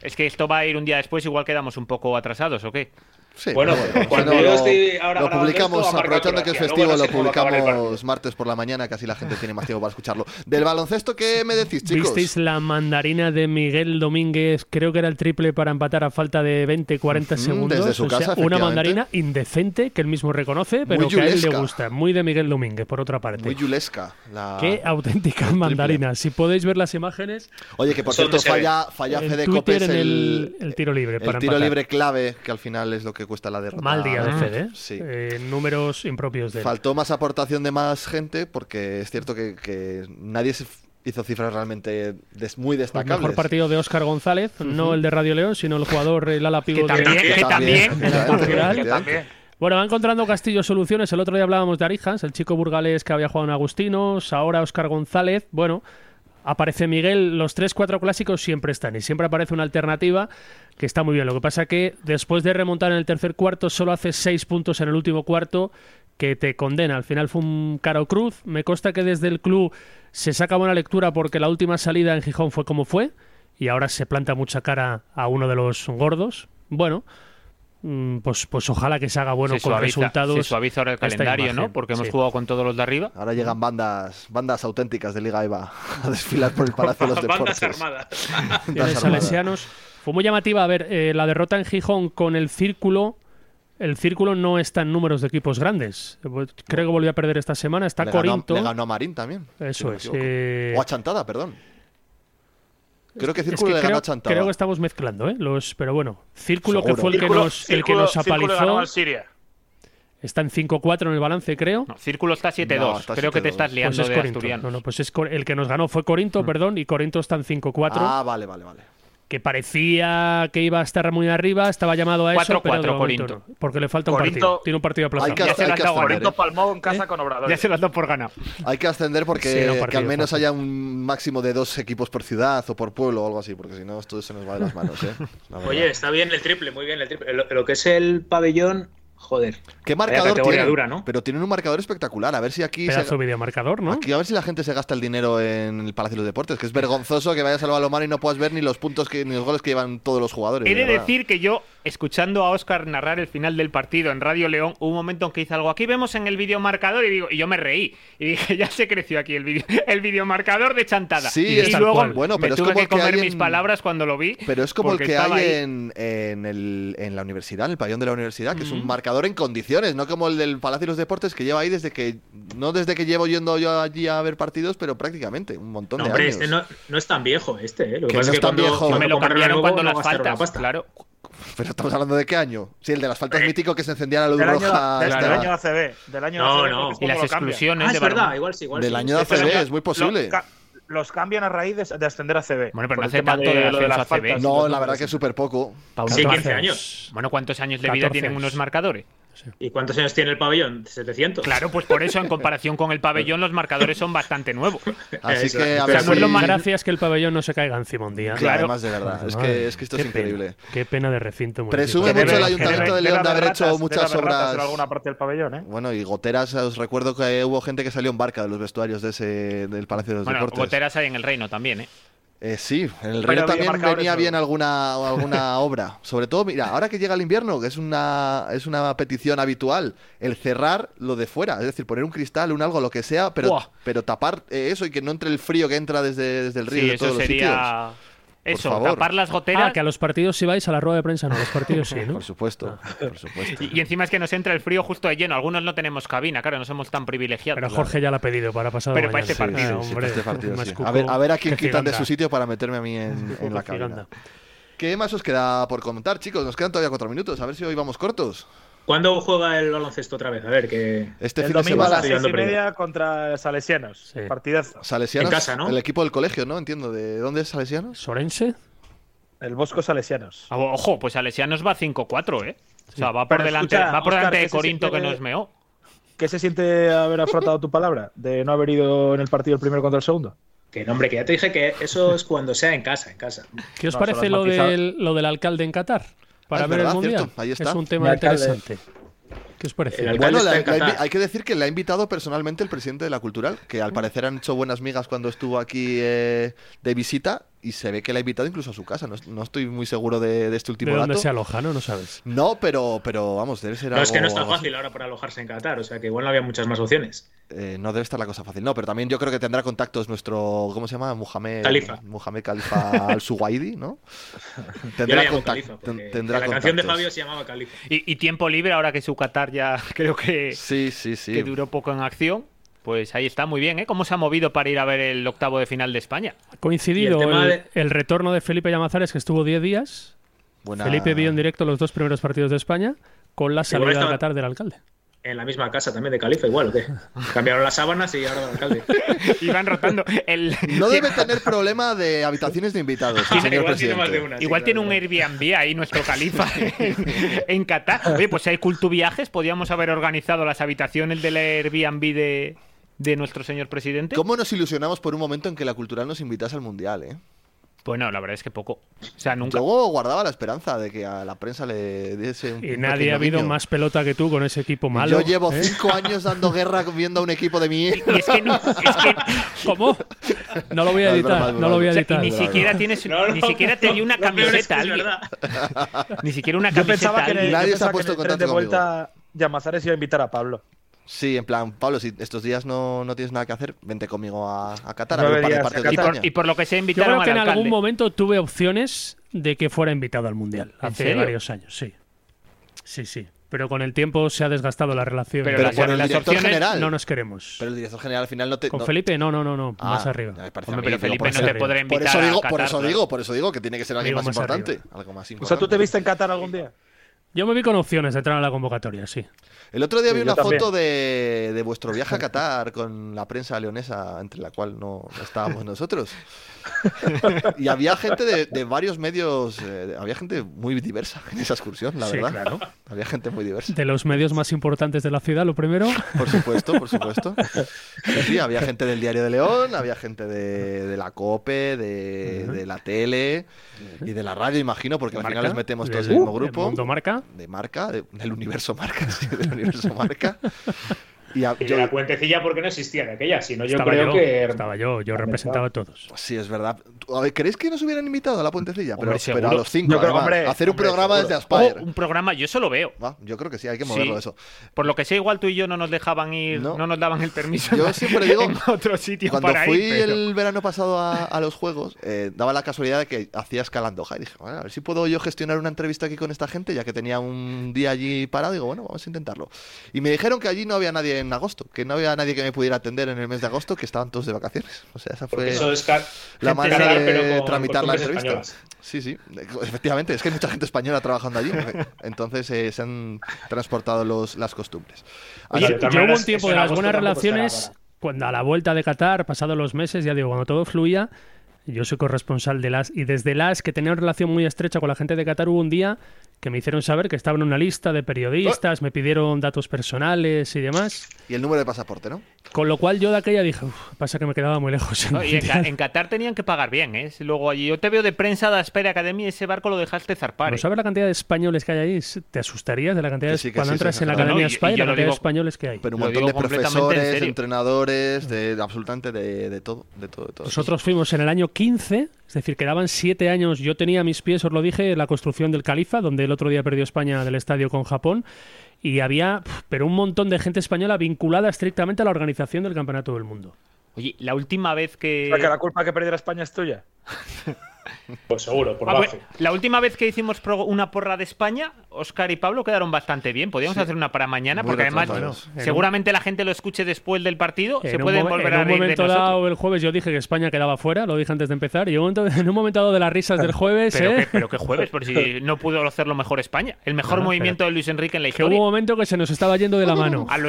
Speaker 3: Es que esto va a ir un día después, igual quedamos un poco atrasados, ¿o qué?
Speaker 1: Sí,
Speaker 5: Bueno,
Speaker 1: pero
Speaker 5: pues cuando
Speaker 1: si no,
Speaker 5: yo
Speaker 1: lo-
Speaker 5: estoy ahora
Speaker 1: lo
Speaker 5: grabando
Speaker 1: publicamos,
Speaker 5: esto, ha marcado
Speaker 1: aprovechando que es
Speaker 5: Croacia. Luego
Speaker 1: festivo,
Speaker 5: no
Speaker 1: lo
Speaker 5: sé cómo va a acabar el
Speaker 1: publicamos martes por la mañana, que así la gente tiene más tiempo para escucharlo. Del baloncesto, ¿qué me decís, chicos?
Speaker 2: ¿Visteis la mandarina de Miguel Domínguez? Creo que era el triple para empatar a falta de 20, 40
Speaker 1: Ujú,
Speaker 2: segundos.
Speaker 1: desde su
Speaker 2: O sea,
Speaker 1: casa,
Speaker 2: una
Speaker 1: efectivamente.
Speaker 2: mandarina indecente que él mismo reconoce, pero
Speaker 1: Muy
Speaker 2: que a él le
Speaker 1: yulesca.
Speaker 2: gusta. Muy de Miguel Domínguez, por otra parte.
Speaker 1: Muy yulesca. Ah, La...
Speaker 2: Qué auténtica mandarina. Si podéis ver las imágenes,
Speaker 1: Oye, que por
Speaker 5: Eso no
Speaker 1: cierto,
Speaker 5: se ve.
Speaker 1: falla, falla
Speaker 2: en
Speaker 1: Fede
Speaker 2: Twitter
Speaker 1: Copes
Speaker 2: en
Speaker 1: el,
Speaker 2: el, el tiro libre.
Speaker 1: el
Speaker 2: para
Speaker 1: tiro
Speaker 2: empatar.
Speaker 1: libre clave, que al final es lo que cuesta la derrota.
Speaker 2: Mal día de Fede. ¿eh?
Speaker 1: Sí.
Speaker 2: Eh, números impropios de él.
Speaker 1: Faltó más aportación de más gente, porque es cierto que, que nadie se f- hizo cifras realmente des- muy
Speaker 2: El
Speaker 1: destacables.
Speaker 2: Pues mejor partido de Óscar González, no el de Radio León, sino el jugador, el ala pívot de-
Speaker 4: también- que
Speaker 2: también, era natural.
Speaker 5: Que también.
Speaker 2: Bueno, va encontrando Castillo soluciones. El otro día hablábamos de Arijas, el chico burgalés que había jugado en Agustinos, ahora Óscar González. Bueno, aparece Miguel, los 3-4 clásicos siempre están y siempre aparece una alternativa que está muy bien. Lo que pasa que después de remontar en el tercer cuarto, solo hace 6 puntos en el último cuarto que te condena. Al final fue un caro cruz. Me consta que desde el club se saca buena lectura porque la última salida en Gijón fue como fue y ahora se planta mucha cara a uno de los gordos. Bueno, mm, pues, pues ojalá que se haga bueno
Speaker 3: se,
Speaker 2: con los
Speaker 3: suaviza,
Speaker 2: resultados.
Speaker 3: se suaviza ahora el
Speaker 2: esta
Speaker 3: calendario,
Speaker 2: imagen,
Speaker 3: ¿no? Porque hemos
Speaker 2: sí.
Speaker 3: jugado con todos los de arriba.
Speaker 1: Ahora llegan bandas, bandas auténticas de Liga EVA a desfilar por el Palacio de los Deportes.
Speaker 5: Bandas armadas.
Speaker 1: Bandas
Speaker 2: Tiene
Speaker 1: armadas.
Speaker 2: salesianos. Fue muy llamativa, a ver, eh, la derrota en Gijón con el círculo. El círculo no está en números de equipos grandes. Eh, pues, Creo que volvió a perder esta semana. Está
Speaker 1: Le ganó-
Speaker 2: Corinto.
Speaker 1: le ganó a Marín también. si
Speaker 2: Eso
Speaker 1: no me
Speaker 2: es.
Speaker 1: equivoco.
Speaker 2: eh,
Speaker 1: O a Chantada, perdón. Creo que
Speaker 2: es
Speaker 1: Círculo
Speaker 2: que
Speaker 1: le ganó
Speaker 2: creo,
Speaker 1: a Chantada.
Speaker 2: creo que estamos mezclando, ¿eh? Los, pero bueno, Círculo que
Speaker 1: Seguro.
Speaker 2: fue el que
Speaker 4: Círculo-
Speaker 2: nos, el que
Speaker 4: Círculo-
Speaker 2: nos
Speaker 4: Círculo le ganó
Speaker 2: apalizó.
Speaker 4: al Siria.
Speaker 2: Está en 5-4 en el balance, creo.
Speaker 3: No, círculo está 7-2.
Speaker 1: No, está
Speaker 3: Creo que te
Speaker 1: 7-2.
Speaker 3: estás liando
Speaker 2: pues es
Speaker 3: de
Speaker 2: Corinto.
Speaker 3: Asturiano.
Speaker 2: No, no, pues es Cor- el que nos ganó fue Corinto, perdón, y Corinto está en 5-4,
Speaker 1: Ah, vale, vale, vale.
Speaker 2: que parecía que iba a estar muy arriba, estaba llamado a eso,
Speaker 3: 4-4
Speaker 2: pero de momento
Speaker 3: Corinto.
Speaker 2: no, porque le falta
Speaker 4: Corinto-
Speaker 2: un partido. Tiene un partido aplazado.
Speaker 1: Hay que,
Speaker 3: Ya se
Speaker 1: hay
Speaker 3: la
Speaker 1: que
Speaker 3: han dado a
Speaker 1: ascender,
Speaker 4: Corinto
Speaker 1: ¿eh?
Speaker 4: palmó en casa con Obrador.
Speaker 3: Ya se las dos por ganado.
Speaker 1: Hay que ascender porque
Speaker 2: Sí, era un
Speaker 1: que
Speaker 2: partido
Speaker 1: al menos
Speaker 2: fácil.
Speaker 1: haya un máximo de dos equipos por ciudad o por pueblo o algo así, porque si no, esto se nos va de las manos. ¿eh? La verdad.
Speaker 5: Oye, está bien el triple, muy bien el triple. Lo, lo que es el pabellón, joder.
Speaker 1: ¿qué
Speaker 5: vaya
Speaker 1: marcador
Speaker 5: categoría
Speaker 1: tienen?
Speaker 5: dura, ¿no?
Speaker 1: Pero tienen un marcador espectacular. A ver si aquí, se-
Speaker 2: Pedazo de videomarcador, ¿no?
Speaker 1: aquí- a ver si la gente se gasta el dinero en el Palacio de los Deportes, que es vergonzoso que vayas al balonmano y no puedas ver ni los puntos que, ni los goles que llevan todos los jugadores.
Speaker 3: He de
Speaker 1: verdad.
Speaker 3: decir que yo, escuchando a Oscar narrar el final del partido en Radio León, hubo un momento en que hizo algo. Aquí vemos en el videomarcador y digo, y yo me reí. Y dije, ya se creció aquí el, video, el videomarcador de chantada.
Speaker 1: Sí,
Speaker 3: y
Speaker 1: es
Speaker 2: tal
Speaker 3: luego
Speaker 2: cual.
Speaker 1: Bueno,
Speaker 3: me
Speaker 1: pero es
Speaker 3: tuve
Speaker 1: como
Speaker 3: que
Speaker 1: el que
Speaker 3: comer
Speaker 1: hay
Speaker 3: mis
Speaker 1: en-
Speaker 3: palabras cuando lo vi.
Speaker 1: Pero es como el
Speaker 3: porque
Speaker 1: que hay
Speaker 3: estaba ahí.
Speaker 1: en, en, el- en la universidad, en el pabellón de la universidad, que es un marcador en condiciones, no como el del Palacio de los Deportes que lleva ahí desde que. No desde que llevo yendo yo allí a ver partidos, pero prácticamente un montón
Speaker 5: No,
Speaker 1: de
Speaker 5: hombre,
Speaker 1: años.
Speaker 5: este no, no es tan viejo, este, ¿eh? Lo que,
Speaker 1: Que
Speaker 5: pasa
Speaker 1: no
Speaker 5: es
Speaker 1: es
Speaker 5: que
Speaker 1: tan
Speaker 5: cuando,
Speaker 1: viejo.
Speaker 5: cuando
Speaker 3: Me lo
Speaker 5: compras
Speaker 3: cambiaron
Speaker 5: nuevo,
Speaker 3: cuando
Speaker 5: no
Speaker 3: las
Speaker 5: gastar una
Speaker 3: faltas.
Speaker 5: pasta.
Speaker 3: Claro.
Speaker 1: Pero estamos hablando de qué año. Sí, el de las faltas mítico que se encendía la luz
Speaker 4: Del año,
Speaker 1: roja. este,
Speaker 4: del- del
Speaker 1: hasta-
Speaker 4: año ACB. Del año
Speaker 5: No,
Speaker 4: ACB,
Speaker 5: no.
Speaker 4: porque
Speaker 3: Y
Speaker 4: es como
Speaker 3: las
Speaker 4: lo cambian.
Speaker 3: exclusiones
Speaker 5: Ah,
Speaker 3: de
Speaker 5: es verdad,
Speaker 3: balonmano.
Speaker 5: igual sí, igual
Speaker 1: Del
Speaker 5: sí.
Speaker 1: año de
Speaker 5: Este
Speaker 1: ACB,
Speaker 5: año-
Speaker 1: es muy posible.
Speaker 4: Lo- ca- los cambian a raíz de, de ascender a CB.
Speaker 3: Bueno, pero
Speaker 4: Por
Speaker 3: no
Speaker 4: el
Speaker 3: hace
Speaker 4: tema
Speaker 3: tanto de ascenso a CB.
Speaker 4: faltas.
Speaker 1: No, la verdad que es súper poco.
Speaker 5: Sí,
Speaker 2: 14
Speaker 5: 15 años.
Speaker 3: Bueno, ¿cuántos años de vida
Speaker 2: 14.
Speaker 3: tienen unos marcadores?
Speaker 5: ¿Y cuántos años tiene el pabellón? ¿700?
Speaker 3: Claro, pues por eso, en comparación con el pabellón, los marcadores son bastante nuevos.
Speaker 1: Así
Speaker 5: Eso,
Speaker 1: que a
Speaker 5: pero
Speaker 1: ver
Speaker 3: no es
Speaker 1: si-
Speaker 3: lo más grave,
Speaker 2: Gracias que el pabellón no se caiga encima un día.
Speaker 1: Claro, además de verdad. Es que, es que esto es
Speaker 2: Qué pena,
Speaker 1: increíble.
Speaker 2: Qué pena de recinto. municipal.
Speaker 1: Presume
Speaker 4: Que
Speaker 1: mucho
Speaker 4: debe-
Speaker 1: el
Speaker 4: que
Speaker 1: Ayuntamiento
Speaker 4: debe-
Speaker 1: de León de
Speaker 4: debe
Speaker 1: haber hecho
Speaker 4: ratas,
Speaker 1: muchas
Speaker 4: debe haber ratas En
Speaker 1: obras-
Speaker 4: alguna parte del pabellón, ¿eh?
Speaker 1: Bueno, y goteras, os recuerdo que hubo gente que salió en barca de los vestuarios de ese, del Palacio de los
Speaker 3: Bueno,
Speaker 1: Deportes.
Speaker 3: goteras hay en el reino también, ¿eh?
Speaker 1: Eh, sí, en el río
Speaker 4: Pero había
Speaker 1: también
Speaker 4: marcadores
Speaker 1: venía
Speaker 4: nuevos.
Speaker 1: bien alguna, alguna obra. Sobre todo, mira, ahora que llega el invierno, que es una, es una petición habitual, el cerrar lo de fuera, es decir, poner un cristal, un algo, lo que sea, pero,
Speaker 3: Buah.
Speaker 1: pero tapar eh, eso y que no entre el frío que entra desde, desde el río
Speaker 3: Sí,
Speaker 1: de todos
Speaker 3: eso
Speaker 1: los sitios.
Speaker 3: sería. Eso,
Speaker 1: favor.
Speaker 3: tapar las
Speaker 2: Ah,
Speaker 3: goteras.
Speaker 2: que a los partidos si vais, a la rueda de prensa no, a los partidos sí, ¿no?
Speaker 1: Por supuesto, por supuesto.
Speaker 3: Ah. Y, y encima es que nos entra el frío justo de lleno. Algunos no tenemos cabina, claro, no somos tan privilegiados.
Speaker 2: Pero Jorge ya la ha pedido para pasado
Speaker 3: Pero para
Speaker 2: mañana.
Speaker 3: este partido,
Speaker 2: Ah,
Speaker 1: Sí,
Speaker 2: hombre,
Speaker 1: este partido,
Speaker 2: más
Speaker 1: sí.
Speaker 2: cuco
Speaker 1: a, ver, a ver a quién
Speaker 2: que
Speaker 1: quitan de
Speaker 2: Ciganda.
Speaker 1: su sitio para meterme a mí en, en la
Speaker 2: Cuco
Speaker 1: cabina.
Speaker 2: Ciganda.
Speaker 1: ¿Qué más os queda por comentar, chicos? Nos quedan todavía cuatro minutos, a ver si hoy vamos cortos.
Speaker 5: ¿Cuándo juega el baloncesto otra vez? A ver, que.
Speaker 1: Este
Speaker 4: el
Speaker 1: fin de
Speaker 4: domingo a
Speaker 1: semana.
Speaker 4: las
Speaker 5: estoy
Speaker 4: seis
Speaker 5: dando
Speaker 4: y media contra Salesianos.
Speaker 2: Sí.
Speaker 4: Partidazo.
Speaker 1: Salesianos,
Speaker 5: En casa, ¿no?
Speaker 1: el equipo del colegio, ¿no? Entiendo. ¿De dónde es Salesianos?
Speaker 2: ¿Sorense?
Speaker 4: El Bosco Salesianos.
Speaker 3: Ah, Ojo, pues Alesianos va 5-4, ¿eh? O sea, va por
Speaker 4: Pero
Speaker 3: delante,
Speaker 4: escucha,
Speaker 3: va por
Speaker 4: Óscar,
Speaker 3: delante de
Speaker 4: ese sí
Speaker 3: Corinto que
Speaker 4: que-
Speaker 3: nos meó.
Speaker 4: ¿Qué se siente haber afrontado tu palabra? De no haber ido en el partido el primero contra el segundo.
Speaker 5: Que no, hombre, que ya te dije que eso es cuando sea en casa, en casa.
Speaker 2: ¿Qué os
Speaker 4: No,
Speaker 2: parece
Speaker 4: son
Speaker 2: lo
Speaker 4: las matizadas.
Speaker 2: del, lo del alcalde en Qatar? Para
Speaker 1: Ah, es
Speaker 2: ver
Speaker 1: verdad,
Speaker 2: el mundial.
Speaker 1: cierto, ahí está.
Speaker 2: Es un tema
Speaker 4: Mi alcalde.
Speaker 2: interesante. ¿Qué os parece?
Speaker 5: El alcalde
Speaker 1: Bueno,
Speaker 5: está
Speaker 1: la-
Speaker 5: en
Speaker 1: la
Speaker 5: Qatar.
Speaker 1: invi- hay que decir que la ha invitado personalmente el presidente de la Cultural, que al parecer han hecho buenas migas cuando estuvo aquí eh, de visita y se ve que la ha invitado incluso a su casa. No, es- no estoy muy seguro de, de este último
Speaker 2: ¿De dónde
Speaker 1: dato.
Speaker 2: se aloja, no? No sabes.
Speaker 1: No, pero, pero vamos, debe ser
Speaker 5: No,
Speaker 1: algo.
Speaker 5: es que no es tan
Speaker 1: algo así.
Speaker 5: fácil ahora para alojarse en Qatar, o sea que igual no había muchas más opciones.
Speaker 1: Eh, no debe estar la cosa fácil. No, pero también yo creo que tendrá contactos nuestro. ¿Cómo se llama? Mohamed.
Speaker 5: Khalifa.
Speaker 1: Mohamed Khalifa al Suwaidi, ¿no?
Speaker 5: Yo la
Speaker 1: Tendrá,
Speaker 5: llamo
Speaker 1: contac-
Speaker 5: Califa,
Speaker 1: ten-
Speaker 5: porque
Speaker 1: tendrá
Speaker 5: la canción de
Speaker 1: contactos.
Speaker 5: Fabio se llamaba Califa.
Speaker 3: Y, y tiempo libre, ahora que su Qatar ya creo que,
Speaker 1: Sí, sí, sí.
Speaker 3: que duró poco en acción. Pues ahí está, muy bien, ¿eh? ¿Cómo se ha movido para ir a ver el octavo de final de España?
Speaker 2: Ha coincidido
Speaker 5: Y
Speaker 2: el,
Speaker 5: el tema de-
Speaker 2: el retorno de Felipe Llamazares, que estuvo 10 días.
Speaker 1: Buena-
Speaker 2: Felipe vio en directo los dos primeros partidos de España con la salida
Speaker 5: estaba-
Speaker 2: de Qatar del alcalde.
Speaker 5: En la misma casa también de Califa, igual, ¿o qué? Cambiaron las sábanas y ahora el alcalde.
Speaker 3: Iban rotando. El...
Speaker 1: No debe tener problema de habitaciones de invitados, el señor
Speaker 5: igual tiene
Speaker 1: presidente.
Speaker 5: más de una. sí,
Speaker 3: Igual tiene un
Speaker 5: claro.
Speaker 3: Airbnb ahí nuestro califa en, en Qatar. Oye, pues si hay cultu viajes, podríamos haber organizado las habitaciones del Airbnb de, de nuestro señor presidente.
Speaker 1: ¿Cómo nos ilusionamos por un momento en que la cultural nos invitase al mundial, eh?
Speaker 3: Pues no, la verdad es que poco. O sea, nunca.
Speaker 1: Luego guardaba la esperanza de que a la prensa le diese un.
Speaker 2: Y
Speaker 1: un
Speaker 2: nadie
Speaker 1: pequeño
Speaker 2: ha habido
Speaker 1: guiño.
Speaker 2: más pelota que tú con ese equipo malo.
Speaker 1: este Yo llevo
Speaker 2: ¿eh?
Speaker 1: cinco años dando guerra viendo a un equipo de mi.
Speaker 3: Y es que, no, es que
Speaker 2: ¿Cómo? No lo voy a
Speaker 1: No, es
Speaker 2: editar,
Speaker 1: broma, es
Speaker 2: no lo voy a
Speaker 3: O sea, y
Speaker 2: editar.
Speaker 3: ni siquiera tienes
Speaker 5: No, no,
Speaker 3: er-, ni siquiera te dio una
Speaker 5: lo peor es
Speaker 3: camiseta
Speaker 5: que es
Speaker 3: alguien.
Speaker 5: verdad.
Speaker 3: ni siquiera una
Speaker 4: Yo
Speaker 3: camiseta
Speaker 4: pensaba que en el,
Speaker 3: alguien.
Speaker 4: yo
Speaker 1: Nadie se ha
Speaker 4: pensaba que
Speaker 1: puesto
Speaker 4: en el
Speaker 1: en
Speaker 4: tren de
Speaker 1: contacto conmigo.
Speaker 4: vuelta Llamazares iba a invitar a Pablo.
Speaker 1: Sí, en plan, Pablo, si estos días no, no tienes nada que hacer, vente conmigo a, a Qatar a
Speaker 4: No
Speaker 1: ver un par de
Speaker 4: verías
Speaker 1: partidos
Speaker 4: a
Speaker 1: de
Speaker 3: y,
Speaker 4: Qatar.
Speaker 1: España.
Speaker 3: por, y por lo que se
Speaker 2: Yo
Speaker 3: invitaron
Speaker 2: creo que
Speaker 3: al
Speaker 2: en
Speaker 3: alcalde.
Speaker 2: algún momento tuve opciones de que fuera invitado al Mundial.
Speaker 3: ¿En
Speaker 2: Hace
Speaker 3: serio?
Speaker 2: varios años, sí. Sí, sí. Pero con el tiempo se ha desgastado la relación.
Speaker 3: Pero,
Speaker 1: Pero
Speaker 3: las,
Speaker 1: por el
Speaker 3: las
Speaker 1: director
Speaker 3: opciones
Speaker 1: general.
Speaker 2: no nos queremos.
Speaker 1: Pero el director general al final no te.
Speaker 2: con
Speaker 1: no-
Speaker 2: Felipe, no, no, no, no.
Speaker 1: Ah,
Speaker 2: más
Speaker 1: ya
Speaker 2: arriba.
Speaker 1: me parece a
Speaker 3: Hombre,
Speaker 1: mí,
Speaker 3: pero
Speaker 1: digo,
Speaker 3: Felipe
Speaker 1: por
Speaker 3: no
Speaker 1: eso-
Speaker 3: te
Speaker 2: arriba.
Speaker 3: podrá
Speaker 1: Por
Speaker 3: invitar
Speaker 1: eso digo,
Speaker 3: a Qatar,
Speaker 1: por eso
Speaker 3: claro.
Speaker 1: digo, por eso digo que tiene que ser alguien
Speaker 2: Digo
Speaker 1: más,
Speaker 2: más
Speaker 1: importante.
Speaker 2: arriba.
Speaker 1: Algo más
Speaker 4: O
Speaker 1: importante.
Speaker 4: sea, ¿tú te viste en Qatar algún día?
Speaker 2: Yo me vi con opciones de entrar a la convocatoria, sí.
Speaker 1: El otro día
Speaker 4: Sí,
Speaker 1: vi
Speaker 4: yo
Speaker 1: una
Speaker 4: también.
Speaker 1: foto de, de vuestro viaje a Qatar con la prensa leonesa, entre la cual no, no estábamos nosotros. Y había gente de, de varios medios, eh, había gente muy diversa en esa excursión, la
Speaker 2: Sí,
Speaker 1: verdad.
Speaker 2: claro.
Speaker 1: Había gente muy diversa.
Speaker 2: De los medios más importantes de la ciudad, lo primero.
Speaker 1: Por supuesto, por supuesto. Sí, sí, había gente del Diario de León, había gente de, de la COPE, de, de la tele y de la radio, imagino, porque al final
Speaker 2: Marca,
Speaker 1: les metemos todos en
Speaker 2: del-
Speaker 1: el mismo
Speaker 2: del
Speaker 1: grupo.
Speaker 2: Mundo Marca.
Speaker 1: de marca, de- del universo marca, sí, del universo marca. Y a-
Speaker 5: Y
Speaker 1: yo-
Speaker 5: de la puentecilla porque no existía en aquella, sino yo
Speaker 2: estaba,
Speaker 5: creo
Speaker 2: yo,
Speaker 5: que
Speaker 2: estaba yo, yo representaba a todos.
Speaker 1: sí, es verdad. A ver, ¿Creéis que nos hubieran invitado a la puentecilla? Pero,
Speaker 3: Hombre,
Speaker 1: pero a
Speaker 3: seguro.
Speaker 1: los cinco,
Speaker 4: Yo creo-
Speaker 1: además.
Speaker 4: hombre,
Speaker 1: hacer un
Speaker 4: hombre,
Speaker 1: programa
Speaker 4: seguro.
Speaker 1: desde
Speaker 3: Ojo,
Speaker 1: Aspire.
Speaker 3: Oh, un programa, yo eso lo veo.
Speaker 1: Va, yo creo que sí, hay que moverlo
Speaker 3: Sí.
Speaker 1: eso.
Speaker 3: Por lo que sé, igual tú y yo no nos dejaban ir,
Speaker 1: No.
Speaker 3: no, nos daban el permiso.
Speaker 1: Yo
Speaker 3: en-
Speaker 1: siempre digo,
Speaker 3: en otro sitio
Speaker 1: Cuando
Speaker 3: para
Speaker 1: fui
Speaker 3: ir. pero-
Speaker 1: el verano pasado a, a los juegos, eh, daba la casualidad de que hacía escalandoja. Y dije, bueno, a ver si puedo yo gestionar una entrevista aquí con esta gente, ya que tenía un día allí parado. Digo, bueno, vamos a intentarlo. Y me dijeron que allí no había nadie en agosto, que no había nadie que me pudiera atender en el mes de agosto, que estaban todos de vacaciones. O sea, esa
Speaker 5: porque
Speaker 1: fue
Speaker 5: eso es car-
Speaker 1: la
Speaker 5: gente
Speaker 1: manera
Speaker 5: cagar,
Speaker 1: de
Speaker 5: pero con
Speaker 1: tramitar la
Speaker 5: costumbres
Speaker 1: entrevista.
Speaker 5: españolas.
Speaker 1: Sí, sí, efectivamente, es que hay mucha gente española trabajando allí. Entonces eh, se han transportado los, las costumbres.
Speaker 5: Oye,
Speaker 1: Ahora-
Speaker 5: de
Speaker 2: yo
Speaker 5: todas
Speaker 2: hubo
Speaker 5: maneras,
Speaker 2: un tiempo
Speaker 5: eso
Speaker 2: de
Speaker 5: en
Speaker 2: las
Speaker 5: agosto
Speaker 2: buenas
Speaker 5: tampoco estará
Speaker 2: relaciones,
Speaker 5: barato.
Speaker 2: cuando a la vuelta de Qatar, pasados los meses, ya digo, cuando todo fluía, yo soy corresponsal de las y desde las que tenía una relación muy estrecha con la gente de Qatar, hubo un día que me hicieron saber que estaba en una lista de periodistas, me pidieron datos personales y demás,
Speaker 1: y el número de pasaporte, ¿no?
Speaker 2: con lo cual yo de aquella dije, "Uf, pasa que me quedaba muy lejos. el
Speaker 3: No, y en, Ca-
Speaker 2: Mundial".
Speaker 3: en Qatar tenían que pagar bien, ¿eh? Si Luego allí, yo te veo de prensa de Aspera Academy, ese barco lo dejaste zarpar.
Speaker 2: ¿No
Speaker 3: ¿eh?
Speaker 2: sabes la cantidad de españoles que hay ahí? ¿Te asustarías de la cantidad de
Speaker 1: Que sí, que
Speaker 2: cuando
Speaker 1: sí,
Speaker 2: entras
Speaker 1: sí,
Speaker 2: en la
Speaker 1: claro.
Speaker 2: Academia
Speaker 3: No, y- y
Speaker 2: Spy,
Speaker 3: yo
Speaker 2: la
Speaker 3: lo
Speaker 2: cantidad de
Speaker 3: digo-
Speaker 2: españoles que hay?
Speaker 1: Pero un
Speaker 3: Lo
Speaker 1: montón
Speaker 3: digo
Speaker 1: de
Speaker 3: completamente en
Speaker 1: profesores,
Speaker 3: serio.
Speaker 1: entrenadores, de absolutamente de, de todo, de todo, de todo.
Speaker 2: Nosotros fuimos en el año 15, es decir, quedaban siete años. Yo tenía a mis pies, os lo dije, la construcción del Califa, donde el otro día perdió España del estadio con Japón. Y había, pf, pero un montón de gente española vinculada estrictamente a la organización del Campeonato del Mundo.
Speaker 3: Oye, la última vez que.
Speaker 4: O sea, que la culpa que perdiera España es tuya.
Speaker 5: Pues seguro, por
Speaker 3: Ah,
Speaker 5: bajo.
Speaker 3: bueno, la última vez que hicimos pro- una porra de España, Oscar y Pablo quedaron bastante bien. Podríamos hacer una para mañana,
Speaker 1: Muy
Speaker 3: porque además
Speaker 1: retrasados.
Speaker 3: bueno, seguramente la gente lo escuche después del partido. Se
Speaker 2: En un
Speaker 3: pueden
Speaker 2: momen-
Speaker 3: volver
Speaker 2: en
Speaker 3: a
Speaker 2: un
Speaker 3: reír de
Speaker 2: momento
Speaker 3: nosotros.
Speaker 2: dado, el jueves, yo dije que España quedaba fuera, lo dije antes de empezar. Y en un momento- en un momento dado de las risas del jueves,
Speaker 3: Pero,
Speaker 2: ¿eh?
Speaker 3: que, pero que jueves, por si no pudo hacerlo mejor España. El
Speaker 2: No,
Speaker 3: mejor
Speaker 2: no,
Speaker 3: movimiento de Luis Enrique en la
Speaker 2: que hubo un
Speaker 3: historia.
Speaker 2: momento que se nos estaba yendo de la mano.
Speaker 3: A lo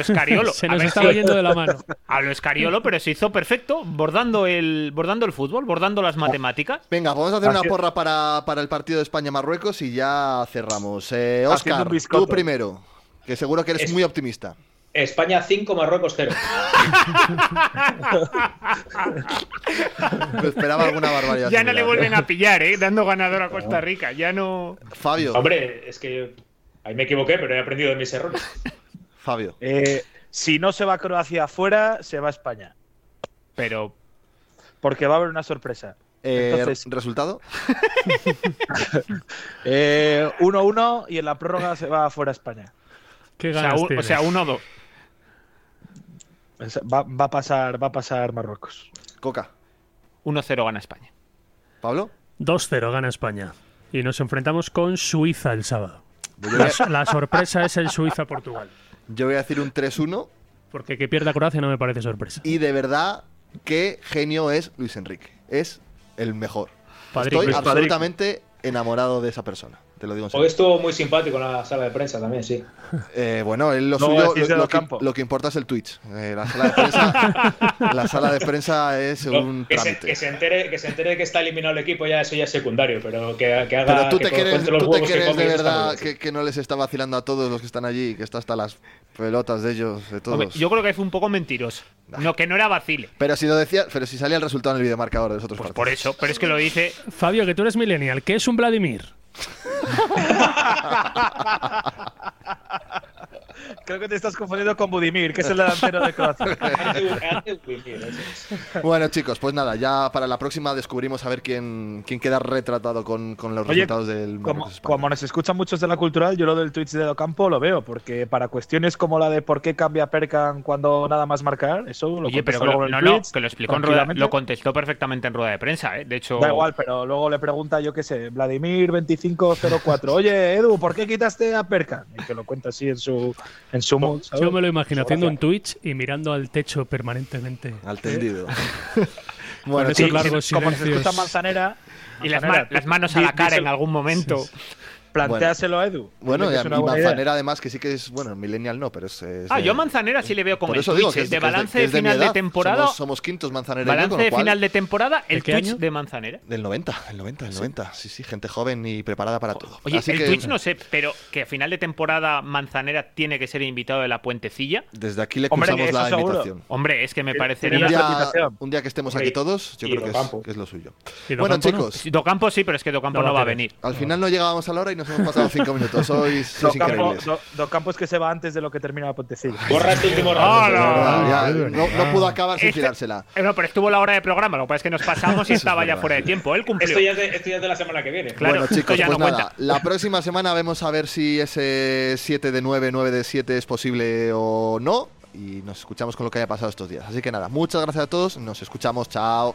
Speaker 3: escariolo.
Speaker 2: Se
Speaker 3: A
Speaker 2: nos
Speaker 3: ver
Speaker 2: estaba
Speaker 3: si-
Speaker 2: yendo de la mano.
Speaker 3: A lo escariolo, pero se hizo perfecto, bordando el, bordando el fútbol, bordando las matemáticas.
Speaker 1: Venga, pues vamos a hacer una
Speaker 4: Haci-
Speaker 1: porra para, para el partido de España-Marruecos y ya cerramos. Eh,
Speaker 4: Haciendo
Speaker 1: Oscar,
Speaker 4: un
Speaker 1: tú
Speaker 4: bizcocho.
Speaker 1: primero, que seguro que eres
Speaker 5: Es-
Speaker 1: muy optimista.
Speaker 5: España 5, Marruecos 0.
Speaker 1: Me esperaba alguna barbaridad.
Speaker 3: Ya no le
Speaker 1: similar.
Speaker 3: vuelven a pillar, ¿eh? Dando ganador a Costa Rica. Ya no.
Speaker 1: Fabio,
Speaker 5: Hombre, es que ahí me equivoqué, pero he aprendido de mis errores.
Speaker 1: Fabio.
Speaker 4: Eh, si no se va Croacia afuera, se va España.
Speaker 3: Pero
Speaker 4: Porque va a haber una sorpresa.
Speaker 1: Eh,
Speaker 4: entonces-
Speaker 1: ¿Resultado?
Speaker 4: Eh, 1-1 y en la prórroga se va afuera España.
Speaker 2: ¿Qué
Speaker 3: o sea,
Speaker 2: ganas
Speaker 3: un- o
Speaker 2: tienes?
Speaker 3: sea, uno o dos.
Speaker 4: Es- Va, va a pasar, va a pasar Marruecos.
Speaker 1: Coca.
Speaker 3: 1-0 gana España.
Speaker 1: ¿Pablo?
Speaker 2: 2-0 gana España. Y nos enfrentamos con Suiza el sábado.
Speaker 1: Yo voy
Speaker 2: La,
Speaker 1: a,
Speaker 2: la sorpresa es el Suiza-Portugal.
Speaker 1: yo voy a decir un 3-1
Speaker 2: Porque que pierda Croacia no me parece sorpresa.
Speaker 1: y de verdad, qué genio es Luis Enrique. Es el mejor.
Speaker 2: Padrico,
Speaker 1: Estoy Pues,
Speaker 2: Luis Padrico.
Speaker 1: absolutamente enamorado de esa persona. Te lo digo en
Speaker 5: Hoy
Speaker 1: serio.
Speaker 5: estuvo muy simpático en la sala de prensa también, sí.
Speaker 1: Eh, bueno, él lo
Speaker 4: No,
Speaker 1: suyo,
Speaker 4: decís de
Speaker 1: lo, lo
Speaker 4: lo
Speaker 1: que,
Speaker 4: campo.
Speaker 1: lo que importa es el Twitch. Eh, la, sala de prensa, la sala de prensa es un
Speaker 5: que, se,
Speaker 1: trámite.
Speaker 5: que, se entere, que se entere que está eliminado el equipo, ya eso ya es secundario, pero que, que haga.
Speaker 1: Pero tú
Speaker 5: que
Speaker 1: te
Speaker 5: co-
Speaker 1: crees,
Speaker 5: cuente los
Speaker 1: tú te
Speaker 5: huevos que
Speaker 1: crees
Speaker 5: come
Speaker 1: de
Speaker 5: y eso está
Speaker 1: verdad
Speaker 5: muy bien.
Speaker 1: que, que no les está vacilando a todos los que están allí, que está hasta las pelotas de ellos, de todos.
Speaker 3: Hombre, yo creo que fue un poco mentiroso. No, que no era vacile.
Speaker 1: Pero si lo decía, pero si salía el resultado en el videomarcador de los otros
Speaker 3: Pues por
Speaker 1: partidos.
Speaker 3: eso. Pero es que lo dice.
Speaker 2: Fabio, que tú eres millennial. ¿Qué es un Vladimir?
Speaker 4: Creo que te estás confundiendo con Budimir, que es el delantero de Croacia.
Speaker 5: Ante- ante Wikipedia, eso es.
Speaker 1: Bueno, chicos, pues nada, ya para la próxima descubrimos a ver quién, quién queda retratado con, con los
Speaker 4: Oye,
Speaker 1: resultados del
Speaker 4: Como,
Speaker 1: Marruecos-España.
Speaker 4: como nos escuchan muchos de la cultural, yo lo del Twitch de Docampo lo veo, porque para cuestiones como la de por qué cambia Perkan cuando nada más marcar, eso lo
Speaker 3: Oye, pero
Speaker 4: contesta
Speaker 3: que
Speaker 4: luego
Speaker 3: lo,
Speaker 4: en
Speaker 3: no,
Speaker 4: el
Speaker 3: no,
Speaker 4: Twitch,
Speaker 3: que lo explicó en rueda.
Speaker 4: tranquilamente.
Speaker 3: Lo contestó perfectamente en rueda de prensa, ¿eh? De hecho.
Speaker 4: Da igual, pero luego le pregunta, yo qué sé, Vladimir 2504, oye Edu, ¿por qué quitaste a Perkan? Y que lo cuenta así en su en su mood, ¿sabes?
Speaker 2: Yo me lo imagino haciendo un Twitch y mirando al techo permanentemente.
Speaker 1: Al tendido.
Speaker 6: Eh,
Speaker 2: Con
Speaker 1: bueno,
Speaker 2: esos
Speaker 1: chicos,
Speaker 4: Sí,
Speaker 2: largos
Speaker 4: Como se
Speaker 2: silencios.
Speaker 4: escucha Manzanera,
Speaker 3: Y las,
Speaker 4: Manzanera,
Speaker 3: ma- las manos a la
Speaker 4: di-
Speaker 3: cara en
Speaker 4: díselo-
Speaker 3: algún momento.
Speaker 4: Plantéaselo a Edu.
Speaker 1: bueno, y
Speaker 4: Dile que
Speaker 1: a
Speaker 4: es
Speaker 1: mi
Speaker 4: una buena idea.
Speaker 1: Manzanera además, que sí que es, bueno, Millennial no, pero es... es,
Speaker 3: Ah,
Speaker 1: eh,
Speaker 3: yo a Manzanera sí le veo con
Speaker 1: por
Speaker 3: el
Speaker 1: eso digo
Speaker 3: Twitch,
Speaker 1: que
Speaker 3: eh,
Speaker 1: es-
Speaker 3: de
Speaker 1: que es
Speaker 3: balance
Speaker 1: que
Speaker 3: de
Speaker 1: es mi
Speaker 3: final de
Speaker 1: edad.
Speaker 3: temporada.
Speaker 1: Somos, somos quintos Manzanera y yo,
Speaker 3: Balance
Speaker 1: con lo
Speaker 3: de
Speaker 1: cual-
Speaker 3: final de temporada, el
Speaker 2: ¿De qué
Speaker 3: Twitch
Speaker 2: año?
Speaker 3: de Manzanera.
Speaker 1: Del 90, el 90, el 90. Sí, sí, gente joven y preparada para todo.
Speaker 3: Oye,
Speaker 1: Así
Speaker 3: el
Speaker 1: que,
Speaker 3: Twitch no sé, pero que a final de temporada Manzanera tiene que ser invitado de la puentecilla.
Speaker 1: Desde aquí le
Speaker 4: Hombre,
Speaker 1: cruzamos
Speaker 4: eso
Speaker 1: la
Speaker 4: seguro.
Speaker 1: invitación.
Speaker 3: Hombre, es que me
Speaker 4: Tiene-
Speaker 1: Un
Speaker 4: Tenía
Speaker 3: parecería.
Speaker 4: tiene- la
Speaker 1: día,
Speaker 4: invitación.
Speaker 1: un día que estemos
Speaker 5: Hombre,
Speaker 1: aquí todos, yo
Speaker 5: y
Speaker 1: creo que es,
Speaker 5: Docampo.
Speaker 1: que es lo suyo.
Speaker 2: Y Docampo
Speaker 1: Bueno,
Speaker 2: no.
Speaker 1: chicos,
Speaker 3: Docampo sí, pero es que Docampo
Speaker 2: No va
Speaker 3: no
Speaker 2: a
Speaker 3: va a
Speaker 2: querer.
Speaker 3: venir.
Speaker 1: al final no llegábamos a la hora y nos hemos pasado cinco minutos. Sois, sois
Speaker 4: Docampo-
Speaker 1: increíbles.
Speaker 4: Do- Docampo es que se va antes de lo que termina la Pontecilla.
Speaker 5: Borra este último
Speaker 3: ¡Hala!
Speaker 5: round.
Speaker 1: Ya, no, no pudo acabar sin
Speaker 3: Este-
Speaker 1: tirársela.
Speaker 3: Eh, No, pero estuvo la hora de programa, lo que pasa es que nos pasamos y
Speaker 1: Eso
Speaker 3: estaba
Speaker 1: es
Speaker 3: ya
Speaker 1: verdad.
Speaker 3: fuera de tiempo. Él cumplió.
Speaker 5: Esto ya, es de, esto ya es de la semana que viene.
Speaker 3: Claro,
Speaker 1: bueno,
Speaker 3: esto
Speaker 1: chicos,
Speaker 3: ya
Speaker 1: pues
Speaker 3: no
Speaker 1: nada.
Speaker 3: cuenta.
Speaker 1: La próxima semana vemos a ver si ese 7 de 9, 9 de 7 es posible o no. Y nos escuchamos con lo que haya pasado estos días. Así que nada, muchas gracias a todos. Nos escuchamos. Chao.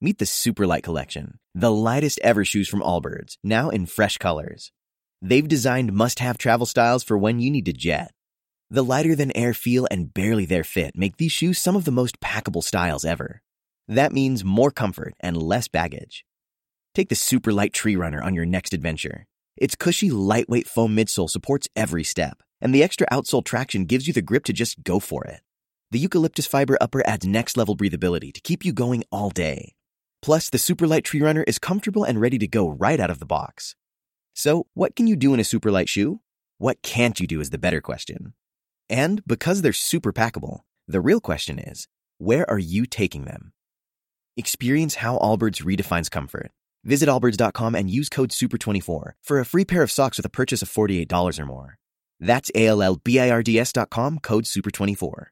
Speaker 9: Meet the Superlight Collection, the lightest ever shoes from Allbirds, now in fresh colors. They've designed must have travel styles for when you need to jet. The lighter than air feel and barely there fit make these shoes some of the most packable styles ever. That means more comfort and less baggage. Take the Superlight Tree Runner on your next adventure. Its cushy, lightweight foam midsole supports every step, and the extra outsole traction gives you the grip to just go for it. The eucalyptus fiber upper adds next level breathability to keep you going all day. Plus, the Superlight Tree Runner is comfortable and ready to go right out of the box. So, what can you do in a Superlight shoe? What can't you do is the better question. And because they're super packable, the real question is where are you taking them? Experience how Allbirds redefines comfort. Visit Allbirds.com and use code SUPER24 for a free pair of socks with a purchase of $48 or more. That's A L L B I R D S.com code SUPER24.